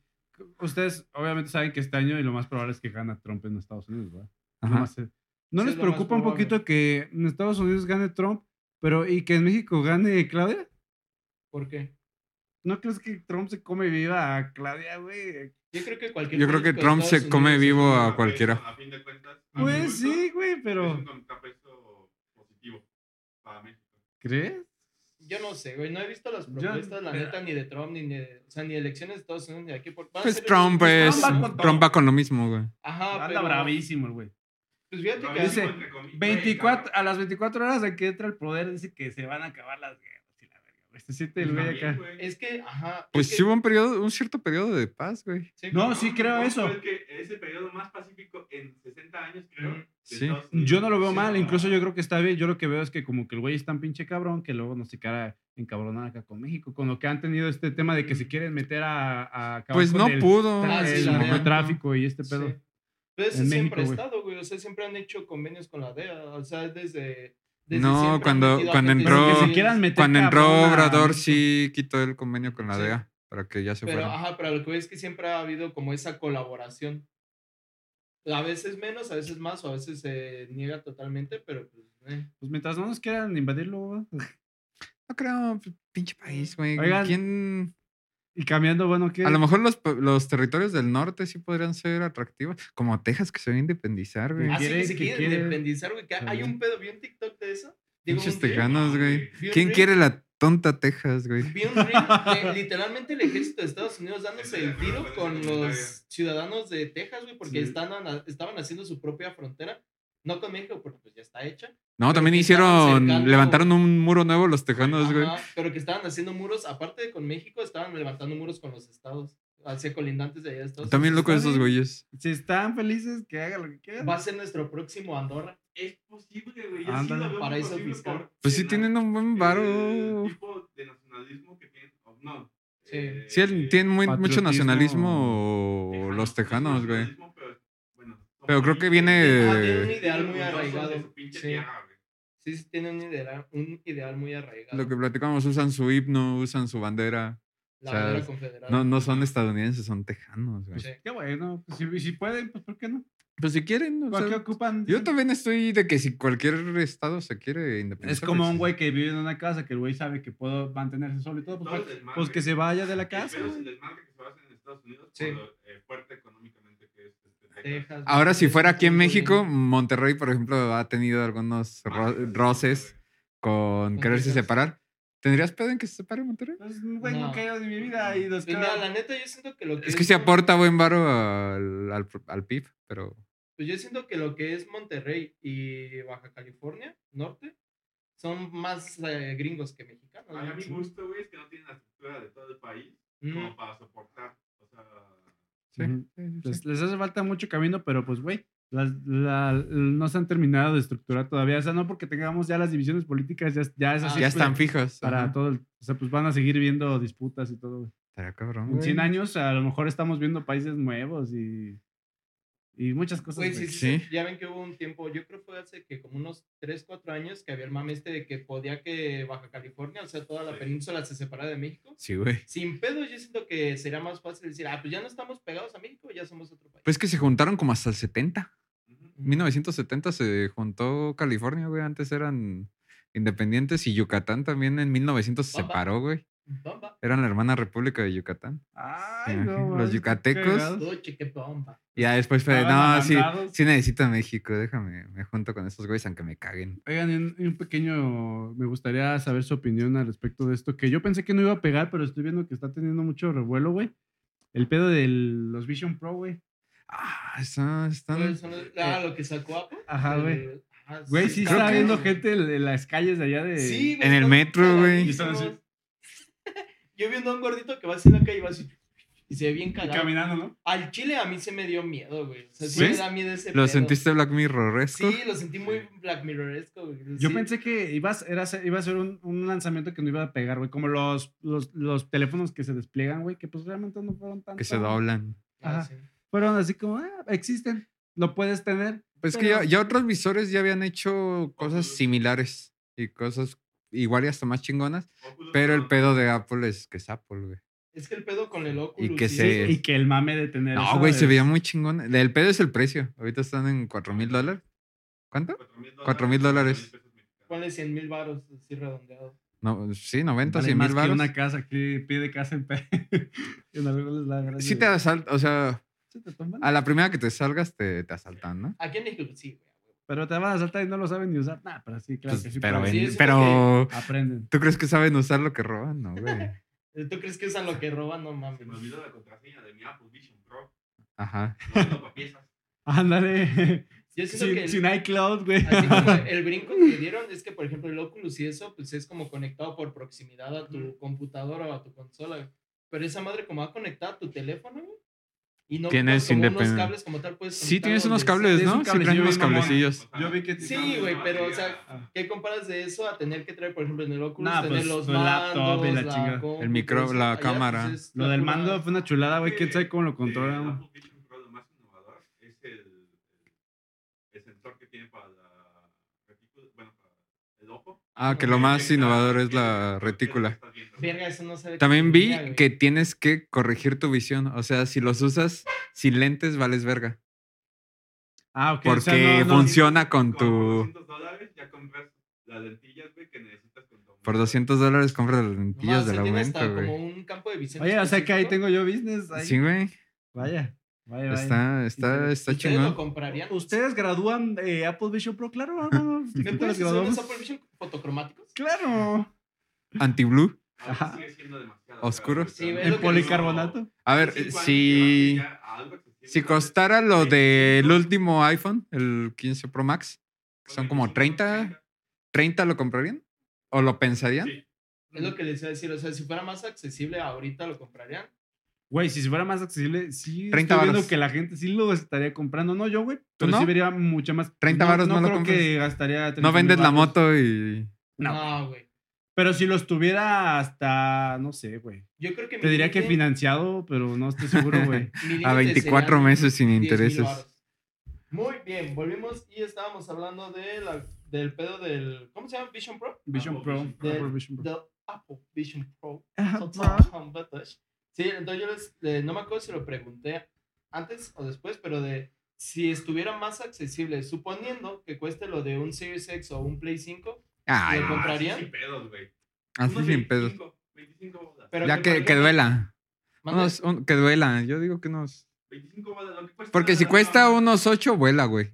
[SPEAKER 3] Ustedes obviamente saben que este año y lo más probable es que gana Trump en Estados Unidos, ¿verdad?
[SPEAKER 2] Ajá.
[SPEAKER 3] Nomás es- eh, ¿No
[SPEAKER 1] Sí,
[SPEAKER 3] les
[SPEAKER 1] es lo más
[SPEAKER 3] preocupa un
[SPEAKER 1] probable.
[SPEAKER 3] poquito que en Estados Unidos gane Trump, pero y que en México gane Claudia?
[SPEAKER 1] ¿Por qué?
[SPEAKER 3] ¿No crees que Trump se come viva a Claudia, güey?
[SPEAKER 1] Yo creo que cualquier
[SPEAKER 2] Yo creo que
[SPEAKER 1] político de
[SPEAKER 2] Trump se
[SPEAKER 1] Estados
[SPEAKER 2] come
[SPEAKER 1] Unidos-
[SPEAKER 2] vivo a
[SPEAKER 6] Bezos,
[SPEAKER 2] cualquiera.
[SPEAKER 6] A fin de cuentas, a mi
[SPEAKER 3] Pues
[SPEAKER 6] gusto,
[SPEAKER 3] sí, güey,
[SPEAKER 6] Es
[SPEAKER 3] pero
[SPEAKER 6] un contrapeso positivo para México.
[SPEAKER 3] ¿crees?
[SPEAKER 1] Yo no sé, güey. No he visto las
[SPEAKER 3] Yo-
[SPEAKER 1] propuestas, la neta, ni de Trump, ni de. O sea, ni de elecciones de Estados Unidos, ni de aquí. Por... van a
[SPEAKER 2] Pues
[SPEAKER 1] ser-
[SPEAKER 2] Trump
[SPEAKER 1] pues,
[SPEAKER 2] es.
[SPEAKER 1] Trump va
[SPEAKER 3] con todo.
[SPEAKER 2] Trump va con lo mismo, güey.
[SPEAKER 1] Ajá,
[SPEAKER 3] Anda
[SPEAKER 1] pero.
[SPEAKER 3] bravísimo el güey.
[SPEAKER 1] Pues fíjate que.
[SPEAKER 6] Bravísimo,
[SPEAKER 3] Dice,
[SPEAKER 6] entre comillas,
[SPEAKER 3] 24, a las 24 horas de que entra el poder dice que se van a acabar las guerras y la verga. Se siente el güey acá.
[SPEAKER 1] Es que, ajá.
[SPEAKER 2] Pues
[SPEAKER 1] es que-
[SPEAKER 2] sí hubo un periodo, un cierto periodo de paz, güey.
[SPEAKER 1] sí,
[SPEAKER 3] No,
[SPEAKER 1] güey.
[SPEAKER 3] sí creo eso.
[SPEAKER 6] Es que ese periodo más pacífico en 60 años, creo. de
[SPEAKER 2] Sí.
[SPEAKER 6] Estados Unidos.
[SPEAKER 3] Yo no lo veo
[SPEAKER 6] Sí,
[SPEAKER 3] mal,
[SPEAKER 6] no.
[SPEAKER 3] incluso yo creo que está bien. Yo lo que veo es que como que el güey es tan pinche cabrón que luego nos se cara encabronada acá con México, con lo que han tenido este tema de que se quieren meter a, a acabar
[SPEAKER 2] Pues
[SPEAKER 3] con
[SPEAKER 2] no
[SPEAKER 3] el,
[SPEAKER 2] pudo. eh,
[SPEAKER 1] Ah,
[SPEAKER 3] tra-
[SPEAKER 1] sí,
[SPEAKER 3] el
[SPEAKER 1] la neta.
[SPEAKER 3] narcotráfico y este pedo.
[SPEAKER 1] Sí. Pero ese
[SPEAKER 3] En
[SPEAKER 1] siempre ha
[SPEAKER 3] México, güey.
[SPEAKER 1] estado, güey. O sea, siempre han hecho convenios con la DEA. O sea, desde. desde
[SPEAKER 2] No,
[SPEAKER 1] siempre han
[SPEAKER 2] cuando-
[SPEAKER 1] metido a
[SPEAKER 2] cuando
[SPEAKER 1] gente
[SPEAKER 2] entró-
[SPEAKER 1] sin
[SPEAKER 3] Pero que se
[SPEAKER 1] papeles.
[SPEAKER 3] quieran meter
[SPEAKER 2] Cuando entró
[SPEAKER 3] cabrón ah, a
[SPEAKER 2] Obrador
[SPEAKER 3] México.
[SPEAKER 2] sí quitó el convenio con la
[SPEAKER 1] Sí.
[SPEAKER 2] DEA para que ya se
[SPEAKER 1] Pero,
[SPEAKER 3] ah.
[SPEAKER 2] fuera.
[SPEAKER 1] ajá, pero lo que voy es que siempre ha habido como esa colaboración. A veces menos, a veces más, o a veces se niega totalmente, pero pues. eh.
[SPEAKER 3] Pues mientras no nos quieran invadirlo, va.
[SPEAKER 2] No creo, p- pinche país, güey.
[SPEAKER 3] Oigan.
[SPEAKER 2] ¿Quién?
[SPEAKER 3] y cambiando, bueno, que
[SPEAKER 2] A lo mejor los, pa- los territorios del norte sí podrían ser atractivos, como Texas, que se va a independizar, güey.
[SPEAKER 3] Ah,
[SPEAKER 1] Así que
[SPEAKER 3] quiere-
[SPEAKER 1] se
[SPEAKER 3] que
[SPEAKER 1] quieren
[SPEAKER 3] quiere-
[SPEAKER 1] independizar, güey. que Hay
[SPEAKER 3] Ajá.
[SPEAKER 1] un pedo, vi un TikTok de eso. Digo,
[SPEAKER 2] Pinches
[SPEAKER 1] un reel,
[SPEAKER 2] tejanos, güey.
[SPEAKER 1] vi un
[SPEAKER 2] ¿Quién
[SPEAKER 1] reel-
[SPEAKER 2] quiere la tonta Texas, güey?
[SPEAKER 1] Vi un reel de literalmente el ejército de Estados Unidos dándose
[SPEAKER 6] Estoy de
[SPEAKER 1] el
[SPEAKER 6] acuerdo
[SPEAKER 1] tiro
[SPEAKER 6] con
[SPEAKER 1] con
[SPEAKER 6] ese
[SPEAKER 1] los
[SPEAKER 6] comentario.
[SPEAKER 1] ciudadanos de Texas, güey, porque
[SPEAKER 3] Sí.
[SPEAKER 1] están, ana- estaban haciendo su propia frontera. No con México, porque pues ya está hecha.
[SPEAKER 2] No, también
[SPEAKER 1] que estaban
[SPEAKER 2] hicieron,
[SPEAKER 1] cercando-
[SPEAKER 2] levantaron un muro nuevo los tejanos, güey.
[SPEAKER 1] Ajá, pero que estaban haciendo muros, aparte de con México, estaban levantando muros con los estados, hacia colindantes de allá de Estados
[SPEAKER 2] También
[SPEAKER 1] Unidos.
[SPEAKER 2] loco esos güeyes.
[SPEAKER 3] si están felices, que hagan lo que quieran.
[SPEAKER 1] Va a ser nuestro próximo Andorra.
[SPEAKER 6] Es posible, güey. Yo sí
[SPEAKER 3] Ándale.
[SPEAKER 6] lo veo
[SPEAKER 1] Paraíso
[SPEAKER 6] posible
[SPEAKER 1] fiscal.
[SPEAKER 6] por
[SPEAKER 2] Pues sí
[SPEAKER 6] el-
[SPEAKER 2] tienen un buen varo.
[SPEAKER 6] El tipo de nacionalismo que tienen. o No.
[SPEAKER 1] Sí.
[SPEAKER 6] eh,
[SPEAKER 2] Sí, el- tienen muy- mucho
[SPEAKER 3] Patriotismo.
[SPEAKER 2] nacionalismo los tejanos,
[SPEAKER 6] es
[SPEAKER 2] güey.
[SPEAKER 6] nacionalismo, Pero, bueno, son
[SPEAKER 2] Pero creo que
[SPEAKER 6] países
[SPEAKER 2] viene-
[SPEAKER 1] Ah, tienen un
[SPEAKER 6] que están
[SPEAKER 1] ideal muy
[SPEAKER 6] orgullosos de
[SPEAKER 1] arraigado.
[SPEAKER 6] su pinche
[SPEAKER 1] Sí.
[SPEAKER 6] tierra, güey.
[SPEAKER 3] Pues
[SPEAKER 1] Sí, sí, tienen un ideal, un ideal muy arraigado.
[SPEAKER 2] Lo que platicamos, usan su himno, usan su bandera.
[SPEAKER 1] la
[SPEAKER 2] o sea,
[SPEAKER 1] bandera confederada.
[SPEAKER 2] No, no son estadounidenses, son tejanos, güey.
[SPEAKER 1] Sí.
[SPEAKER 3] Qué bueno, pues, si, si pueden, pues ¿por qué no?
[SPEAKER 2] Pues si quieren, o
[SPEAKER 3] ¿Para
[SPEAKER 2] sea,
[SPEAKER 3] qué ocupan?
[SPEAKER 2] yo también estoy de que si cualquier estado se quiere independizar.
[SPEAKER 3] Es como
[SPEAKER 2] pues,
[SPEAKER 3] un güey que vive en una casa que el güey sabe que puede mantenerse solo y todo, pues,
[SPEAKER 6] Todo el
[SPEAKER 3] pues,
[SPEAKER 6] desmadre.
[SPEAKER 3] pues, que se vaya de la
[SPEAKER 6] El
[SPEAKER 3] casa.
[SPEAKER 6] pedo es
[SPEAKER 3] güey.
[SPEAKER 6] el desmadre que se va a hacer en Estados Unidos
[SPEAKER 1] Sí.
[SPEAKER 6] por lo, eh, fuerte económicamente que es este, Texas.
[SPEAKER 1] Texas,
[SPEAKER 2] Ahora,
[SPEAKER 1] güey,
[SPEAKER 2] si fuera
[SPEAKER 1] es
[SPEAKER 2] aquí en
[SPEAKER 1] muy
[SPEAKER 2] México,
[SPEAKER 1] bien.
[SPEAKER 2] Monterrey, por ejemplo, ha tenido algunos ro-
[SPEAKER 6] Ah, sí,
[SPEAKER 2] roces con
[SPEAKER 1] Con
[SPEAKER 2] quererse
[SPEAKER 1] Texas.
[SPEAKER 2] separar. ¿Tendrías pedo en que se separe Monterrey?
[SPEAKER 3] Pues, güey, no.
[SPEAKER 1] No.
[SPEAKER 3] cayó de mi vida y los
[SPEAKER 1] Pues mira, la
[SPEAKER 3] caras.
[SPEAKER 1] neta, yo siento que lo que.
[SPEAKER 2] Es que se
[SPEAKER 1] Mon-
[SPEAKER 2] aporta buen varo al, al, al PIB, pero
[SPEAKER 1] Pues yo siento que lo que es Monterrey y Baja California, norte, son más eh, gringos que mexicanos.
[SPEAKER 6] A
[SPEAKER 1] güey.
[SPEAKER 6] mi gusto, güey, es que no tienen la estructura de todo el país
[SPEAKER 1] Mm.
[SPEAKER 6] como para soportar. O sea,
[SPEAKER 2] sí.
[SPEAKER 3] Ujú. Pues,
[SPEAKER 2] sí, sí,
[SPEAKER 3] Les,
[SPEAKER 2] sí.
[SPEAKER 3] les hace falta mucho camino, pero pues, güey, las- la- no se han terminado de estructurar todavía. O sea, no porque tengamos ya las divisiones políticas, ya, ya es
[SPEAKER 1] Ah,
[SPEAKER 3] así.
[SPEAKER 2] Ya
[SPEAKER 3] pues,
[SPEAKER 2] están fijas.
[SPEAKER 3] Para
[SPEAKER 2] ajá.
[SPEAKER 3] todo el- o sea, pues van a seguir viendo disputas y todo. güey.
[SPEAKER 2] Estaría cabrón,
[SPEAKER 3] En
[SPEAKER 2] güey.
[SPEAKER 3] 100 años a lo mejor estamos viendo países nuevos y, y muchas cosas.
[SPEAKER 1] Güey,
[SPEAKER 3] güey.
[SPEAKER 1] sí, sí,
[SPEAKER 2] Sí.
[SPEAKER 1] sí. Ya ven que hubo un tiempo, yo creo que fue hace que como unos 3, 4 años que había el mame este de que podía que Baja California, o sea, toda la
[SPEAKER 6] Sí.
[SPEAKER 1] península se separara de México.
[SPEAKER 2] Sí, güey.
[SPEAKER 1] Sin pedo, yo siento que sería más fácil decir, ah, pues ya no estamos pegados a México, ya somos otro país.
[SPEAKER 2] Pues que se juntaron como hasta el 70.
[SPEAKER 6] ujú.
[SPEAKER 2] 1970 se juntó California, güey. Antes eran independientes y Yucatán también en 1900 se
[SPEAKER 1] Papá.
[SPEAKER 2] separó, güey.
[SPEAKER 1] Bomba.
[SPEAKER 2] Eran la hermana república de Yucatán.
[SPEAKER 3] Ay,
[SPEAKER 2] Ajá,
[SPEAKER 3] no,
[SPEAKER 2] los
[SPEAKER 3] mames, qué
[SPEAKER 2] yucatecos.
[SPEAKER 3] cagados.
[SPEAKER 1] Todo cheque bomba.
[SPEAKER 2] Y ya después fue,
[SPEAKER 3] Estaban
[SPEAKER 2] no, sí,
[SPEAKER 3] amandados.
[SPEAKER 2] sí necesito a México, déjame, me junto con esos güeyes aunque me caguen.
[SPEAKER 3] Oigan, y un, y un pequeño, me gustaría saber su opinión al respecto de esto, que yo pensé que no iba a pegar, pero estoy viendo que está teniendo mucho revuelo, güey. El pedo de los Vision Pro, güey.
[SPEAKER 2] Ah, está- están...
[SPEAKER 1] Pues, son los- ah, lo que sacó Apple.
[SPEAKER 3] Ajá, güey.
[SPEAKER 1] Eh, ah,
[SPEAKER 3] Güey, sí,
[SPEAKER 2] creo
[SPEAKER 3] está
[SPEAKER 2] que-
[SPEAKER 3] viendo gente en, en las calles de allá de...
[SPEAKER 1] Sí,
[SPEAKER 2] En el
[SPEAKER 1] están
[SPEAKER 2] metro, güey.
[SPEAKER 1] cagadísimos.
[SPEAKER 3] Y están así.
[SPEAKER 1] [laughs] Yo viendo a un gordito que va así en la calle y va así. Y se ve bien
[SPEAKER 3] y
[SPEAKER 1] cagado.
[SPEAKER 3] caminando, ¿no?
[SPEAKER 1] Al chile a mí se me dio miedo, güey. O sea, sí
[SPEAKER 2] ¿Sí?
[SPEAKER 1] me da miedo ese
[SPEAKER 2] ¿Lo
[SPEAKER 1] pedo.
[SPEAKER 2] sentiste Black Mirror esco?
[SPEAKER 1] Sí, lo sentí muy Black Mirroresco, güey.
[SPEAKER 3] Yo
[SPEAKER 1] Sí.
[SPEAKER 3] pensé que iba a ser, era ser- iba a ser un, un lanzamiento que no iba a pegar, güey. Como los, los, los teléfonos que se despliegan, güey, que pues realmente no fueron tan...
[SPEAKER 2] Que se doblan.
[SPEAKER 1] Ah,
[SPEAKER 3] Ajá.
[SPEAKER 1] sí.
[SPEAKER 3] Fueron así como, ah, existen, lo puedes tener.
[SPEAKER 2] Pues que
[SPEAKER 3] Pero-
[SPEAKER 2] ya, ya otros visores ya habían hecho cosas similares y cosas igual y hasta más chingonas,
[SPEAKER 6] Oculus
[SPEAKER 2] pero el
[SPEAKER 6] no-
[SPEAKER 2] pedo de Apple es que es Apple, güey.
[SPEAKER 1] Es que el pedo con el Oculus.
[SPEAKER 2] que
[SPEAKER 1] sí,
[SPEAKER 2] se-
[SPEAKER 1] güey.
[SPEAKER 3] Y que el mame de tener...
[SPEAKER 2] No,
[SPEAKER 3] eso
[SPEAKER 2] güey, se
[SPEAKER 3] es-
[SPEAKER 2] veía muy chingón. El pedo es el precio. Ahorita están en 4 mil dólares. ¿Cuánto? Cuatro mil dólares.
[SPEAKER 6] pesos mexicanos.
[SPEAKER 1] Ponle 100 mil baros así redondeado.
[SPEAKER 2] No, sí, 90,
[SPEAKER 3] Vale
[SPEAKER 2] 100
[SPEAKER 3] más
[SPEAKER 2] mil
[SPEAKER 3] que
[SPEAKER 2] baros.
[SPEAKER 3] una casa aquí pide casa en pe- [laughs] en algunos lugares
[SPEAKER 2] Sí
[SPEAKER 3] de-
[SPEAKER 2] te Ah. asaltan, o sea,
[SPEAKER 3] sí te toman,
[SPEAKER 2] a la primera que te salgas te, te asaltan, ¿no?
[SPEAKER 1] Aquí en México sí, güey.
[SPEAKER 3] pero te van a saltar y no lo saben ni usar. Nah, pero sí, claro
[SPEAKER 2] Pues,
[SPEAKER 3] que sí.
[SPEAKER 2] pero,
[SPEAKER 1] pero
[SPEAKER 3] pueden.
[SPEAKER 1] sí
[SPEAKER 2] en-
[SPEAKER 1] es
[SPEAKER 2] pero
[SPEAKER 3] aprenden. [laughs]
[SPEAKER 2] ¿tú crees que saben usar lo que roban? No, güey.
[SPEAKER 1] ¿Tú crees que usan lo que roban? No
[SPEAKER 6] Se me
[SPEAKER 1] mames.
[SPEAKER 6] olvidó la contraseña de mi Apple Vision Pro.
[SPEAKER 2] Ajá.
[SPEAKER 6] No, no, pa' piezas.
[SPEAKER 3] Ándale.
[SPEAKER 1] Yo siento que
[SPEAKER 3] Sin,
[SPEAKER 1] el-
[SPEAKER 3] sin iCloud, güey.
[SPEAKER 1] Así como
[SPEAKER 2] [laughs]
[SPEAKER 1] el brinco que dieron es que, por ejemplo, el Oculus y eso, pues es como conectado por proximidad a tu computadora o a tu consola. güey. Pero esa madre como va conectada a tu teléfono, güey, y no
[SPEAKER 2] Tienes
[SPEAKER 1] como unos
[SPEAKER 2] independen-
[SPEAKER 1] cables como tal, puedes
[SPEAKER 2] Sí,
[SPEAKER 1] conectar
[SPEAKER 2] tienes
[SPEAKER 1] donde
[SPEAKER 2] unos
[SPEAKER 1] sea.
[SPEAKER 3] es
[SPEAKER 2] cables,
[SPEAKER 3] un
[SPEAKER 2] ¿no? Sí, traen
[SPEAKER 3] cablecillo
[SPEAKER 2] unos
[SPEAKER 3] bien mamón.
[SPEAKER 2] cablecillos.
[SPEAKER 3] Yo vi que
[SPEAKER 1] Sí, güey, pero, o sea,
[SPEAKER 3] Ah.
[SPEAKER 1] ¿qué comparas de eso a tener que traer, por ejemplo, en el Oculus,
[SPEAKER 3] Nah,
[SPEAKER 1] tener
[SPEAKER 3] pues,
[SPEAKER 1] los
[SPEAKER 3] tu laptop
[SPEAKER 1] mandos,
[SPEAKER 3] y la
[SPEAKER 1] la
[SPEAKER 3] chingada.
[SPEAKER 2] El micro-
[SPEAKER 1] todo eso?
[SPEAKER 2] la
[SPEAKER 1] Allá,
[SPEAKER 2] cámara.
[SPEAKER 1] pues, es
[SPEAKER 3] Lo
[SPEAKER 1] la
[SPEAKER 3] del
[SPEAKER 1] pura-
[SPEAKER 3] mando fue una
[SPEAKER 2] Ah,
[SPEAKER 3] chulada, güey. ¿Quién sabe cómo lo controla?
[SPEAKER 6] Lo más innovador es el, el sensor que tiene para la retícula, bueno, para el ojo.
[SPEAKER 2] Ah, que lo más innovador es la retícula.
[SPEAKER 1] Verga, eso no se ve
[SPEAKER 2] También
[SPEAKER 1] que tenía,
[SPEAKER 2] vi
[SPEAKER 1] güey.
[SPEAKER 2] que tienes que corregir tu visión. O sea, si los usas sin lentes, vales verga.
[SPEAKER 3] Ah, ok. o sea,
[SPEAKER 2] Porque
[SPEAKER 3] no- no-
[SPEAKER 2] funciona con
[SPEAKER 6] Por
[SPEAKER 2] tu...
[SPEAKER 6] 200 dólares ya compras las lentillas, güey, que necesitas con tu
[SPEAKER 2] Por 200 dólares compras las
[SPEAKER 1] No,
[SPEAKER 2] lentillas
[SPEAKER 1] o sea,
[SPEAKER 2] del
[SPEAKER 1] tiene hasta
[SPEAKER 2] aumento,
[SPEAKER 1] como
[SPEAKER 2] güey.
[SPEAKER 1] un campo de visión.
[SPEAKER 3] Oye, o sea que ahí
[SPEAKER 1] específico.
[SPEAKER 3] tengo yo business. ahí.
[SPEAKER 2] Sí, güey.
[SPEAKER 3] Vaya, vaya, vaya.
[SPEAKER 2] Está, está,
[SPEAKER 3] Interesante.
[SPEAKER 2] está
[SPEAKER 1] ¿Ustedes lo
[SPEAKER 2] chingón.
[SPEAKER 1] comprarían?
[SPEAKER 3] ¿Ustedes gradúan eh, Apple Vision Pro? Claro, no, no,
[SPEAKER 2] [laughs]
[SPEAKER 3] no.
[SPEAKER 1] ¿Me
[SPEAKER 3] los
[SPEAKER 1] puedes hacer
[SPEAKER 3] graduamos?
[SPEAKER 1] unos Apple Vision fotocromáticos?
[SPEAKER 3] Claro.
[SPEAKER 2] Anti-blue.
[SPEAKER 3] Ajá.
[SPEAKER 6] Ajá.
[SPEAKER 2] Oscuro.
[SPEAKER 1] Sí,
[SPEAKER 3] En
[SPEAKER 1] lo que-
[SPEAKER 3] policarbonato.
[SPEAKER 2] A ver, si, si costara lo del último iPhone, el 15 Pro Max, que son como 30, 30 lo comprarían o lo pensarían.
[SPEAKER 6] Sí.
[SPEAKER 1] Es lo que les iba a decir. O sea, si fuera más accesible ahorita, lo comprarían.
[SPEAKER 3] Güey, si fuera más accesible, sí.
[SPEAKER 2] 30
[SPEAKER 3] estoy viendo
[SPEAKER 2] varos.
[SPEAKER 3] que la gente sí lo estaría comprando. No yo, güey. Pero
[SPEAKER 2] no?
[SPEAKER 3] sí vería mucha más.
[SPEAKER 2] 30 varos no lo
[SPEAKER 3] creo
[SPEAKER 2] compras.
[SPEAKER 3] que gastaría. 30
[SPEAKER 2] No
[SPEAKER 3] mil
[SPEAKER 2] vendes la
[SPEAKER 3] varos.
[SPEAKER 2] moto y
[SPEAKER 3] No.
[SPEAKER 1] No, güey.
[SPEAKER 3] Pero si los tuviera hasta, no sé, güey.
[SPEAKER 1] Yo creo que.
[SPEAKER 3] Te diría que financiado, pero no estoy seguro, güey.
[SPEAKER 6] [laughs]
[SPEAKER 2] a 24 meses sin intereses.
[SPEAKER 1] Muy bien, volvimos y estábamos hablando de la, del pedo del. ¿Cómo se llama? Vision Pro.
[SPEAKER 3] Vision
[SPEAKER 6] Apple
[SPEAKER 3] Pro.
[SPEAKER 6] Vision
[SPEAKER 1] Pro.
[SPEAKER 3] Apple Vision Pro.
[SPEAKER 1] Del Apple Vision Pro.
[SPEAKER 3] Apple.
[SPEAKER 1] Sí, entonces yo les, eh, no me acuerdo si lo pregunté antes o después, pero de si estuviera más accesible, suponiendo que cueste lo de un Series X o un Play 5,
[SPEAKER 2] Ay,
[SPEAKER 1] ¿Lo comprarían?
[SPEAKER 6] Sin pedos, güey.
[SPEAKER 2] así
[SPEAKER 6] Unos
[SPEAKER 2] sin pedos.
[SPEAKER 6] 25, 25 bolas.
[SPEAKER 1] Pero
[SPEAKER 2] Ya
[SPEAKER 1] por
[SPEAKER 2] que, que
[SPEAKER 1] ejemplo-
[SPEAKER 2] duela.
[SPEAKER 1] Mande.
[SPEAKER 2] Unos- un- que duela. Yo digo que unos.
[SPEAKER 6] 25 bolas, lo que cuesta
[SPEAKER 2] Porque si
[SPEAKER 6] nada
[SPEAKER 2] cuesta
[SPEAKER 6] más,
[SPEAKER 2] unos 8, vuela, güey.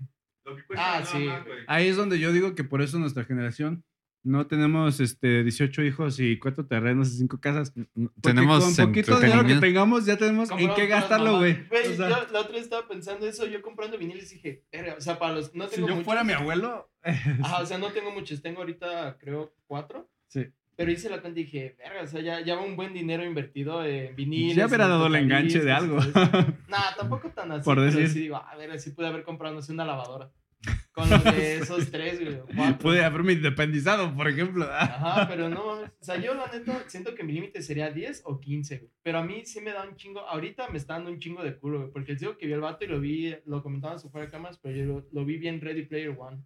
[SPEAKER 6] Lo que cuesta
[SPEAKER 1] Ah,
[SPEAKER 6] nada
[SPEAKER 1] sí.
[SPEAKER 6] más, güey.
[SPEAKER 3] Ahí es donde yo digo que por eso nuestra generación no tenemos este 18 hijos y cuatro terrenos y cinco casas. Porque
[SPEAKER 2] Tenemos
[SPEAKER 3] con poquito dinero que
[SPEAKER 2] entretenimiento.
[SPEAKER 3] tengamos ya tenemos en
[SPEAKER 1] Compramos
[SPEAKER 3] qué
[SPEAKER 1] puras
[SPEAKER 3] gastarlo,
[SPEAKER 1] mamadas.
[SPEAKER 3] güey. O sea,
[SPEAKER 1] yo la otra vez estaba pensando eso, yo comprando viniles dije, "Verga", o sea, para los. No
[SPEAKER 3] si
[SPEAKER 1] tengo
[SPEAKER 3] yo
[SPEAKER 1] muchos.
[SPEAKER 3] fuera mi abuelo,
[SPEAKER 1] Ajá, o sea, no tengo muchos, tengo ahorita creo cuatro.
[SPEAKER 3] Sí.
[SPEAKER 1] Pero hice la cuenta y dije, verga, o sea, ya, ya va un buen dinero invertido en viniles.
[SPEAKER 3] ya hubiera
[SPEAKER 1] en
[SPEAKER 3] dado el enganche de algo.
[SPEAKER 1] tocadiscos, Nah, tampoco tan así.
[SPEAKER 3] Por
[SPEAKER 1] Por decir.
[SPEAKER 3] decir.
[SPEAKER 1] Pero sí digo, a ver, sí pude haber comprado, no sé, una
[SPEAKER 3] [laughs]
[SPEAKER 1] lavadora. Con los de esos tres, güey. o cuatro.
[SPEAKER 3] Pude haberme independizado, por ejemplo. Ah,
[SPEAKER 1] Ajá, pero no mames. O sea, yo la neta siento que mi límite sería 10 o 15, güey. Pero a mí sí me da un chingo. Ahorita me está dando un chingo de culo, güey. Porque el digo que vi al vato y lo vi, lo comentaban su fuera de cámaras, pero yo lo, lo vi bien Ready Player One.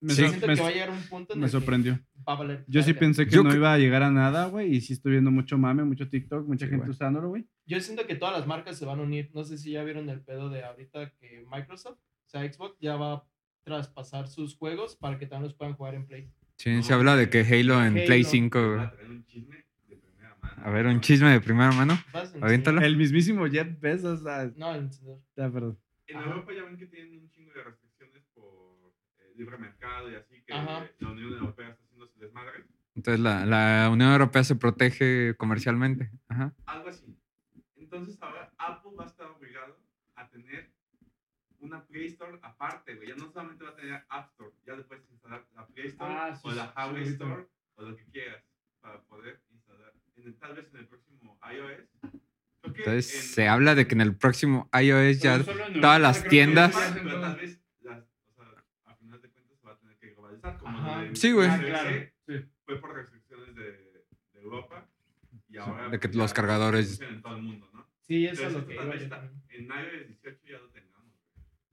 [SPEAKER 3] Me,
[SPEAKER 2] Sí.
[SPEAKER 3] sor-
[SPEAKER 1] siento
[SPEAKER 3] me-
[SPEAKER 1] que va a llegar un punto en
[SPEAKER 3] me
[SPEAKER 1] el que
[SPEAKER 3] sorprendió.
[SPEAKER 1] va a valer
[SPEAKER 3] Yo sí
[SPEAKER 1] verga.
[SPEAKER 3] pensé que
[SPEAKER 2] Yo
[SPEAKER 3] no
[SPEAKER 2] cre-
[SPEAKER 3] iba a llegar a nada, güey. Y sí estoy viendo mucho mame, mucho TikTok, mucha
[SPEAKER 2] Sí,
[SPEAKER 3] gente
[SPEAKER 2] güey.
[SPEAKER 3] usándolo, güey.
[SPEAKER 1] Yo siento que todas las marcas se van a unir. No sé si ya vieron el pedo de ahorita que Microsoft, o sea, Xbox, ya va a traspasar sus juegos para que también los puedan jugar en Play.
[SPEAKER 2] Sí, se habla de que Halo en
[SPEAKER 1] Halo.
[SPEAKER 2] Play 5,
[SPEAKER 6] Voy
[SPEAKER 2] güey.
[SPEAKER 6] a traer un chisme de primera mano.
[SPEAKER 2] A ver, un chisme de primera mano.
[SPEAKER 1] ¿Vas a
[SPEAKER 2] Aviéntalo.
[SPEAKER 3] El mismísimo Jeff Bezos. ah,
[SPEAKER 1] No, el encendedor.
[SPEAKER 3] ah, perdón.
[SPEAKER 6] En
[SPEAKER 1] Ajá.
[SPEAKER 6] Europa ya ven que tienen un chingo de restricciones por eh, libre mercado y así que
[SPEAKER 1] Ajá.
[SPEAKER 6] la Unión Europea está haciendo su desmadre.
[SPEAKER 2] Entonces la, la Unión Europea se protege comercialmente. Ajá.
[SPEAKER 6] Algo así. Entonces ahora Apple va a estar obligado a tener una Play Store aparte, güey. Ya no solamente va a tener App Store, ya le puedes instalar la Play Store
[SPEAKER 3] Ah, sí,
[SPEAKER 6] o la
[SPEAKER 3] sí,
[SPEAKER 6] Huawei
[SPEAKER 3] sí, sí.
[SPEAKER 6] Store o lo que quieras para poder instalar. En el- tal vez en el próximo iOS. Creo que
[SPEAKER 2] Entonces
[SPEAKER 6] en-
[SPEAKER 2] se habla de que en el próximo iOS ya
[SPEAKER 7] Pero solo en Europa
[SPEAKER 2] todas las
[SPEAKER 7] creo que
[SPEAKER 2] tiendas-
[SPEAKER 7] ya hacen
[SPEAKER 6] Pero
[SPEAKER 7] todo.
[SPEAKER 6] tal vez las, o sea, a final de cuentas se va a tener que globalizar como
[SPEAKER 1] Ajá.
[SPEAKER 6] lo de-
[SPEAKER 2] Sí, güey.
[SPEAKER 7] Ah,
[SPEAKER 6] de-
[SPEAKER 7] claro. Sí.
[SPEAKER 6] Fue por restricciones de, de Europa y ahora
[SPEAKER 2] de que
[SPEAKER 6] pues, ya
[SPEAKER 2] los cargadores-
[SPEAKER 6] se usan en todo el mundo, ¿no?
[SPEAKER 1] Sí, eso es
[SPEAKER 6] Entonces,
[SPEAKER 1] lo
[SPEAKER 6] esto
[SPEAKER 1] que
[SPEAKER 6] tal
[SPEAKER 1] iba
[SPEAKER 6] vez
[SPEAKER 1] yo
[SPEAKER 6] está-
[SPEAKER 1] también.
[SPEAKER 6] en iOS 18 ya lo tengamos.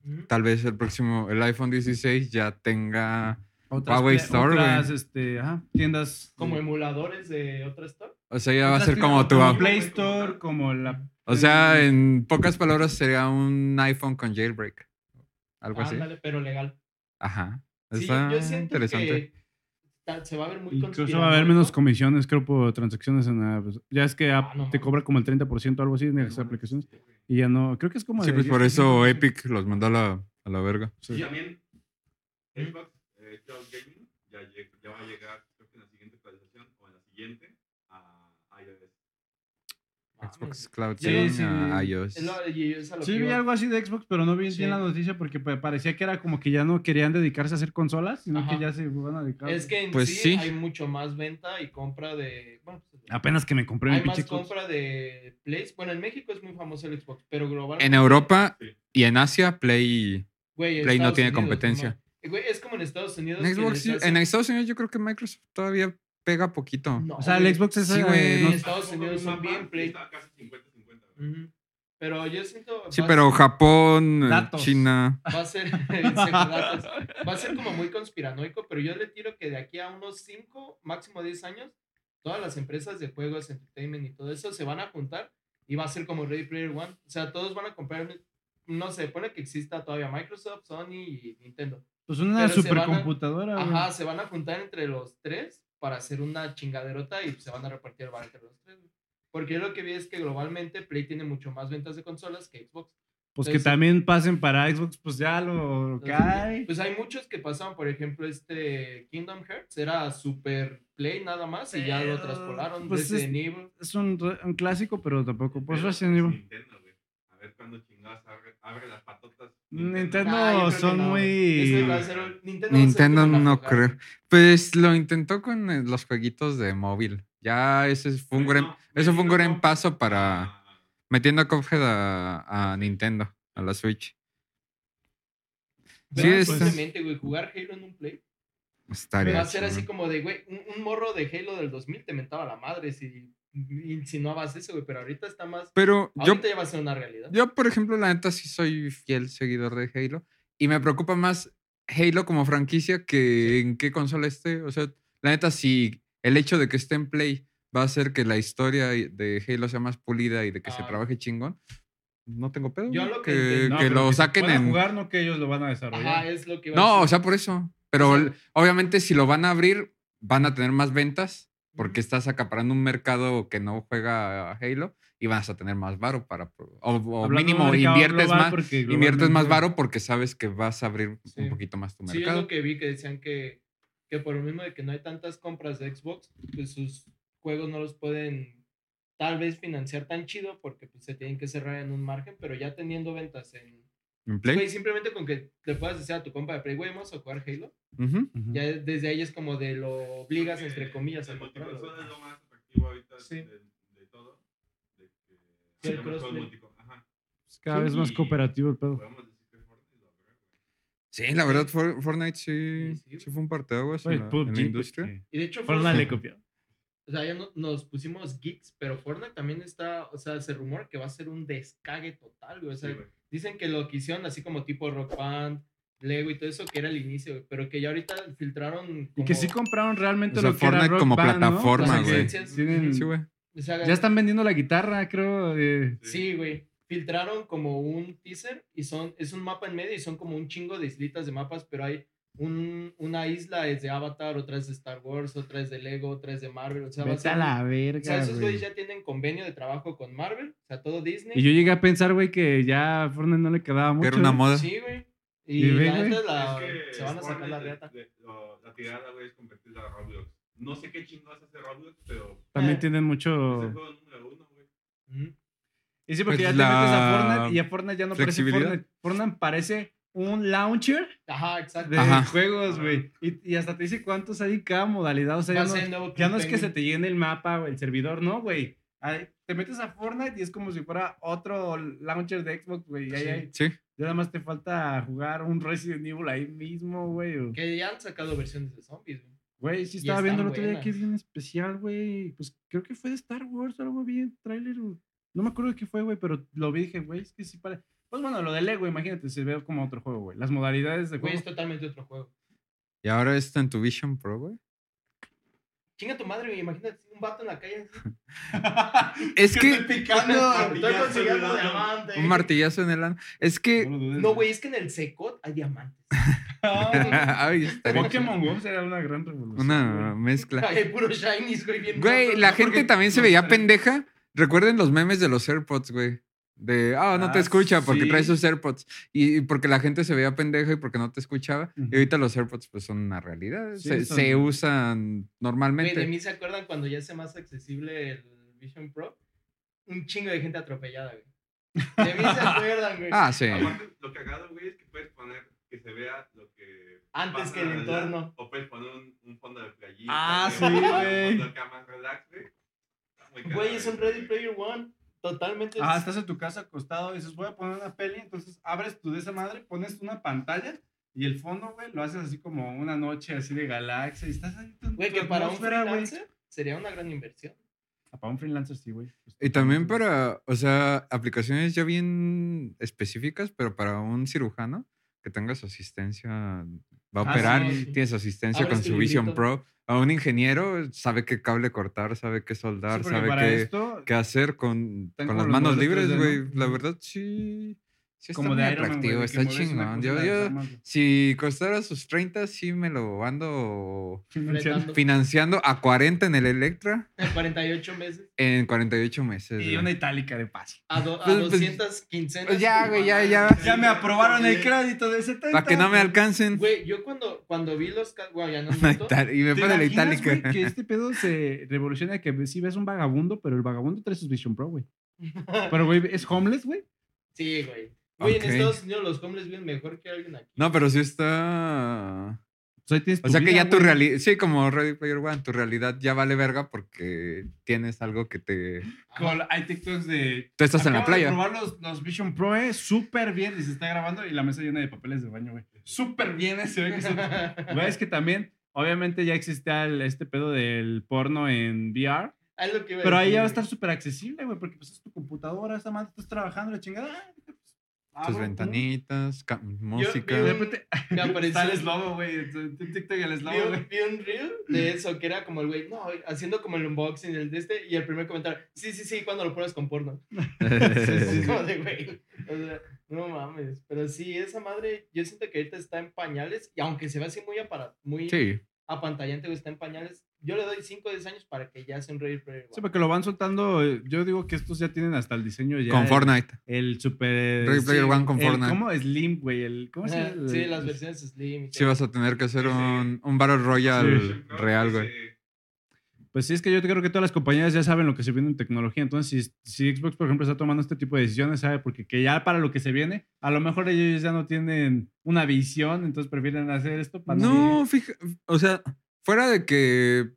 [SPEAKER 1] Ujú.
[SPEAKER 2] tal vez el próximo, el iPhone 16 ya tenga,
[SPEAKER 3] Otras
[SPEAKER 2] Huawei
[SPEAKER 3] pla-
[SPEAKER 2] Store,
[SPEAKER 3] otras,
[SPEAKER 2] güey.
[SPEAKER 3] este, ajá, tiendas.
[SPEAKER 1] Como emuladores de otra store.
[SPEAKER 2] o sea, ya va a
[SPEAKER 3] Otras
[SPEAKER 2] ser como tu...
[SPEAKER 3] tiendas,
[SPEAKER 2] app.
[SPEAKER 3] Play Store, como la.
[SPEAKER 2] O sea, en pocas palabras sería un iPhone con jailbreak. Algo así.
[SPEAKER 1] Ándale, pero legal.
[SPEAKER 2] Ajá.
[SPEAKER 1] Sí,
[SPEAKER 2] Está
[SPEAKER 1] yo siento
[SPEAKER 2] interesante.
[SPEAKER 1] que ta- se va a ver muy
[SPEAKER 3] Incluso va a haber menos
[SPEAKER 1] conspiranoico.
[SPEAKER 3] comisiones, creo, por transacciones en la- Ya es que
[SPEAKER 1] Ah,
[SPEAKER 3] App
[SPEAKER 1] no
[SPEAKER 3] te
[SPEAKER 1] mames.
[SPEAKER 3] cobra como el 30% o algo así en las aplicaciones. Y ya no, creo que es como.
[SPEAKER 2] Sí,
[SPEAKER 3] de
[SPEAKER 2] pues
[SPEAKER 3] 10,
[SPEAKER 2] por eso
[SPEAKER 3] 15.
[SPEAKER 2] Epic los mandó a la, a la verga.
[SPEAKER 6] Y
[SPEAKER 3] Sí.
[SPEAKER 6] también Xbox eh, Cloud Gaming ya, lleg- ya va a llegar, creo que en la siguiente actualización o en la siguiente, a iOS.
[SPEAKER 2] Xbox Cloud
[SPEAKER 1] Sí,
[SPEAKER 2] Sync
[SPEAKER 3] sí.
[SPEAKER 2] a iOS.
[SPEAKER 1] Es lo- y es a lo
[SPEAKER 3] Sí,
[SPEAKER 1] que
[SPEAKER 3] vi
[SPEAKER 1] iba.
[SPEAKER 3] algo así de Xbox, pero no vi
[SPEAKER 1] Sí.
[SPEAKER 3] bien la noticia porque pa- parecía que era como que ya no querían dedicarse a hacer consolas, sino
[SPEAKER 1] Ajá.
[SPEAKER 3] que ya se van a dedicar.
[SPEAKER 1] Es que en
[SPEAKER 2] Pues
[SPEAKER 1] sí,
[SPEAKER 2] sí.
[SPEAKER 1] hay mucho más venta y compra de. Bueno, pues,
[SPEAKER 3] apenas que me compré mi
[SPEAKER 1] hay más
[SPEAKER 3] pinche Xbox.
[SPEAKER 1] compra de Play. Bueno, en México es muy famoso el Xbox, pero global.
[SPEAKER 2] En Europa
[SPEAKER 6] Sí.
[SPEAKER 2] y en Asia, Play.
[SPEAKER 1] güey,
[SPEAKER 2] Play no
[SPEAKER 1] Estados
[SPEAKER 2] tiene
[SPEAKER 1] Unidos,
[SPEAKER 2] competencia.
[SPEAKER 1] no mames. Güey, es como en Estados Unidos.
[SPEAKER 2] En
[SPEAKER 1] que
[SPEAKER 2] Xbox,
[SPEAKER 1] les
[SPEAKER 2] en
[SPEAKER 1] hacen-
[SPEAKER 2] Estados Unidos yo creo que Microsoft todavía pega poquito.
[SPEAKER 1] No,
[SPEAKER 3] O sea,
[SPEAKER 1] güey.
[SPEAKER 3] el Xbox es.
[SPEAKER 2] Sí,
[SPEAKER 3] eh,
[SPEAKER 2] güey.
[SPEAKER 3] no-
[SPEAKER 1] En Estados Unidos son
[SPEAKER 6] son
[SPEAKER 1] bien Play. Mm.
[SPEAKER 6] Está casi 50-50. güey.
[SPEAKER 1] Ujú. Pero yo siento.
[SPEAKER 2] Sí,
[SPEAKER 1] va a
[SPEAKER 2] pero
[SPEAKER 1] ser-
[SPEAKER 2] Japón, eh,
[SPEAKER 3] Datos.
[SPEAKER 2] China.
[SPEAKER 1] Va a ser. [laughs] datos. [laughs] va a ser como muy conspiranoico, pero yo le tiro que de aquí a unos 5, máximo 10 años, todas las empresas de juegos, entertainment y todo eso se van a juntar y va a ser como Ready Player One. O sea, todos van a comprar. un- No se pone que exista todavía Microsoft, Sony y Nintendo.
[SPEAKER 3] Pues una
[SPEAKER 1] Pero se van a-
[SPEAKER 3] supercomputadora. güey.
[SPEAKER 1] Ajá, se van a juntar entre los tres para hacer una chingaderota y se van a repartir el bar entre los tres. güey. Porque yo lo que vi es que globalmente Play tiene mucho más ventas de consolas que Xbox.
[SPEAKER 3] Pues que
[SPEAKER 1] Entonces-
[SPEAKER 3] también pasen para Xbox, pues ya lo
[SPEAKER 1] Entonces,
[SPEAKER 3] cae.
[SPEAKER 1] Pues hay muchos que pasaban, por ejemplo, este Kingdom Hearts era Super Play nada más y ya lo
[SPEAKER 3] Pero,
[SPEAKER 1] traspolaron
[SPEAKER 3] pues,
[SPEAKER 1] desde
[SPEAKER 3] es-
[SPEAKER 1] Evil.
[SPEAKER 3] Es un, re- un clásico, pero tampoco. Pues
[SPEAKER 6] Pero
[SPEAKER 3] Resident
[SPEAKER 6] es
[SPEAKER 3] Evil.
[SPEAKER 6] Nintendo, güey. A ver cuándo chingados abre, abre las patotas.
[SPEAKER 3] Nintendo
[SPEAKER 1] Ah, yo creo que
[SPEAKER 3] son
[SPEAKER 1] no,
[SPEAKER 3] muy.
[SPEAKER 1] güey. Ese va a ser un- Nintendo, va a ser
[SPEAKER 2] Nintendo
[SPEAKER 1] como la
[SPEAKER 2] no
[SPEAKER 1] jugada.
[SPEAKER 2] creo. Pues lo intentó con eh, los jueguitos de móvil. Ya ese fue un gran,
[SPEAKER 6] No,
[SPEAKER 2] eso fue un
[SPEAKER 6] Nintendo
[SPEAKER 2] gran
[SPEAKER 6] no.
[SPEAKER 2] paso para
[SPEAKER 6] Ah,
[SPEAKER 2] metiendo a Cuphead a, a Nintendo, a la Switch.
[SPEAKER 1] Pero
[SPEAKER 2] Sí, este.
[SPEAKER 1] simplemente, güey, jugar Halo en un Play
[SPEAKER 2] Estaría.
[SPEAKER 1] va a ser así
[SPEAKER 2] chido.
[SPEAKER 1] como de, güey, un, un morro de Halo del 2000 te mentaba la madre si insinuabas eso, güey, pero ahorita está más...
[SPEAKER 2] Pero yo,
[SPEAKER 1] Ahorita ya va a ser una realidad.
[SPEAKER 2] yo, por ejemplo, la neta sí soy fiel seguidor de Halo. Y me preocupa más Halo como franquicia que en qué consola esté. O sea, la neta sí, el hecho de que esté en Play va a hacer que la historia de Halo sea más pulida y de que se
[SPEAKER 1] Ah.
[SPEAKER 2] trabaje chingón. No tengo pedo.
[SPEAKER 1] Yo
[SPEAKER 2] güey,
[SPEAKER 1] lo que
[SPEAKER 2] que,
[SPEAKER 1] entendí-
[SPEAKER 2] Eh, que
[SPEAKER 3] pero
[SPEAKER 2] lo
[SPEAKER 3] se
[SPEAKER 2] saquen
[SPEAKER 3] pueda
[SPEAKER 2] en...
[SPEAKER 3] jugar, no que ellos lo van a desarrollar.
[SPEAKER 1] Ajá, es lo que iba a
[SPEAKER 2] No,
[SPEAKER 1] decir.
[SPEAKER 2] o sea, por eso. Pero
[SPEAKER 1] O sea-
[SPEAKER 2] l- obviamente si lo van a abrir, van a tener más ventas porque estás acaparando un mercado que no juega a Halo y vas a tener más varo para... pro- O, o
[SPEAKER 3] Hablando de un
[SPEAKER 2] mínimo
[SPEAKER 3] mercado
[SPEAKER 2] inviertes
[SPEAKER 3] global,
[SPEAKER 2] más,
[SPEAKER 3] porque
[SPEAKER 2] inviertes más
[SPEAKER 3] globalmente-
[SPEAKER 2] varo porque sabes que vas a abrir
[SPEAKER 1] Sí.
[SPEAKER 2] un poquito más tu
[SPEAKER 1] Sí, es lo
[SPEAKER 2] mercado.
[SPEAKER 1] que vi que decían que, que por lo mismo de que no hay tantas compras de Xbox, pues sus juegos no los pueden tal vez financiar tan chido porque pues, se tienen que cerrar en un margen, pero ya teniendo ventas en...
[SPEAKER 2] ¿En
[SPEAKER 1] Güey,
[SPEAKER 2] Play?
[SPEAKER 1] simplemente con que le puedas decir a tu compa de Play, güey, vamos a jugar Halo,
[SPEAKER 2] Ujú.
[SPEAKER 3] Ujú.
[SPEAKER 1] ya desde ahí es como de lo obligas,
[SPEAKER 6] creo que
[SPEAKER 1] entre comillas, a
[SPEAKER 6] El
[SPEAKER 1] comprarlo.
[SPEAKER 6] multiconsola es
[SPEAKER 1] güey.
[SPEAKER 6] lo más atractivo ahorita
[SPEAKER 1] Sí.
[SPEAKER 6] de, de todo. De que
[SPEAKER 1] Sí, el
[SPEAKER 6] hagamos todo
[SPEAKER 1] crossplay.
[SPEAKER 6] multico- Ajá.
[SPEAKER 1] pues,
[SPEAKER 3] Es cada vez más
[SPEAKER 6] Y-
[SPEAKER 3] cooperativo el pedo.
[SPEAKER 6] Podemos decir que Fortnite lo abrió, güey.
[SPEAKER 2] Sí, la verdad, For- Fortnite sí,
[SPEAKER 1] Sí, sí,
[SPEAKER 2] sí fue un parteaguas en
[SPEAKER 3] Oye,
[SPEAKER 2] la, en la
[SPEAKER 3] PUBG, pues,
[SPEAKER 2] industria.
[SPEAKER 3] que
[SPEAKER 1] Y de hecho,
[SPEAKER 3] Fortnite le
[SPEAKER 1] Fortnite,
[SPEAKER 3] [laughs] copió.
[SPEAKER 1] o sea, ya no- nos pusimos geeks, pero Fortnite también está, o sea, se rumora que va a ser un descague total, güey. O sea,
[SPEAKER 6] Sí, güey.
[SPEAKER 1] Dicen que lo que hicieron así como tipo Rock Band, Lego y todo eso, que era el inicio, güey, pero que ya ahorita filtraron.
[SPEAKER 3] Y
[SPEAKER 1] como-
[SPEAKER 3] que sí compraron realmente
[SPEAKER 2] O sea,
[SPEAKER 3] lo que era
[SPEAKER 2] Fortnite
[SPEAKER 3] Rock
[SPEAKER 2] como
[SPEAKER 3] Band, ¿no?
[SPEAKER 2] plataforma,
[SPEAKER 3] O sea,
[SPEAKER 1] güey.
[SPEAKER 3] que tienen-
[SPEAKER 2] Sí, güey.
[SPEAKER 1] o sea,
[SPEAKER 3] Ya están vendiendo la guitarra, creo. eh,
[SPEAKER 1] Sí, güey. Filtraron como un teaser y son, es un mapa en medio y son como un chingo de islitas de mapas, pero hay un, una isla es de Avatar, otra es de Star Wars, otra es de Lego, otra es de Marvel. O sea, va a
[SPEAKER 3] Vete
[SPEAKER 1] ser
[SPEAKER 3] a
[SPEAKER 1] un-
[SPEAKER 3] la verga.
[SPEAKER 1] o sea, esos
[SPEAKER 3] güey.
[SPEAKER 1] güeyes ya tienen convenio de trabajo con Marvel, o sea, todo Disney.
[SPEAKER 3] Y yo llegué a pensar, güey, que ya a Fortnite no le quedaba mucho.
[SPEAKER 2] Era una
[SPEAKER 3] güey.
[SPEAKER 2] moda.
[SPEAKER 1] Sí, güey. Y,
[SPEAKER 3] Y ve,
[SPEAKER 1] la
[SPEAKER 3] güey.
[SPEAKER 1] neta la-
[SPEAKER 6] Es que
[SPEAKER 1] se van a sacar la
[SPEAKER 6] Fortnite,
[SPEAKER 1] reata.
[SPEAKER 6] le- lo- La tirada, güey, es convertirla a Roblox. No sé qué chingados hace Roblox, pero
[SPEAKER 3] También
[SPEAKER 1] Eh.
[SPEAKER 3] tienen
[SPEAKER 6] es el
[SPEAKER 3] mucho.
[SPEAKER 6] juego número uno, güey.
[SPEAKER 1] Ujú.
[SPEAKER 3] Y sí, porque
[SPEAKER 2] Pues
[SPEAKER 3] ya te metes a
[SPEAKER 2] la
[SPEAKER 3] Fortnite y a Fortnite ya no parece
[SPEAKER 2] flexibilidad.
[SPEAKER 3] Fortnite. Fortnite parece un launcher
[SPEAKER 1] Ajá, exacto.
[SPEAKER 3] de
[SPEAKER 2] Ajá.
[SPEAKER 3] juegos, güey. Y, y hasta te dice cuántos hay en cada modalidad. O sea,
[SPEAKER 1] Va
[SPEAKER 3] ya
[SPEAKER 1] a
[SPEAKER 3] no,
[SPEAKER 1] ser el nuevo
[SPEAKER 3] ya
[SPEAKER 1] Club
[SPEAKER 3] no es que se
[SPEAKER 1] Penguin.
[SPEAKER 3] te llene el mapa o el servidor, no, güey. Ay, Te metes a Fortnite y es como si fuera otro launcher de Xbox, güey. y ahí
[SPEAKER 1] Sí.
[SPEAKER 3] hay-
[SPEAKER 2] Sí.
[SPEAKER 3] Ya nada más te falta jugar un Resident Evil ahí mismo, güey. o-
[SPEAKER 1] Que ya han sacado versiones de zombies, güey.
[SPEAKER 3] Güey, sí
[SPEAKER 1] Y
[SPEAKER 3] estaba viendo el
[SPEAKER 1] están
[SPEAKER 3] otro día que es
[SPEAKER 1] buenas.
[SPEAKER 3] bien especial, güey. Pues creo que fue de Star Wars, algo bien, tráiler. o- No me acuerdo de qué fue, güey, pero lo vi y dije, güey, es que sí para... Pues bueno, lo de Lego, imagínate, se ve como otro juego, güey. Las modalidades de
[SPEAKER 1] Güey,
[SPEAKER 3] juego.
[SPEAKER 1] es totalmente otro juego.
[SPEAKER 2] Y ahora está en tu Vision Pro,
[SPEAKER 1] [laughs]
[SPEAKER 2] güey.
[SPEAKER 1] Chinga tu madre, güey. Imagínate un vato en la calle.
[SPEAKER 6] [laughs]
[SPEAKER 1] así,
[SPEAKER 2] Es que
[SPEAKER 1] Picando. Estoy
[SPEAKER 6] martillazo
[SPEAKER 1] consiguiendo
[SPEAKER 6] en el ano.
[SPEAKER 1] diamantes.
[SPEAKER 2] un martillazo en el ano. Es que...
[SPEAKER 3] lo dudes,
[SPEAKER 1] No, güey, es que en el Secot hay
[SPEAKER 3] [laughs]
[SPEAKER 1] diamantes. [laughs]
[SPEAKER 2] [laughs] Ay, estaría
[SPEAKER 3] Pokémon Go será una gran revolución.
[SPEAKER 2] Una
[SPEAKER 3] güey.
[SPEAKER 2] mezcla.
[SPEAKER 1] Hay puros shinies, güey. Bien
[SPEAKER 2] Güey,
[SPEAKER 1] rotos,
[SPEAKER 2] la
[SPEAKER 1] ¿no?
[SPEAKER 2] gente también se
[SPEAKER 1] No,
[SPEAKER 2] veía
[SPEAKER 1] pero-
[SPEAKER 2] pendeja. Recuerden los memes de los AirPods, güey. De, ah, no te
[SPEAKER 3] Ah,
[SPEAKER 2] escucha porque
[SPEAKER 3] sí.
[SPEAKER 2] traes sus AirPods. Y y porque la gente se veía pendeja y porque no te escuchaba.
[SPEAKER 3] Ujú.
[SPEAKER 2] Y ahorita los AirPods, pues son una realidad.
[SPEAKER 3] Sí,
[SPEAKER 2] se,
[SPEAKER 3] son-
[SPEAKER 2] se usan
[SPEAKER 1] Güey, de
[SPEAKER 2] normalmente.
[SPEAKER 1] mí se acuerdan cuando ya es más accesible el Vision Pro. un chingo de gente atropellada, güey. De mí se
[SPEAKER 3] [laughs]
[SPEAKER 1] acuerdan, güey.
[SPEAKER 2] Ah, sí.
[SPEAKER 6] Aparte, lo cagado, güey, es que puedes poner que se vea lo que.
[SPEAKER 1] Antes
[SPEAKER 6] pasa
[SPEAKER 1] que el
[SPEAKER 6] allá,
[SPEAKER 1] entorno.
[SPEAKER 6] O puedes poner un, un fondo de playita.
[SPEAKER 3] Ah,
[SPEAKER 6] güey,
[SPEAKER 3] sí,
[SPEAKER 6] Un
[SPEAKER 3] güey.
[SPEAKER 6] fondo acá más relax, güey. Está muy cagado,
[SPEAKER 1] Güey, es un Ready Player One. Totalmente.
[SPEAKER 3] Ah, estás en tu casa acostado y dices, voy a poner una peli, entonces abres tu de esa madre, pones una pantalla y el fondo, güey, lo haces así como una noche así de galaxia y estás ahí. en
[SPEAKER 1] Güey,
[SPEAKER 3] tu
[SPEAKER 1] que para un
[SPEAKER 3] atmósfera, güey.
[SPEAKER 1] freelancer sería una gran inversión.
[SPEAKER 3] Ah, Para un freelancer, sí, güey. Pues,
[SPEAKER 2] Y también para, o sea, aplicaciones ya bien específicas, pero para un cirujano que tenga su asistencia, va a
[SPEAKER 3] Ah,
[SPEAKER 2] operar,
[SPEAKER 1] sí, sí.
[SPEAKER 2] tiene su asistencia
[SPEAKER 1] Abres
[SPEAKER 2] con
[SPEAKER 1] tu
[SPEAKER 2] su Vision
[SPEAKER 1] librito.
[SPEAKER 2] Pro. A un ingeniero sabe qué cable cortar, sabe qué
[SPEAKER 3] Sí,
[SPEAKER 2] soldar,
[SPEAKER 3] porque
[SPEAKER 2] sabe
[SPEAKER 3] para
[SPEAKER 2] qué,
[SPEAKER 3] esto,
[SPEAKER 2] qué hacer con,
[SPEAKER 3] Están
[SPEAKER 2] con
[SPEAKER 3] como
[SPEAKER 2] las
[SPEAKER 3] los
[SPEAKER 2] manos
[SPEAKER 3] modelos 3D,
[SPEAKER 2] libres, güey.
[SPEAKER 3] ¿no?
[SPEAKER 2] La verdad, sí, sí está
[SPEAKER 3] como
[SPEAKER 2] muy
[SPEAKER 3] de Iron Man,
[SPEAKER 2] atractivo,
[SPEAKER 3] güey, de que
[SPEAKER 2] está
[SPEAKER 3] mueves una
[SPEAKER 2] chingón.
[SPEAKER 3] cosa y
[SPEAKER 2] Yo,
[SPEAKER 3] la
[SPEAKER 2] yo,
[SPEAKER 3] desarmas, güey.
[SPEAKER 2] si costara sus 30, sí me lo ando
[SPEAKER 1] Fletando
[SPEAKER 2] financiando a 40 en el Electra
[SPEAKER 1] en 48 meses.
[SPEAKER 2] en 48 meses.
[SPEAKER 3] Y
[SPEAKER 2] güey.
[SPEAKER 3] una itálica de paso.
[SPEAKER 1] A, do- a
[SPEAKER 2] Pues, pues,
[SPEAKER 1] 200 quincenas.
[SPEAKER 2] Pues ya, güey, ya, ya.
[SPEAKER 3] Ya me aprobaron el crédito de 70.
[SPEAKER 2] Para que no me alcancen. [laughs]
[SPEAKER 1] Güey, yo cuando, cuando vi los. ca- Bueno,
[SPEAKER 3] [laughs]
[SPEAKER 1] ya no
[SPEAKER 2] Una
[SPEAKER 1] tanto.
[SPEAKER 2] ital- y me
[SPEAKER 3] ¿Te
[SPEAKER 2] pone la
[SPEAKER 3] imaginas,
[SPEAKER 2] itálica.
[SPEAKER 3] güey, que este pedo
[SPEAKER 2] [laughs]
[SPEAKER 3] se revoluciona que si ves un vagabundo, pero el vagabundo trae sus Vision Pro, güey. Pero, güey, es homeless, güey.
[SPEAKER 1] Sí, güey. Güey,
[SPEAKER 2] Ok.
[SPEAKER 1] en Estados Unidos los hombres viven mejor que alguien aquí.
[SPEAKER 2] [laughs] No, pero sí está.
[SPEAKER 3] O sea, tienes
[SPEAKER 2] O
[SPEAKER 3] tu
[SPEAKER 2] sea que
[SPEAKER 3] vida,
[SPEAKER 2] ya tu
[SPEAKER 3] güey.
[SPEAKER 2] realidad. Sí, como Ready Player One, tu realidad ya vale verga porque tienes algo que te.
[SPEAKER 3] Con- hay TikToks de.
[SPEAKER 2] Tú estás en la
[SPEAKER 3] Acabo de
[SPEAKER 2] playa.
[SPEAKER 3] probar los, los Vision Pro, eh. Súper bien. Y se está grabando y la mesa llena de papeles de baño, güey. Súper bien, eh, se ve que son. Güey, es que también, obviamente, ya existía el- este pedo del porno en VR.
[SPEAKER 1] Ah, es lo que iba a
[SPEAKER 3] Pero ahí
[SPEAKER 1] decir,
[SPEAKER 3] ya va a
[SPEAKER 1] güey.
[SPEAKER 3] estar súper accesible, güey, porque pues es tu computadora, esa madre, estás trabajando la chingada.
[SPEAKER 2] Tus ventanitas, ca- música.
[SPEAKER 3] De
[SPEAKER 1] vi
[SPEAKER 3] repente [laughs]
[SPEAKER 1] Me apareció.
[SPEAKER 3] está el eslobo, güey. en TikTok el
[SPEAKER 1] Vi
[SPEAKER 3] eslobo,
[SPEAKER 1] un,
[SPEAKER 3] güey.
[SPEAKER 1] vi un reel de eso, que era como el güey, no, haciendo como el unboxing el de este, y el primer comentario, sí, sí, sí, cuando lo pruebas con porno. [laughs] Es como de, güey, o sea, no mames. Pero sí, esa madre, yo siento que ahorita está en pañales, y aunque se ve así muy, apara- muy
[SPEAKER 2] Sí.
[SPEAKER 1] apantallante, güey, está en pañales, yo le doy 5 o 10 años para que ya sea un Ready Player One.
[SPEAKER 3] Sí, porque lo van soltando. eh, Yo digo que estos ya tienen hasta el diseño ya.
[SPEAKER 2] Con
[SPEAKER 3] el-
[SPEAKER 2] Fortnite.
[SPEAKER 3] El super.
[SPEAKER 2] Ready Player One con
[SPEAKER 3] el-
[SPEAKER 2] Fortnite.
[SPEAKER 3] ¿Cómo? Slim, güey. El,
[SPEAKER 2] pues,
[SPEAKER 3] ¿Cómo se
[SPEAKER 1] Ah,
[SPEAKER 3] llama?
[SPEAKER 1] sí,
[SPEAKER 3] El-
[SPEAKER 1] las versiones Slim. y
[SPEAKER 2] Sí,
[SPEAKER 1] todo.
[SPEAKER 2] vas a tener que hacer
[SPEAKER 6] Sí, sí.
[SPEAKER 2] un, un Battle
[SPEAKER 3] Sí.
[SPEAKER 2] Royale
[SPEAKER 6] Pro,
[SPEAKER 2] real, güey.
[SPEAKER 6] ese-
[SPEAKER 3] Pues sí, es que yo creo que todas las compañías ya saben lo que se viene en tecnología. Entonces, si, si Xbox, por ejemplo, está tomando este tipo de decisiones, sabe, porque que ya para lo que se viene, a lo mejor ellos ya no tienen una visión, entonces prefieren hacer esto para
[SPEAKER 2] No, fija, o sea, fuera de que,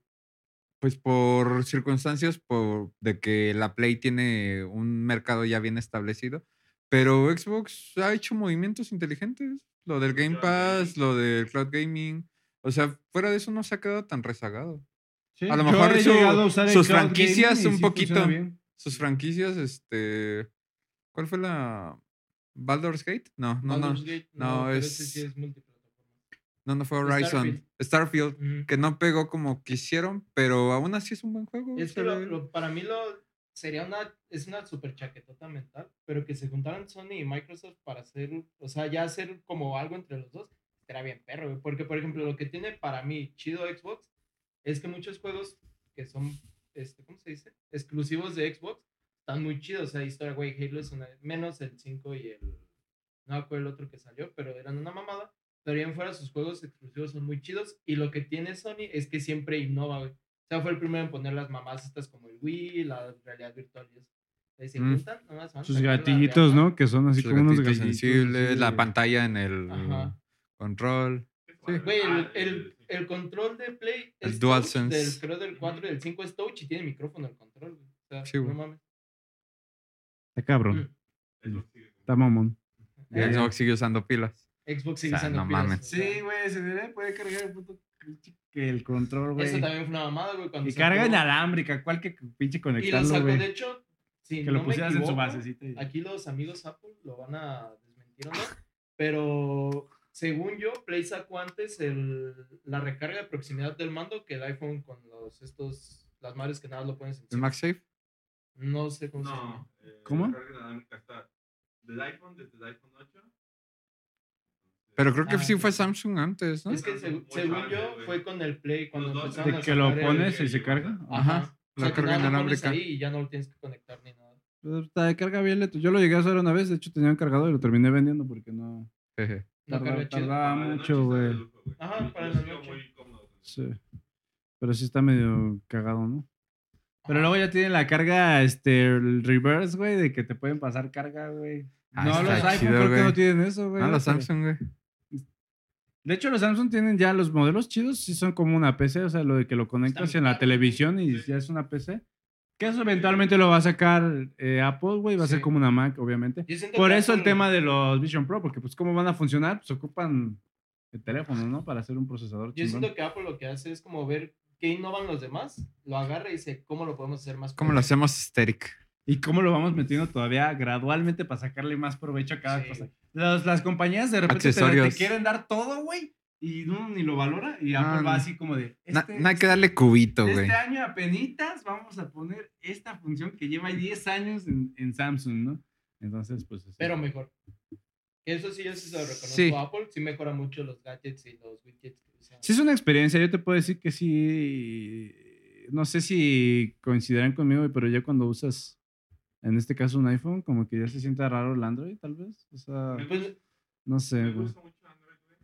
[SPEAKER 2] pues por circunstancias, por de que la Play tiene un mercado ya bien establecido, pero Xbox ha hecho movimientos inteligentes, lo del Game
[SPEAKER 6] Cloud
[SPEAKER 2] Pass,
[SPEAKER 6] gaming.
[SPEAKER 2] lo del cloud gaming, o sea, fuera de eso no se ha quedado tan rezagado.
[SPEAKER 3] Sí,
[SPEAKER 2] a lo
[SPEAKER 3] yo
[SPEAKER 2] mejor
[SPEAKER 3] he
[SPEAKER 2] su-
[SPEAKER 3] llegado a usar el
[SPEAKER 2] sus
[SPEAKER 3] cloud
[SPEAKER 2] franquicias
[SPEAKER 3] gaming y
[SPEAKER 2] un
[SPEAKER 3] sí
[SPEAKER 2] poquito.
[SPEAKER 3] funciona bien.
[SPEAKER 2] Sus franquicias, este, ¿cuál fue la Baldur's Gate? No, no, no,
[SPEAKER 1] Baldur's Gate,
[SPEAKER 2] no,
[SPEAKER 1] pero
[SPEAKER 2] es-
[SPEAKER 1] ese sí es multiplataforma.
[SPEAKER 2] no, no fue Horizon, Starfield, que no pegó como quisieron, pero aún así es un buen juego.
[SPEAKER 1] Es
[SPEAKER 2] se
[SPEAKER 1] que lo-
[SPEAKER 2] ve-
[SPEAKER 1] lo- para mí lo sería una es una super chaquetota mental, pero que se juntaran Sony y Microsoft para hacer, o sea, ya hacer como algo entre los dos, será bien perro, güey, porque por ejemplo, lo que tiene para mí chido Xbox es que muchos juegos que son este, ¿cómo se dice? exclusivos de Xbox están muy chidos, o sea, historia güey, Halo es una menos el 5 y el no me acuerdo el otro que salió, pero eran una mamada. Pero bien fuera sus juegos exclusivos son muy chidos y lo que tiene Sony es que siempre innova, güey. O sea, fue el primero en poner las mamás estas como el Wii, la realidad virtual y eso. Ahí se
[SPEAKER 2] Mm.
[SPEAKER 1] juntan, nomás van
[SPEAKER 3] Sus
[SPEAKER 1] sacando la
[SPEAKER 3] gatillitos,
[SPEAKER 1] realidad.
[SPEAKER 3] ¿no? Que son así
[SPEAKER 2] Los
[SPEAKER 3] como unos
[SPEAKER 2] gatitos
[SPEAKER 3] gatillitos.
[SPEAKER 2] sensibles,
[SPEAKER 3] así
[SPEAKER 2] la
[SPEAKER 3] de-
[SPEAKER 2] pantalla en el
[SPEAKER 1] Ajá.
[SPEAKER 2] control. Sí.
[SPEAKER 1] Güey, el,
[SPEAKER 6] Ah,
[SPEAKER 1] el, el control de Play
[SPEAKER 2] El
[SPEAKER 1] es touch,
[SPEAKER 2] DualSense.
[SPEAKER 1] del, creo del 4 y del 5 es touch y tiene micrófono el control, güey. O sea,
[SPEAKER 2] Sí, güey.
[SPEAKER 1] no mames.
[SPEAKER 3] Está cabrón.
[SPEAKER 6] el Xbox sigue
[SPEAKER 3] Está mamón.
[SPEAKER 2] Y
[SPEAKER 1] Eh,
[SPEAKER 2] Xbox sigue usando pilas.
[SPEAKER 1] Xbox sigue
[SPEAKER 2] O sea,
[SPEAKER 1] usando
[SPEAKER 2] no
[SPEAKER 1] pilas,
[SPEAKER 2] mames.
[SPEAKER 1] o sea,
[SPEAKER 3] güey, se debe puede cargar el puto que el control,
[SPEAKER 1] Eso también fue una mamada, güey. cuando
[SPEAKER 3] Y carga
[SPEAKER 1] sacó-
[SPEAKER 3] inalámbrica, cual que pinche
[SPEAKER 1] Y lo
[SPEAKER 3] conectarlo,
[SPEAKER 1] sacó, de
[SPEAKER 3] güey.
[SPEAKER 1] hecho, si
[SPEAKER 3] Que
[SPEAKER 1] no
[SPEAKER 3] lo
[SPEAKER 1] me
[SPEAKER 3] pusieras en su
[SPEAKER 1] equivoco,
[SPEAKER 3] basecita. y-
[SPEAKER 1] Aquí los amigos Apple lo van a desmentir o no, pero según yo, Play sacó antes el, la recarga de proximidad del mando que el iPhone con los estos las madres que nada más lo pones
[SPEAKER 2] ¿El
[SPEAKER 1] encima.
[SPEAKER 2] MagSafe?
[SPEAKER 1] No sé cómo se llama.
[SPEAKER 6] No. eh,
[SPEAKER 3] ¿Cómo?
[SPEAKER 6] la carga dinámica está Del iPhone, desde el iPhone 8.
[SPEAKER 2] Pero creo que
[SPEAKER 1] Ah,
[SPEAKER 2] sí
[SPEAKER 1] sí.
[SPEAKER 2] fue Samsung antes, ¿no?
[SPEAKER 1] Es que
[SPEAKER 6] Hace
[SPEAKER 1] segu-
[SPEAKER 6] mucho
[SPEAKER 1] según
[SPEAKER 6] antes,
[SPEAKER 1] yo
[SPEAKER 6] güey.
[SPEAKER 1] fue con el Play cuando
[SPEAKER 6] Los dos,
[SPEAKER 1] empezaron
[SPEAKER 3] De
[SPEAKER 1] a
[SPEAKER 3] que lo
[SPEAKER 1] sacar el-
[SPEAKER 3] pones y se carga.
[SPEAKER 1] Ajá.
[SPEAKER 2] Ajá.
[SPEAKER 1] O sea, que
[SPEAKER 2] La
[SPEAKER 1] nada,
[SPEAKER 2] carga
[SPEAKER 1] lo pones
[SPEAKER 2] inalámbrica.
[SPEAKER 1] ahí y ya no lo tienes que conectar ni nada.
[SPEAKER 3] Pues, Está de carga bien lento. Yo lo llegué a usar una vez, de hecho tenía un cargado y lo terminé vendiendo porque no
[SPEAKER 2] Jeje.
[SPEAKER 1] No
[SPEAKER 3] tardaba,
[SPEAKER 1] carga chido.
[SPEAKER 2] Ah,
[SPEAKER 3] tardaba mucho, güey.
[SPEAKER 1] Ajá, para la noche.
[SPEAKER 3] Sí. Pero sí está medio cagado, ¿no? Pero luego ya tienen la carga, este, el reverse, güey, de que te pueden pasar carga, güey.
[SPEAKER 2] Ah,
[SPEAKER 3] no,
[SPEAKER 2] está
[SPEAKER 3] los iPhone
[SPEAKER 2] chido,
[SPEAKER 3] creo que
[SPEAKER 2] güey.
[SPEAKER 3] no tienen eso, güey.
[SPEAKER 2] Ah, los
[SPEAKER 3] pero-
[SPEAKER 2] Samsung, güey.
[SPEAKER 3] De hecho, los Samsung tienen ya los modelos chidos, sí son como una PC, o sea, lo de que lo conectas
[SPEAKER 1] Están
[SPEAKER 3] en la
[SPEAKER 1] caros,
[SPEAKER 3] televisión y
[SPEAKER 6] sí.
[SPEAKER 3] ya es una PC. Que eso eventualmente lo va a sacar eh, Apple, güey, va a ser
[SPEAKER 1] Sí.
[SPEAKER 3] como una Mac, obviamente.
[SPEAKER 1] Yo siento
[SPEAKER 3] Por
[SPEAKER 1] que
[SPEAKER 3] eso el
[SPEAKER 1] Apple-
[SPEAKER 3] tema de los Vision Pro, porque pues cómo van a funcionar, pues ocupan el teléfono, ¿no? Para hacer un procesador
[SPEAKER 1] Yo
[SPEAKER 3] chingón.
[SPEAKER 1] siento que Apple lo que hace es como ver qué innovan los demás, lo agarra y dice, ¿cómo lo podemos hacer más?
[SPEAKER 2] ¿Cómo lo
[SPEAKER 1] perfecto?
[SPEAKER 2] hacemos estérico?
[SPEAKER 3] Y cómo lo vamos metiendo todavía gradualmente para sacarle más provecho a cada
[SPEAKER 1] Sí.
[SPEAKER 3] cosa. Las, las compañías de repente te, te
[SPEAKER 2] Accesorios.
[SPEAKER 3] quieren dar todo, güey, y uno ni lo valora y
[SPEAKER 2] No,
[SPEAKER 3] Apple
[SPEAKER 2] no.
[SPEAKER 3] va así como de...
[SPEAKER 2] Na-
[SPEAKER 3] este-
[SPEAKER 2] no hay que darle cubito,
[SPEAKER 3] Este
[SPEAKER 2] güey.
[SPEAKER 3] año apenitas vamos a poner esta función que lleva 10 años en, en Samsung, ¿no? Entonces, pues... así.
[SPEAKER 1] Pero mejor. Eso sí, yo sí se lo reconozco
[SPEAKER 2] Sí.
[SPEAKER 1] a Apple. Sí mejora mucho los gadgets y los widgets. que usan.
[SPEAKER 3] Sí es una experiencia, yo te puedo decir que sí... No sé si coincidirán conmigo, pero ya cuando usas, en este caso, un iPhone, como que ya se siente raro el Android, tal vez. O sea,
[SPEAKER 1] Pues,
[SPEAKER 3] no sé,
[SPEAKER 6] Me
[SPEAKER 3] güey.
[SPEAKER 6] gusta mucho Android, güey.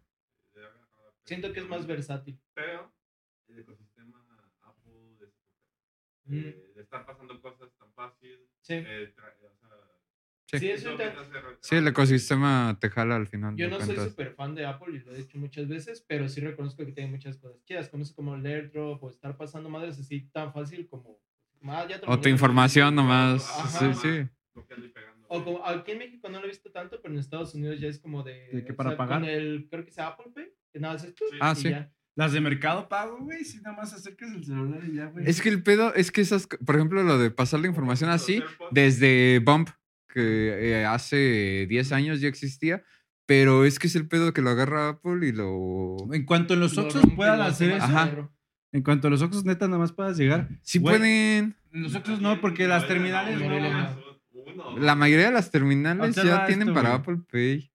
[SPEAKER 6] Le haga-
[SPEAKER 1] siento que es más versátil.
[SPEAKER 6] Pero el ecosistema Apple es- eh, le están pasando cosas tan fácil.
[SPEAKER 1] Mm. Sí.
[SPEAKER 6] eh, tra- o sea,
[SPEAKER 2] Sí.
[SPEAKER 1] Sí,
[SPEAKER 6] eso
[SPEAKER 1] eso
[SPEAKER 6] que
[SPEAKER 1] te-
[SPEAKER 6] te hace-
[SPEAKER 2] Sí, el ecosistema te jala al final.
[SPEAKER 1] Yo
[SPEAKER 2] de
[SPEAKER 1] no soy
[SPEAKER 2] cuentas.
[SPEAKER 1] súper fan de Apple y lo he dicho muchas veces, pero sí reconozco que tiene muchas cosas chidas, como eso como el airdrop o estar pasando madres así tan fácil como... como, ah, ya te lo
[SPEAKER 2] O tu
[SPEAKER 1] mandé.
[SPEAKER 2] información nomás.
[SPEAKER 1] Ajá.
[SPEAKER 2] Sí, sí.
[SPEAKER 6] copiando y pegando,
[SPEAKER 1] O
[SPEAKER 6] güey.
[SPEAKER 1] como, aquí en México no lo he visto tanto, pero en Estados Unidos ya es como de...
[SPEAKER 3] ¿De qué
[SPEAKER 1] o
[SPEAKER 3] para
[SPEAKER 1] sea,
[SPEAKER 3] pagar?
[SPEAKER 1] Con el, creo que sea Apple Pay, que nada, haces tú
[SPEAKER 6] Sí.
[SPEAKER 2] Ah,
[SPEAKER 1] y
[SPEAKER 2] sí.
[SPEAKER 1] ya.
[SPEAKER 3] Las de Mercado Pago, güey, si nada más acercas el celular y ya, güey.
[SPEAKER 2] Es que el pedo es que esas, por ejemplo, lo de pasar la información
[SPEAKER 6] Los
[SPEAKER 2] así,
[SPEAKER 6] AirPods.
[SPEAKER 2] desde Bump, que eh, hace 10 años ya existía, pero es que es el pedo que lo agarra Apple y lo...
[SPEAKER 3] En cuanto los
[SPEAKER 1] Lo
[SPEAKER 3] Oxxos
[SPEAKER 1] rompe,
[SPEAKER 3] puedan
[SPEAKER 1] lo hace
[SPEAKER 3] hacer
[SPEAKER 1] más
[SPEAKER 3] eso,
[SPEAKER 2] Ajá.
[SPEAKER 1] perro. [laughs]
[SPEAKER 3] en cuanto a los Oxxos, neta, nada más puedas llegar.
[SPEAKER 2] Sí
[SPEAKER 3] Güey,
[SPEAKER 2] pueden...
[SPEAKER 3] En los Oxxos no, porque las terminales,
[SPEAKER 1] no,
[SPEAKER 3] güey,
[SPEAKER 1] no,
[SPEAKER 3] nada más.
[SPEAKER 6] Uno.
[SPEAKER 2] La mayoría de las terminales
[SPEAKER 3] Observa
[SPEAKER 2] ya tienen
[SPEAKER 3] esto,
[SPEAKER 2] para
[SPEAKER 3] güey.
[SPEAKER 2] Apple Pay.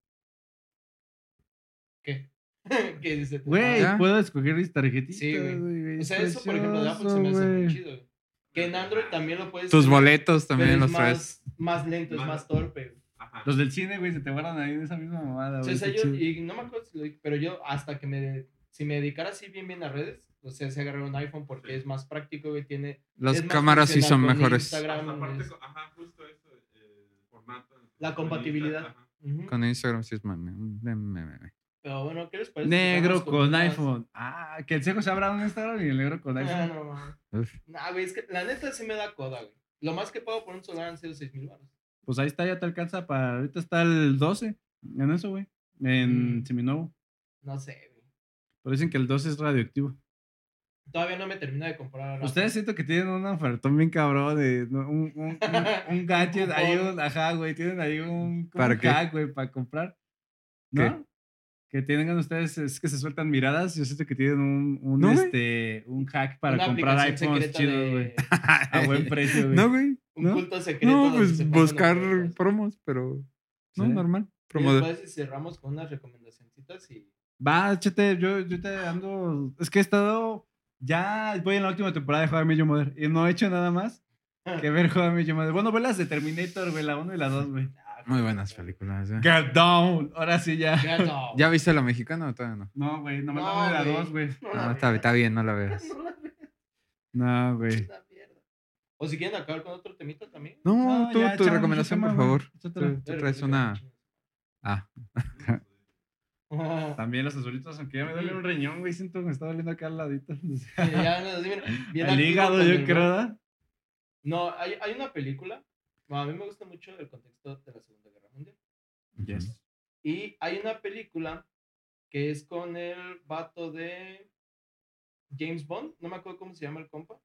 [SPEAKER 1] ¿Qué? ¿Qué dice?
[SPEAKER 3] Güey,
[SPEAKER 2] Ya.
[SPEAKER 3] puedo escoger mis tarjetitas.
[SPEAKER 1] Sí, güey.
[SPEAKER 3] güey,
[SPEAKER 1] O "Pues, sea,
[SPEAKER 3] es
[SPEAKER 1] eso, por ejemplo, de Apple se me hace
[SPEAKER 3] precioso,
[SPEAKER 1] muy
[SPEAKER 3] güey.
[SPEAKER 1] chido. güey. Que en Android también lo puedes...
[SPEAKER 2] Tus
[SPEAKER 1] tener,
[SPEAKER 2] boletos
[SPEAKER 1] pero
[SPEAKER 2] también
[SPEAKER 1] es
[SPEAKER 2] los traes.
[SPEAKER 1] más, más lento, es
[SPEAKER 6] Más-
[SPEAKER 1] más torpe. güey.
[SPEAKER 6] Ajá.
[SPEAKER 3] Los del cine, güey, se te guardan ahí en esa misma mamada,
[SPEAKER 1] O sea,
[SPEAKER 3] güey.
[SPEAKER 1] o sea,
[SPEAKER 3] qué
[SPEAKER 1] yo- y
[SPEAKER 3] chido.
[SPEAKER 1] no me acuerdo si lo dije, pero yo hasta que me, si me dedicara así bien bien a redes, o sea, se agarré un iPhone porque es más práctico, güey, tiene...
[SPEAKER 2] Las
[SPEAKER 1] es más
[SPEAKER 2] cámaras sí son
[SPEAKER 1] funcional con
[SPEAKER 2] mejores.
[SPEAKER 1] Instagram,
[SPEAKER 6] Hasta aparte,
[SPEAKER 1] es-
[SPEAKER 6] co- ajá, justo eso, el formato. el
[SPEAKER 1] La
[SPEAKER 6] formato,
[SPEAKER 1] compatibilidad.
[SPEAKER 6] ajá.
[SPEAKER 1] Ujú.
[SPEAKER 2] Con Instagram sí es mame. mame.
[SPEAKER 1] Pero bueno, ¿qué les parece? si
[SPEAKER 3] Negro
[SPEAKER 1] cerramos
[SPEAKER 3] con
[SPEAKER 1] temas?
[SPEAKER 3] iPhone. Ah, que el seco se abra un Instagram y el negro con
[SPEAKER 1] Ah,
[SPEAKER 3] iPhone.
[SPEAKER 1] no, no.
[SPEAKER 2] Uf.
[SPEAKER 1] Nah, güey, es que la neta sí me da coda, güey. Lo más que pago por un celular han sido 6 mil baros.
[SPEAKER 3] Pues ahí está, ya te alcanza para. Ahorita está el 12. En eso, güey. En
[SPEAKER 1] Mm.
[SPEAKER 3] Seminovo.
[SPEAKER 1] No sé, güey.
[SPEAKER 3] Pero dicen que el 12 es radioactivo.
[SPEAKER 1] Todavía no me termino de comprar ahora.
[SPEAKER 3] Ustedes siento que tienen un ofertón bien cabrón de ¿no? un, un, un, un gadget, ahí un, ajá, güey, tienen ahí un,
[SPEAKER 2] ¿Para
[SPEAKER 3] un
[SPEAKER 2] qué?
[SPEAKER 3] hack, güey, para comprar. ¿No? Que tengan ustedes, es que se sueltan miradas, yo siento que tienen un, un,
[SPEAKER 2] No, güey.
[SPEAKER 3] este, un hack para
[SPEAKER 1] Una
[SPEAKER 3] comprar
[SPEAKER 1] aplicación
[SPEAKER 3] iPhones
[SPEAKER 1] secreta
[SPEAKER 3] chidos,
[SPEAKER 1] de-
[SPEAKER 3] güey,
[SPEAKER 2] [laughs]
[SPEAKER 3] a buen precio, güey.
[SPEAKER 2] No, güey.
[SPEAKER 1] Un
[SPEAKER 3] ¿No?
[SPEAKER 1] culto secreto.
[SPEAKER 2] No,
[SPEAKER 1] donde se
[SPEAKER 2] pues
[SPEAKER 1] pasan
[SPEAKER 2] buscar
[SPEAKER 1] ofertas.
[SPEAKER 2] promos, pero... No,
[SPEAKER 3] Sí.
[SPEAKER 2] normal.
[SPEAKER 1] ¿Qué les
[SPEAKER 2] Promo de-
[SPEAKER 1] parece si cerramos con unas recomendacioncitas y...
[SPEAKER 3] Va, échate, yo, yo te ando, es que he estado, ya voy en la última temporada de Joder Million Mother y no he hecho nada más que ver Joder Million Mother. Bueno, ve las de Terminator, güey, la 1 y la 2, güey.
[SPEAKER 1] Ah,
[SPEAKER 2] Muy buenas películas. eh.
[SPEAKER 3] Get down, ahora sí ya.
[SPEAKER 1] Ya no.
[SPEAKER 2] [laughs] ¿Ya viste la mexicana o todavía no?
[SPEAKER 3] No, güey, nomás
[SPEAKER 1] No,
[SPEAKER 3] dame la
[SPEAKER 1] güey.
[SPEAKER 3] dos, güey.
[SPEAKER 1] No,
[SPEAKER 2] No,
[SPEAKER 1] la
[SPEAKER 2] está,
[SPEAKER 1] verdad.
[SPEAKER 2] está bien, no la veas.
[SPEAKER 1] [laughs] No, la verdad.
[SPEAKER 3] No, güey.
[SPEAKER 1] La mierda. O si quieren acabar con otro temita también.
[SPEAKER 2] No, tú, tu recomendación, por favor. Tú, tú
[SPEAKER 1] Pero
[SPEAKER 2] traes
[SPEAKER 1] creo que
[SPEAKER 2] una...
[SPEAKER 1] no.
[SPEAKER 2] Ah,
[SPEAKER 1] Ajá.
[SPEAKER 3] También los azulitos, aunque ya me duele un riñón, güey. Siento que me está doliendo acá al ladito. [laughs] O sea,
[SPEAKER 1] Sí, [laughs] ya no, sí, mira, bien
[SPEAKER 3] el
[SPEAKER 1] activo
[SPEAKER 3] hígado,
[SPEAKER 1] con
[SPEAKER 3] yo
[SPEAKER 1] el
[SPEAKER 3] creo.
[SPEAKER 1] rock.
[SPEAKER 3] ¿verdad?
[SPEAKER 1] No, hay, hay una película. bueno, a mí me gusta mucho el contexto de la Segunda Guerra Mundial.
[SPEAKER 3] Yes.
[SPEAKER 1] Y hay una película que es con el vato de James Bond. No me acuerdo cómo se llama el compa.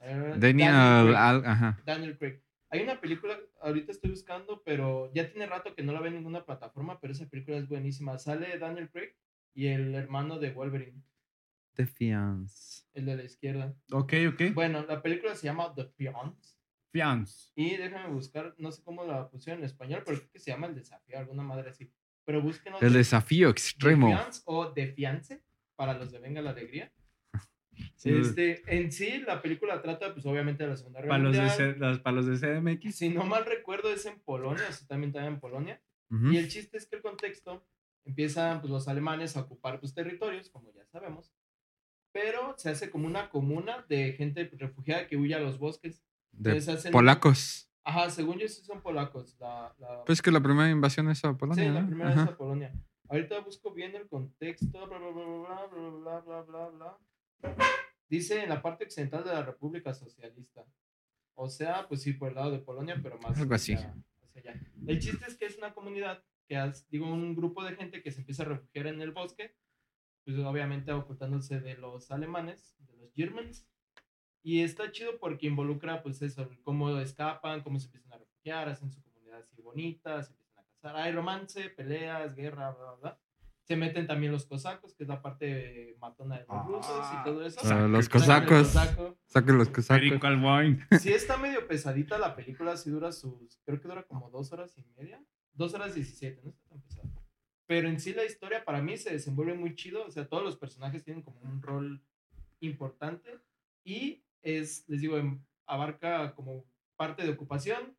[SPEAKER 1] Eh,
[SPEAKER 2] Daniel...
[SPEAKER 1] Craig.
[SPEAKER 2] Al- Ajá.
[SPEAKER 1] Daniel Craig. Hay una película, ahorita estoy buscando, pero ya tiene rato que no la veo en ninguna plataforma, pero esa película es buenísima. Sale Daniel Craig y el hermano de Wolverine,
[SPEAKER 2] The Fiance.
[SPEAKER 1] el de la izquierda.
[SPEAKER 3] Ok, ok.
[SPEAKER 1] Bueno, la película se llama The Fiance.
[SPEAKER 3] Fiance.
[SPEAKER 1] Y déjame buscar, no sé cómo la pusieron en español, pero creo que se llama El Desafío, alguna madre así. Pero búsquenos
[SPEAKER 2] El
[SPEAKER 1] The
[SPEAKER 2] desafío extremo.
[SPEAKER 1] Fiance o The Fiance, para los de Venga la Alegría.
[SPEAKER 3] Sí.
[SPEAKER 1] Este, en sí, la película trata, pues obviamente, de la Segunda Guerra
[SPEAKER 3] Para los, de,
[SPEAKER 1] Mundial.
[SPEAKER 3] C- las- para los de CDMX.
[SPEAKER 1] Si no mal recuerdo, es en Polonia, o sea, también está en Polonia.
[SPEAKER 2] Ujú.
[SPEAKER 1] Y el chiste es que el contexto empiezan pues, los alemanes a ocupar pues, territorios, como ya sabemos. pero se hace como una comuna de gente refugiada que huye a los bosques.
[SPEAKER 2] De
[SPEAKER 1] Entonces hacen-
[SPEAKER 2] polacos.
[SPEAKER 1] Ajá, según yo sí son polacos. La, la-
[SPEAKER 2] Pues que la primera invasión es a Polonia.
[SPEAKER 1] sí, la
[SPEAKER 2] ¿no?
[SPEAKER 1] primera
[SPEAKER 2] Ajá.
[SPEAKER 1] es a Polonia. Ahorita busco bien el contexto. Bla, bla, bla, bla, bla, bla, bla, bla, bla. Dice en la parte occidental de la República Socialista. O sea, pues sí, por el lado de Polonia, pero más.
[SPEAKER 2] Algo así.
[SPEAKER 1] hacia- hacia allá. El chiste es que es una comunidad, que has- digo, un grupo de gente que se empieza a refugiar en el bosque, pues obviamente ocultándose de los alemanes, de los Germans. Y está chido porque involucra, pues eso, cómo escapan, cómo se empiezan a refugiar, hacen su comunidad así bonita, se empiezan a casar. Hay romance, peleas, guerra, bla, bla, bla. Se meten también los cosacos, que es la parte matona de los rusos y todo eso.
[SPEAKER 2] Ah, los
[SPEAKER 1] Sangre
[SPEAKER 2] cosacos.
[SPEAKER 1] cosaco.
[SPEAKER 2] Saquen los cosacos.
[SPEAKER 3] Perico al wine.
[SPEAKER 1] Sí está medio pesadita la película, sí dura sus, creo que dura como dos horas y media, dos horas diecisiete, no está tan pesada. Pero en sí la historia para mí se desenvuelve muy chido, o sea, todos los personajes tienen como un rol importante y es, les digo, em- abarca como parte de ocupación,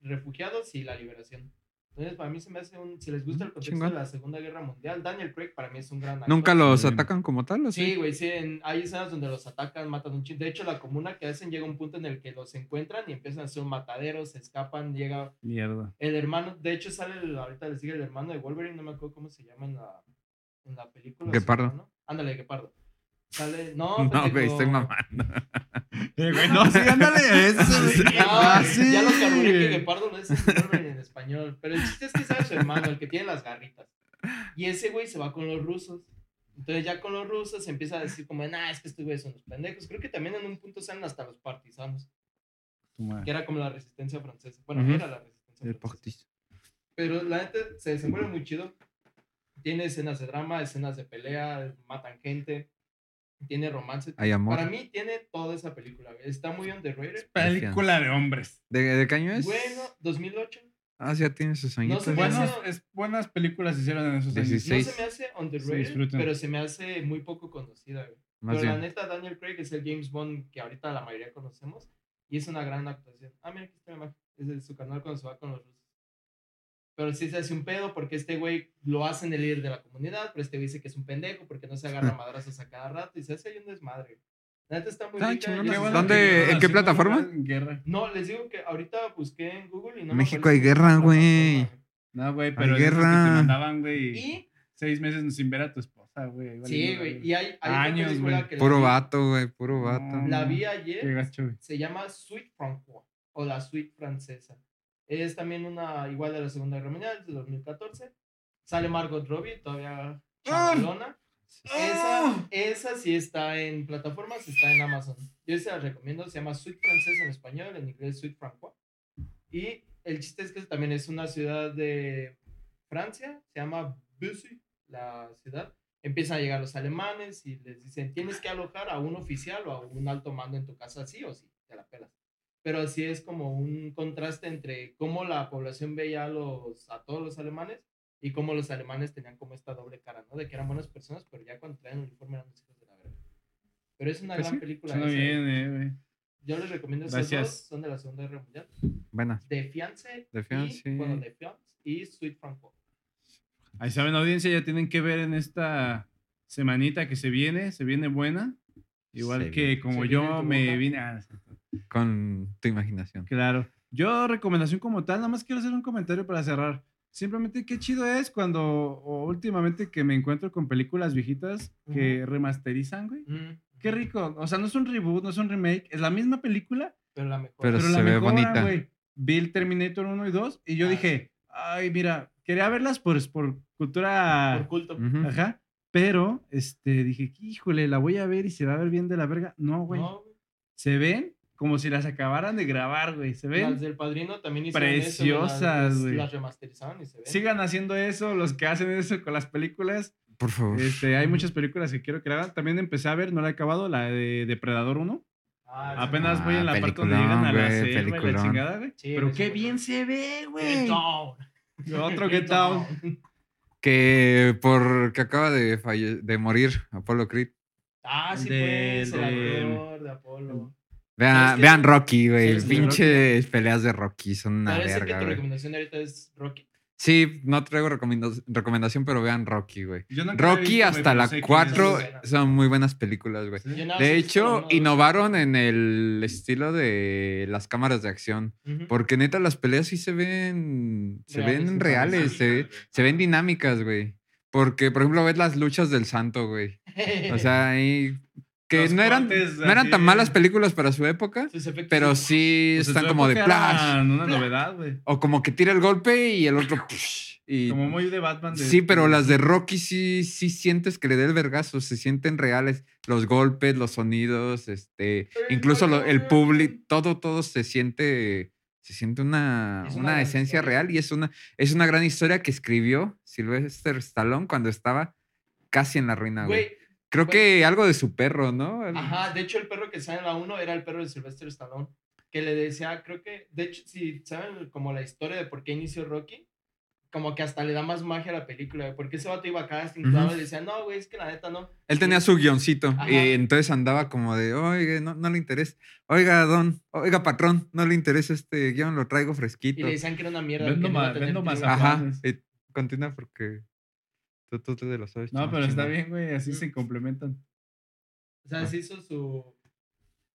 [SPEAKER 1] refugiados y la liberación. Entonces, para mí se me hace un, si les gusta el
[SPEAKER 2] Mm,
[SPEAKER 1] contexto
[SPEAKER 2] chingón.
[SPEAKER 1] de la Segunda Guerra Mundial, Daniel Craig para mí es un gran actor.
[SPEAKER 2] ¿Nunca los
[SPEAKER 3] Bien.
[SPEAKER 2] atacan como tal? ¿o sí?
[SPEAKER 1] Sí, güey, sí, en- hay escenas donde los atacan, matan un chingo. De hecho, la comuna que hacen llega un punto en el que los encuentran y empiezan a hacer un matadero, se escapan, llega
[SPEAKER 3] Mierda.
[SPEAKER 1] el hermano, de hecho sale, el- ahorita le sigue el hermano de Wolverine, no me acuerdo cómo se llama en la, en la película. su
[SPEAKER 2] Guepardo.
[SPEAKER 1] hermano. Ándale, Guepardo. Sale, no,
[SPEAKER 2] [laughs]
[SPEAKER 1] pues
[SPEAKER 2] No, güey,
[SPEAKER 1] pendejo. [laughs]
[SPEAKER 2] estoy mamando.
[SPEAKER 3] Eh,
[SPEAKER 2] [laughs]
[SPEAKER 3] no, sí, ándale. Ese,
[SPEAKER 1] No,
[SPEAKER 3] güey.
[SPEAKER 1] [laughs]
[SPEAKER 2] Ah,
[SPEAKER 1] güey,
[SPEAKER 3] sí.
[SPEAKER 1] Ah, Ya lo carburé que Guepardo no es Wolverine en español. Pero el chiste es que sale su hermano, el que tiene las garritas. Y ese güey se va con los rusos. Entonces ya con los rusos se empieza a decir como, nah, es que estos güeyes son los pendejos. Creo que también en un punto salen hasta los partisanos,
[SPEAKER 3] Tu madre.
[SPEAKER 1] que era como la resistencia francesa. Bueno,
[SPEAKER 2] Ujú.
[SPEAKER 1] era la resistencia
[SPEAKER 2] El
[SPEAKER 1] francesa.
[SPEAKER 2] Portis.
[SPEAKER 1] Pero la neta se desenvuelve muy chido. Tiene escenas de drama, escenas de pelea, matan gente, tiene romance.
[SPEAKER 2] Hay amor.
[SPEAKER 1] Para mí tiene toda esa película. güey. Está muy underrated.
[SPEAKER 3] Película de hombres.
[SPEAKER 2] ¿De, de qué año es?
[SPEAKER 1] Bueno, 2008.
[SPEAKER 2] Ah, sí, ya tiene sus añitos.
[SPEAKER 1] sé,
[SPEAKER 2] ya.
[SPEAKER 1] bueno.
[SPEAKER 3] Buenas, es- buenas películas hicieron en esos años.
[SPEAKER 2] Dieciséis.
[SPEAKER 1] No
[SPEAKER 2] Seis.
[SPEAKER 1] se me hace
[SPEAKER 3] Se
[SPEAKER 1] underrated,
[SPEAKER 3] disfrutan.
[SPEAKER 1] pero se me hace muy poco conocida. güey.
[SPEAKER 2] Más
[SPEAKER 1] pero la
[SPEAKER 2] bien.
[SPEAKER 1] neta, Daniel Craig es el James Bond que ahorita la mayoría conocemos y es una gran actuación. Ah, mira, aquí está la imagen. Es de su canal cuando se va con los rusos. Pero sí se hace un pedo porque este güey lo hacen el líder de la comunidad, pero este güey dice que es un pendejo porque no se agarra
[SPEAKER 2] [laughs]
[SPEAKER 1] a madrazos a cada rato y se hace ahí un desmadre. La neta está muy
[SPEAKER 2] Está
[SPEAKER 1] rica,
[SPEAKER 2] chingona.
[SPEAKER 1] yo
[SPEAKER 3] Qué
[SPEAKER 1] sí
[SPEAKER 3] bueno
[SPEAKER 1] la
[SPEAKER 2] ¿Dónde-
[SPEAKER 1] recomiendo.
[SPEAKER 3] que
[SPEAKER 2] en qué
[SPEAKER 3] hicieron
[SPEAKER 2] plataforma?
[SPEAKER 3] una Guerra.
[SPEAKER 1] No, les digo que ahorita busqué en Google y no me
[SPEAKER 2] México
[SPEAKER 1] aparece
[SPEAKER 2] hay guerra,
[SPEAKER 1] ninguna
[SPEAKER 2] güey.
[SPEAKER 1] plataforma.
[SPEAKER 3] No, güey, pero
[SPEAKER 2] Hay
[SPEAKER 3] esas que te
[SPEAKER 2] guerra.
[SPEAKER 3] mandaban, güey,
[SPEAKER 1] Y,
[SPEAKER 3] seis meses sin ver a tu esposa, güey. ahí
[SPEAKER 1] sí,
[SPEAKER 3] valiendo
[SPEAKER 1] güey,
[SPEAKER 3] verga.
[SPEAKER 1] y hay, hay
[SPEAKER 3] Años,
[SPEAKER 1] película
[SPEAKER 3] güey.
[SPEAKER 1] que la
[SPEAKER 2] Puro
[SPEAKER 1] vi-
[SPEAKER 2] vato, güey, puro vato.
[SPEAKER 3] No.
[SPEAKER 1] La vi
[SPEAKER 3] Qué
[SPEAKER 1] ayer,
[SPEAKER 3] gacho, güey.
[SPEAKER 1] se llama Suite Francois o la Suite Francesa. Es también una igual de la Segunda Guerra Mundial, de 2014. Sale Margot Robbie,
[SPEAKER 3] ¡Ah!
[SPEAKER 1] todavía chavalona. Esa, esa sí está en plataformas, está en Amazon. Yo se la recomiendo, se llama Suite Francesa en español, en inglés Suite Francois. Y el chiste es que también es una ciudad de Francia, se llama Bussy, la ciudad. Empiezan a llegar los alemanes y les dicen, tienes que alojar a un oficial o a un alto mando en tu casa, sí o sí, te la pelas. Pero así es como un contraste entre cómo la población veía a, los, a todos los alemanes y cómo los alemanes tenían como esta doble cara, ¿no? De que eran buenas personas, pero ya cuando traían el uniforme eran los hijos de la verga. Pero es una
[SPEAKER 2] Pues
[SPEAKER 1] gran
[SPEAKER 2] sí,
[SPEAKER 1] película.
[SPEAKER 3] Suena
[SPEAKER 1] esa.
[SPEAKER 3] bien, eh, güey.
[SPEAKER 1] Yo les recomiendo esas
[SPEAKER 3] Gracias.
[SPEAKER 1] dos, son de la Segunda Guerra Mundial.
[SPEAKER 2] Buena.
[SPEAKER 1] De Fiance.
[SPEAKER 2] De Fiancé.
[SPEAKER 1] Y, bueno, de Fiance y Sweet Franco.
[SPEAKER 3] Ahí saben, audiencia, ya tienen que ver en esta semanita que se viene, se viene buena. Igual
[SPEAKER 2] Se
[SPEAKER 3] que
[SPEAKER 2] viene-
[SPEAKER 3] como
[SPEAKER 1] se viene en
[SPEAKER 3] yo
[SPEAKER 1] tu
[SPEAKER 3] me
[SPEAKER 1] boca.
[SPEAKER 3] vine a...
[SPEAKER 2] Con tu imaginación.
[SPEAKER 3] Claro. Yo, recomendación como tal, nada más quiero hacer un comentario para cerrar. Simplemente qué chido es cuando o últimamente que me encuentro con películas viejitas que remasterizan, güey. Mm, Qué rico. O sea, no es un reboot, no es un remake, es la misma película,
[SPEAKER 1] Pero la mejor.
[SPEAKER 2] Pero
[SPEAKER 3] pero,
[SPEAKER 2] se
[SPEAKER 3] la
[SPEAKER 2] ve
[SPEAKER 3] mejoran,
[SPEAKER 2] bonita.
[SPEAKER 3] ah, güey. Vi el Terminator 1 y 2 y yo
[SPEAKER 1] Ah.
[SPEAKER 3] dije, ay, mira, quería verlas por, por cultura...
[SPEAKER 1] por culto.
[SPEAKER 2] ah, Ujú.
[SPEAKER 3] Ajá. Pero, este, dije, híjole, la voy a ver y se va a ver bien de la verga. No, güey.
[SPEAKER 1] No, güey.
[SPEAKER 3] Se ven como si las acabaran de grabar, güey. Se
[SPEAKER 1] Las
[SPEAKER 3] ven.
[SPEAKER 1] del padrino también hicieron eso, güey, las-
[SPEAKER 3] Preciosas,
[SPEAKER 1] las-
[SPEAKER 3] güey.
[SPEAKER 1] Las remasterizaron y se ven.
[SPEAKER 3] Sigan haciendo eso, los que hacen eso con las películas.
[SPEAKER 2] Por favor.
[SPEAKER 3] Este, hay muchas películas que quiero que hagan. También empecé a ver, no la he acabado, la de Depredador 1.
[SPEAKER 1] Ah, esa
[SPEAKER 3] Apenas
[SPEAKER 2] Ah,
[SPEAKER 3] voy en la parte donde
[SPEAKER 2] peliculón,
[SPEAKER 3] llegan a la
[SPEAKER 2] güey,
[SPEAKER 3] selva y la
[SPEAKER 2] peliculón.
[SPEAKER 3] chingada, güey.
[SPEAKER 1] Sí,
[SPEAKER 3] Pero
[SPEAKER 1] güey,
[SPEAKER 3] qué
[SPEAKER 1] sí, güey.
[SPEAKER 3] bien se ve,
[SPEAKER 1] madre. Get
[SPEAKER 3] güey.
[SPEAKER 1] down. [laughs]
[SPEAKER 2] [laughs]
[SPEAKER 3] Otro
[SPEAKER 1] Get
[SPEAKER 3] Get Down.
[SPEAKER 2] Que por que acaba de, falle- de morir Apollo Creed.
[SPEAKER 1] Ah, sí,
[SPEAKER 3] Del-
[SPEAKER 1] pues. El
[SPEAKER 3] del-
[SPEAKER 1] actor de Apolo.
[SPEAKER 2] Vean,
[SPEAKER 1] Es que-
[SPEAKER 2] vean Rocky, güey.
[SPEAKER 1] Sí, sí,
[SPEAKER 2] pinches peleas de Rocky son una
[SPEAKER 1] Parece que
[SPEAKER 2] verga,
[SPEAKER 1] tu
[SPEAKER 2] güey.
[SPEAKER 1] recomendación ahorita es Rocky.
[SPEAKER 2] Sí, no traigo recomiendo- recomendación, pero vean Rocky, güey.
[SPEAKER 3] Yo nunca la he
[SPEAKER 2] Rocky
[SPEAKER 3] visto, güey,
[SPEAKER 2] hasta
[SPEAKER 3] pero
[SPEAKER 2] la
[SPEAKER 3] sé quién es.
[SPEAKER 2] 4
[SPEAKER 1] buena.
[SPEAKER 2] son muy buenas películas, güey.
[SPEAKER 1] Yo nada más
[SPEAKER 2] De
[SPEAKER 1] he visto la
[SPEAKER 2] hecho,
[SPEAKER 1] uno, dos.
[SPEAKER 2] innovaron en el estilo de las cámaras de acción.
[SPEAKER 1] Ujú.
[SPEAKER 2] Porque neta, las peleas sí se ven. Se
[SPEAKER 1] Reales,
[SPEAKER 2] ven
[SPEAKER 1] sí,
[SPEAKER 2] reales, eh.
[SPEAKER 6] sí,
[SPEAKER 2] se,
[SPEAKER 6] claro.
[SPEAKER 2] se ven dinámicas, güey. Porque, por ejemplo, ves las luchas del santo, güey.
[SPEAKER 3] [laughs]
[SPEAKER 2] O sea, ahí. Que
[SPEAKER 3] Los
[SPEAKER 2] no eran,
[SPEAKER 3] cortes
[SPEAKER 2] no eran tan
[SPEAKER 3] así.
[SPEAKER 2] malas películas para su época,
[SPEAKER 1] [laughs] Sus efectos
[SPEAKER 2] pero sí
[SPEAKER 3] Pues en
[SPEAKER 2] están
[SPEAKER 3] su
[SPEAKER 2] como de
[SPEAKER 3] época
[SPEAKER 2] plash.
[SPEAKER 3] eran Una novedad, güey.
[SPEAKER 2] O como que tira el golpe y el otro. psh, y,
[SPEAKER 3] Como muy de Batman. de-
[SPEAKER 2] sí, pero las de Rocky sí, sí sientes que le dé el vergazo, se sienten reales. Los golpes, los sonidos, este, incluso lo- el público, todo, todo se siente, se siente una,
[SPEAKER 1] Es una
[SPEAKER 2] una
[SPEAKER 1] gran
[SPEAKER 2] esencia
[SPEAKER 1] historia.
[SPEAKER 2] real y es una, es una gran historia que escribió Sylvester Stallone cuando estaba casi en la ruina, Ah, güey.
[SPEAKER 1] Güey,
[SPEAKER 2] Creo
[SPEAKER 1] güey.
[SPEAKER 2] que algo de su perro, ¿no? Algo-
[SPEAKER 1] ajá, de hecho el perro que sale en la 1 era el perro de Sylvester Stallone, que le decía, creo que, de hecho, si saben como la historia de por qué inició Rocky, como que hasta le da más magia a la película, güey, porque ese vato iba a casting,
[SPEAKER 2] Ujú.
[SPEAKER 1] todo, y decía, no, güey, es que la neta no.
[SPEAKER 2] Él tenía su guioncito
[SPEAKER 1] Ajá.
[SPEAKER 2] y entonces andaba como de, oiga, no, no le interesa. Oiga, don, oiga, patrón, no le interesa este guión, lo traigo
[SPEAKER 1] Y
[SPEAKER 2] fresquito.
[SPEAKER 1] le decían que era una mierda.
[SPEAKER 3] Vendo
[SPEAKER 1] que no iba a
[SPEAKER 3] ma-
[SPEAKER 1] tener
[SPEAKER 3] vendo
[SPEAKER 1] triunfo.
[SPEAKER 3] mazapán.
[SPEAKER 2] Ajá,
[SPEAKER 3] Zapanes.
[SPEAKER 2] eh, continúa porque tú, tú te lo sabes.
[SPEAKER 3] No,
[SPEAKER 2] chingón,
[SPEAKER 3] pero está
[SPEAKER 2] chingón.
[SPEAKER 3] bien, güey. Así se complementan.
[SPEAKER 1] O sea, se hizo su,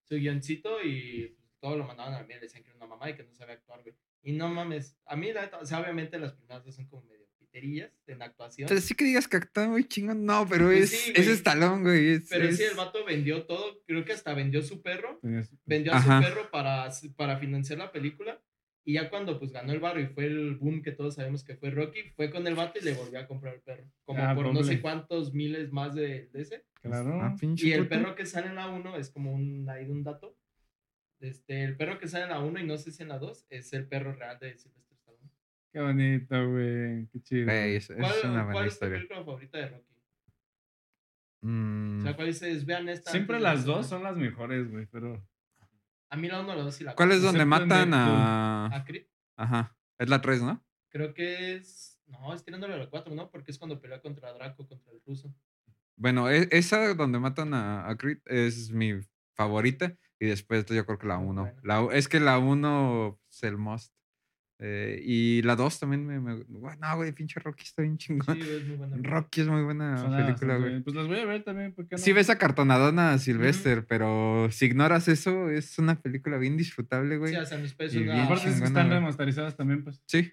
[SPEAKER 1] su guioncito y todo lo mandaban a la mierda, decían que era una mamá y que no sabía actuar, güey. Y no mames, a mí, la neta, o sea, obviamente las primeras dos son como medio piterillas en la actuación.
[SPEAKER 2] Pero sí que digas que actúa muy chingón. No, pero
[SPEAKER 1] Pues
[SPEAKER 2] es,
[SPEAKER 1] ¿Eh? sí,
[SPEAKER 2] es
[SPEAKER 1] güey.
[SPEAKER 2] Estalón, güey. es-
[SPEAKER 1] Pero sí,
[SPEAKER 2] es-
[SPEAKER 1] el vato vendió todo. Creo que hasta vendió su perro.
[SPEAKER 3] Tenías-
[SPEAKER 1] Vendió
[SPEAKER 2] Ajá.
[SPEAKER 1] a su perro para, para financiar la película. Y ya cuando pues ganó el barrio y fue el boom que todos sabemos que fue Rocky, fue con el vato y le volvió a comprar el perro. Como
[SPEAKER 3] Ah,
[SPEAKER 1] por no
[SPEAKER 3] compre.
[SPEAKER 1] sé cuántos miles más de, de ese.
[SPEAKER 2] Ah,
[SPEAKER 3] Claro.
[SPEAKER 2] pinche
[SPEAKER 1] Y el
[SPEAKER 2] puto.
[SPEAKER 1] perro que sale en la 1 es como un, ahí un dato. Este, el perro que sale en la 1 y no sé si en la 2 es el perro real de Sylvester Stallone.
[SPEAKER 3] Qué bonito, güey. Qué chido.
[SPEAKER 2] Güey, es, es
[SPEAKER 1] ¿Cuál,
[SPEAKER 2] una buena
[SPEAKER 1] cuál es tu
[SPEAKER 2] historia.
[SPEAKER 1] película favorita de Rocky? O
[SPEAKER 2] Mm,
[SPEAKER 1] sea, ¿cuál dices? Vean esta.
[SPEAKER 3] Siempre
[SPEAKER 1] antes de
[SPEAKER 3] las
[SPEAKER 1] la
[SPEAKER 3] dos
[SPEAKER 1] otra"?
[SPEAKER 3] son las mejores, güey. Pero.
[SPEAKER 1] A mí la 1, la 2 y la
[SPEAKER 2] ¿Cuál es
[SPEAKER 1] cuatro.
[SPEAKER 2] donde
[SPEAKER 3] Excepto en
[SPEAKER 2] matan a.
[SPEAKER 1] A Creed.
[SPEAKER 2] Ajá. Es la 3, ¿no?
[SPEAKER 1] Creo que es. No, es tirándole a la 4, ¿no? Porque es cuando pelea contra Draco, contra el
[SPEAKER 2] [laughs]
[SPEAKER 1] ruso.
[SPEAKER 2] Bueno, e- esa donde matan a, a Creed es mi favorita. Y después yo creo que la
[SPEAKER 1] Muy
[SPEAKER 2] 1.
[SPEAKER 1] buena.
[SPEAKER 2] es que la 1 es el most. Eh, y la 2 también me, me- Guau, No, güey, pinche Rocky está bien chingón.
[SPEAKER 1] Sí, es muy buena.
[SPEAKER 2] Rocky es muy buena
[SPEAKER 3] son
[SPEAKER 2] Ah, película,
[SPEAKER 3] bastante
[SPEAKER 2] güey.
[SPEAKER 3] bien. Pues las voy a ver también. ¿por qué no? Ah,
[SPEAKER 2] Sí ves acartonadona a Sylvester, pero si ignoras eso, es una película bien disfrutable, güey.
[SPEAKER 1] Sí, hasta mis pesos.
[SPEAKER 2] Y
[SPEAKER 1] una-
[SPEAKER 2] bien
[SPEAKER 3] Aparte es que
[SPEAKER 2] chingona,
[SPEAKER 3] están
[SPEAKER 2] güey.
[SPEAKER 3] remasterizadas también, pues.
[SPEAKER 2] Sí.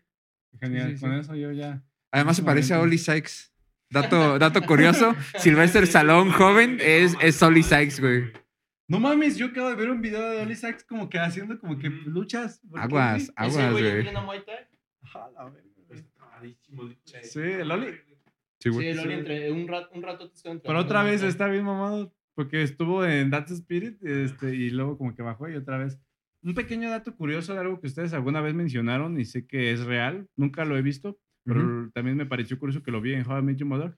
[SPEAKER 3] Genial.
[SPEAKER 2] Sí, sí,
[SPEAKER 3] Con
[SPEAKER 2] sí.
[SPEAKER 3] eso yo ya.
[SPEAKER 2] Además se
[SPEAKER 3] Un
[SPEAKER 2] parece a
[SPEAKER 3] momento.
[SPEAKER 2] Oli Sykes. Dato, dato
[SPEAKER 1] [laughs]
[SPEAKER 2] curioso, Sylvester Stallone joven es, es Oli Sykes, güey.
[SPEAKER 3] No mames, yo acabo de ver un video de Oli Sachs como que haciendo como que
[SPEAKER 6] Ujú.
[SPEAKER 3] luchas. ¿Por qué,
[SPEAKER 2] Aguas,
[SPEAKER 3] güey?
[SPEAKER 2] aguas,
[SPEAKER 1] Ese güey
[SPEAKER 2] güey.
[SPEAKER 1] entrena Muay Thai.
[SPEAKER 3] Ah, la verga, güey.
[SPEAKER 6] Está rarísimo, dijo.
[SPEAKER 1] Sí.
[SPEAKER 3] Sí, el Oli.
[SPEAKER 2] Sí,
[SPEAKER 1] Sí,
[SPEAKER 2] güey.
[SPEAKER 1] el Oli
[SPEAKER 3] Sí.
[SPEAKER 1] entre un, rat, un rato te estuvo
[SPEAKER 3] Pero
[SPEAKER 1] entrenando
[SPEAKER 3] otra
[SPEAKER 1] Muay
[SPEAKER 3] vez
[SPEAKER 1] Thai.
[SPEAKER 3] está bien mamado. Porque estuvo en That's Spirit este, y luego como que bajó y otra vez. Un pequeño dato curioso de algo que ustedes alguna vez mencionaron y sé que es real. Nunca lo he visto, pero también me pareció curioso que lo vi en How I Met Your Mother.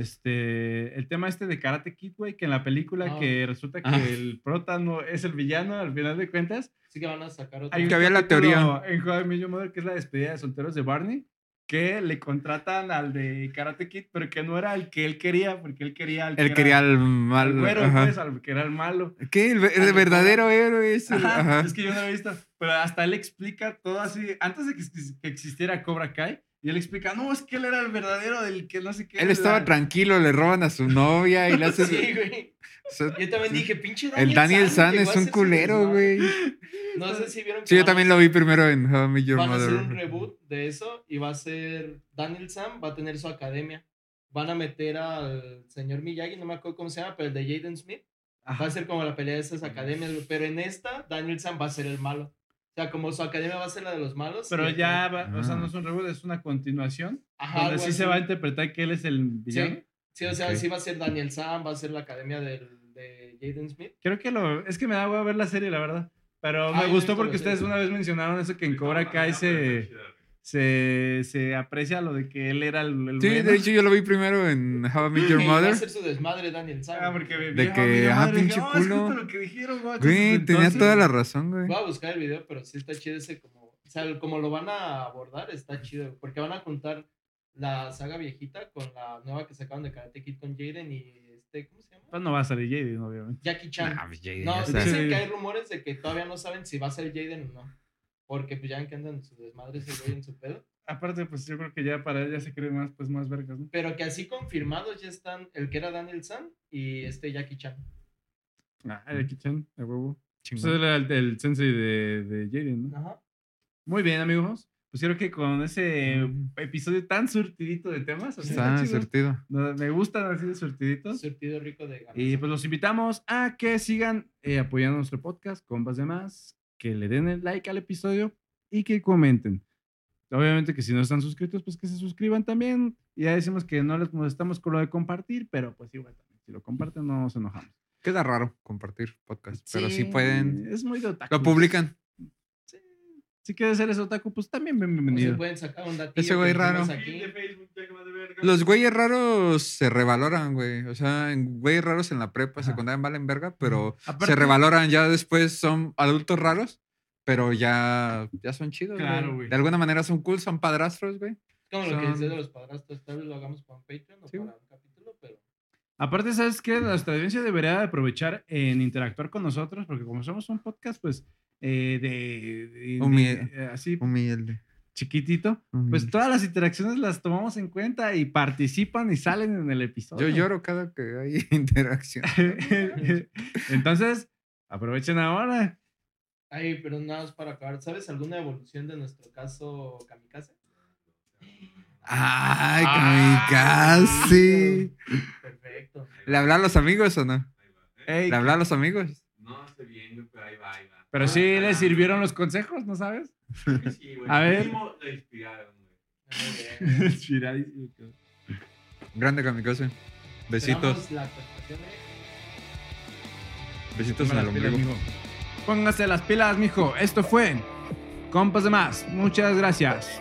[SPEAKER 3] Este, el tema este de Karate Kid, güey, que en la película
[SPEAKER 1] Ah.
[SPEAKER 3] que resulta que
[SPEAKER 2] Ah.
[SPEAKER 3] el prota no es el villano al final de cuentas.
[SPEAKER 1] Sí, que van a sacar otro.
[SPEAKER 3] Hay
[SPEAKER 2] Que
[SPEAKER 3] un
[SPEAKER 2] había la
[SPEAKER 3] capítulo En Joven Millo Mother, que es la despedida de solteros de Barney, que le contratan al de Karate Kid, pero que no era el que él quería, porque él quería al que
[SPEAKER 2] Él
[SPEAKER 3] era
[SPEAKER 2] quería el
[SPEAKER 3] al
[SPEAKER 2] mal.
[SPEAKER 3] güero,
[SPEAKER 2] ajá.
[SPEAKER 3] pues, al que era el malo.
[SPEAKER 1] pues.
[SPEAKER 2] ¿Qué? El, ve- el
[SPEAKER 3] al-
[SPEAKER 2] verdadero héroe es el-
[SPEAKER 3] Ajá,
[SPEAKER 2] ajá.
[SPEAKER 3] Es que yo no lo he visto, pero hasta él explica todo así, antes de que, ex- que existiera Cobra Kai, y él explica, no, es que él era el verdadero del que no sé qué.
[SPEAKER 2] Él estaba
[SPEAKER 3] la-
[SPEAKER 2] tranquilo, le roban a su novia y le hace...
[SPEAKER 1] [laughs] Sí, güey.
[SPEAKER 2] o sea,
[SPEAKER 1] Yo también dije, pinche Daniel
[SPEAKER 2] el Daniel San
[SPEAKER 1] llegó a
[SPEAKER 2] es un
[SPEAKER 1] hacer su
[SPEAKER 2] culero,
[SPEAKER 1] desmadre.
[SPEAKER 2] güey.
[SPEAKER 1] No sé si vieron que
[SPEAKER 2] Sí, yo
[SPEAKER 1] van a
[SPEAKER 2] también lo vi primero en How I Met Your
[SPEAKER 1] van a hacer
[SPEAKER 2] Mother.
[SPEAKER 1] un reboot de eso y va a ser Daniel Sam va a tener su academia van a meter al señor Miyagi no me acuerdo cómo se llama pero el de Jaden Smith va a ser como la pelea de esas academias güey, pero en esta Daniel Sam va a ser el malo o sea como su academia va a ser la de los malos
[SPEAKER 3] Pero
[SPEAKER 1] y-
[SPEAKER 3] ya, va- o sea,
[SPEAKER 2] Ah.
[SPEAKER 3] no es un reboot, es una continuación,
[SPEAKER 1] Ajá,
[SPEAKER 3] donde
[SPEAKER 1] algo
[SPEAKER 3] sí se
[SPEAKER 1] así.
[SPEAKER 3] va a interpretar que él es el villano.
[SPEAKER 1] sí, sí, o sea
[SPEAKER 2] Ok.
[SPEAKER 1] sí va a ser Daniel Sam va a ser la academia del, de Jaden Smith
[SPEAKER 3] Creo que lo. Es que me da hueva ver la serie, la verdad. Pero
[SPEAKER 1] Ah,
[SPEAKER 3] me
[SPEAKER 1] yo
[SPEAKER 3] gustó
[SPEAKER 1] he visto
[SPEAKER 3] porque
[SPEAKER 1] la
[SPEAKER 3] ustedes
[SPEAKER 1] serie.
[SPEAKER 3] una vez mencionaron eso que en Cobra Kai se, se, se aprecia lo de que él era el, el
[SPEAKER 2] Sí,
[SPEAKER 3] bueno.
[SPEAKER 2] de hecho yo lo vi primero en How I Met
[SPEAKER 1] Que
[SPEAKER 2] Your
[SPEAKER 1] [laughs] va a
[SPEAKER 2] Mother.
[SPEAKER 1] ser su desmadre Daniel Sam
[SPEAKER 3] [laughs] Ah,
[SPEAKER 1] güey.
[SPEAKER 3] porque me-
[SPEAKER 2] De
[SPEAKER 3] yo,
[SPEAKER 2] que,
[SPEAKER 3] mi
[SPEAKER 2] ah,
[SPEAKER 3] madre,
[SPEAKER 2] pinche
[SPEAKER 3] dije, "Oh, es
[SPEAKER 2] culo".
[SPEAKER 3] justo lo que dijeron, güey".
[SPEAKER 2] Güey,
[SPEAKER 3] Entonces,
[SPEAKER 2] tenía toda la
[SPEAKER 3] entonces,
[SPEAKER 2] razón, güey.
[SPEAKER 1] Voy a buscar el video, pero sí está chido ese como... O sea, el- como lo van a abordar, está chido. Porque van a juntar la saga viejita con la nueva que sacaron de Karate Kid con Jaden y este... ¿Cómo se llama?
[SPEAKER 3] Pues no va a salir Jaden, obviamente.
[SPEAKER 1] Jackie Chan.
[SPEAKER 2] Nah, pues, Jade,
[SPEAKER 1] No,
[SPEAKER 2] ya
[SPEAKER 3] sé.
[SPEAKER 2] sabes.
[SPEAKER 1] dicen que hay rumores de que todavía no saben si va a ser Jaden o no. Porque pues ya ven que andan en su desmadre ese güey en su pedo.
[SPEAKER 3] Aparte, pues yo creo que ya para ella se cree más, pues más vergas, ¿no?
[SPEAKER 1] Pero que así confirmados ya están el que era Daniel San y este Jackie Chan.
[SPEAKER 3] Ah, Jackie Chan, de huevo. Pues
[SPEAKER 2] Chingón.
[SPEAKER 3] era el, el sensei de, de Jaden, ¿no?
[SPEAKER 1] Ajá.
[SPEAKER 3] Muy bien, amigos. Pues creo que con ese episodio tan surtidito de temas, o sea,
[SPEAKER 2] Está
[SPEAKER 3] chido.
[SPEAKER 2] surtido.
[SPEAKER 3] No, me gustan así de surtiditos.
[SPEAKER 1] Surtido rico de ganas.
[SPEAKER 3] Y pues los invitamos a que sigan eh, apoyando nuestro podcast, compas de más, que le den el like al episodio y que comenten. Obviamente que si no están suscritos, pues que se suscriban también. Y ya decimos que no les molestamos con lo de compartir, pero pues igual también. Si lo comparten, no nos enojamos.
[SPEAKER 2] Queda raro compartir podcast, pero sí pueden.
[SPEAKER 3] Es muy de otaku.
[SPEAKER 2] Lo publican.
[SPEAKER 3] Si quieres ser ese otaku, pues también bien-
[SPEAKER 1] O se
[SPEAKER 3] bienvenido.
[SPEAKER 1] pueden sacar un datillo.
[SPEAKER 2] Ese güey
[SPEAKER 1] que tenemos
[SPEAKER 2] raro.
[SPEAKER 1] aquí.
[SPEAKER 6] Feed de Facebook, ya que vale verga.
[SPEAKER 2] Los güeyes raros se revaloran, güey. O sea, en güeyes raros en la prepa,
[SPEAKER 3] Ajá.
[SPEAKER 2] secundaria valen verga, pero
[SPEAKER 3] Aparte-
[SPEAKER 2] se revaloran. Ya después son adultos raros, pero ya, ya son chidos.
[SPEAKER 3] Claro,
[SPEAKER 2] güey.
[SPEAKER 3] güey.
[SPEAKER 2] De alguna manera son cool, son padrastros, güey.
[SPEAKER 1] Como lo que
[SPEAKER 2] Son-
[SPEAKER 1] dices de los padrastros, tal vez lo hagamos para un Patreon o
[SPEAKER 2] Sí,
[SPEAKER 1] para un capítulo, pero
[SPEAKER 3] Aparte, ¿sabes qué? Nuestra audiencia debería aprovechar en interactuar con nosotros, porque como somos un podcast, pues, eh, de, de- de-
[SPEAKER 2] Humilde.
[SPEAKER 3] eh, así
[SPEAKER 2] Humilde.
[SPEAKER 3] chiquitito, pues
[SPEAKER 2] humilde.
[SPEAKER 3] todas las interacciones las tomamos en cuenta y participan y salen en el episodio.
[SPEAKER 2] Yo lloro cada que hay [laughs] interacción.
[SPEAKER 3] [laughs] Entonces, aprovechen ahora.
[SPEAKER 1] Ay, pero nada más para acabar. ¿Sabes alguna evolución de nuestro caso kamikaze?
[SPEAKER 2] Ay, casi.
[SPEAKER 1] Perfecto.
[SPEAKER 2] Ah. ¿Le hablaba a los amigos o no?
[SPEAKER 6] Ahí va, ¿eh?
[SPEAKER 3] Ey,
[SPEAKER 2] ¿Le hablaba a los amigos?
[SPEAKER 6] No sé bien, güey, pero ahí va, ahí va.
[SPEAKER 3] pero sí les sirvieron los consejos, ¿no
[SPEAKER 2] [laughs]
[SPEAKER 3] sabes?
[SPEAKER 6] Sí, güey.
[SPEAKER 3] A ver.
[SPEAKER 6] Mínimo la inspiraron, güey.
[SPEAKER 1] Muy bien.
[SPEAKER 3] Inspiradísimo.
[SPEAKER 2] Grande kamikaze. Besitos.
[SPEAKER 1] Esperamos la actualización, ¿eh?
[SPEAKER 2] Besitos en el ombligo.
[SPEAKER 3] Pónganse las pilas, mijo. Esto fue Compas de Más. Muchas gracias.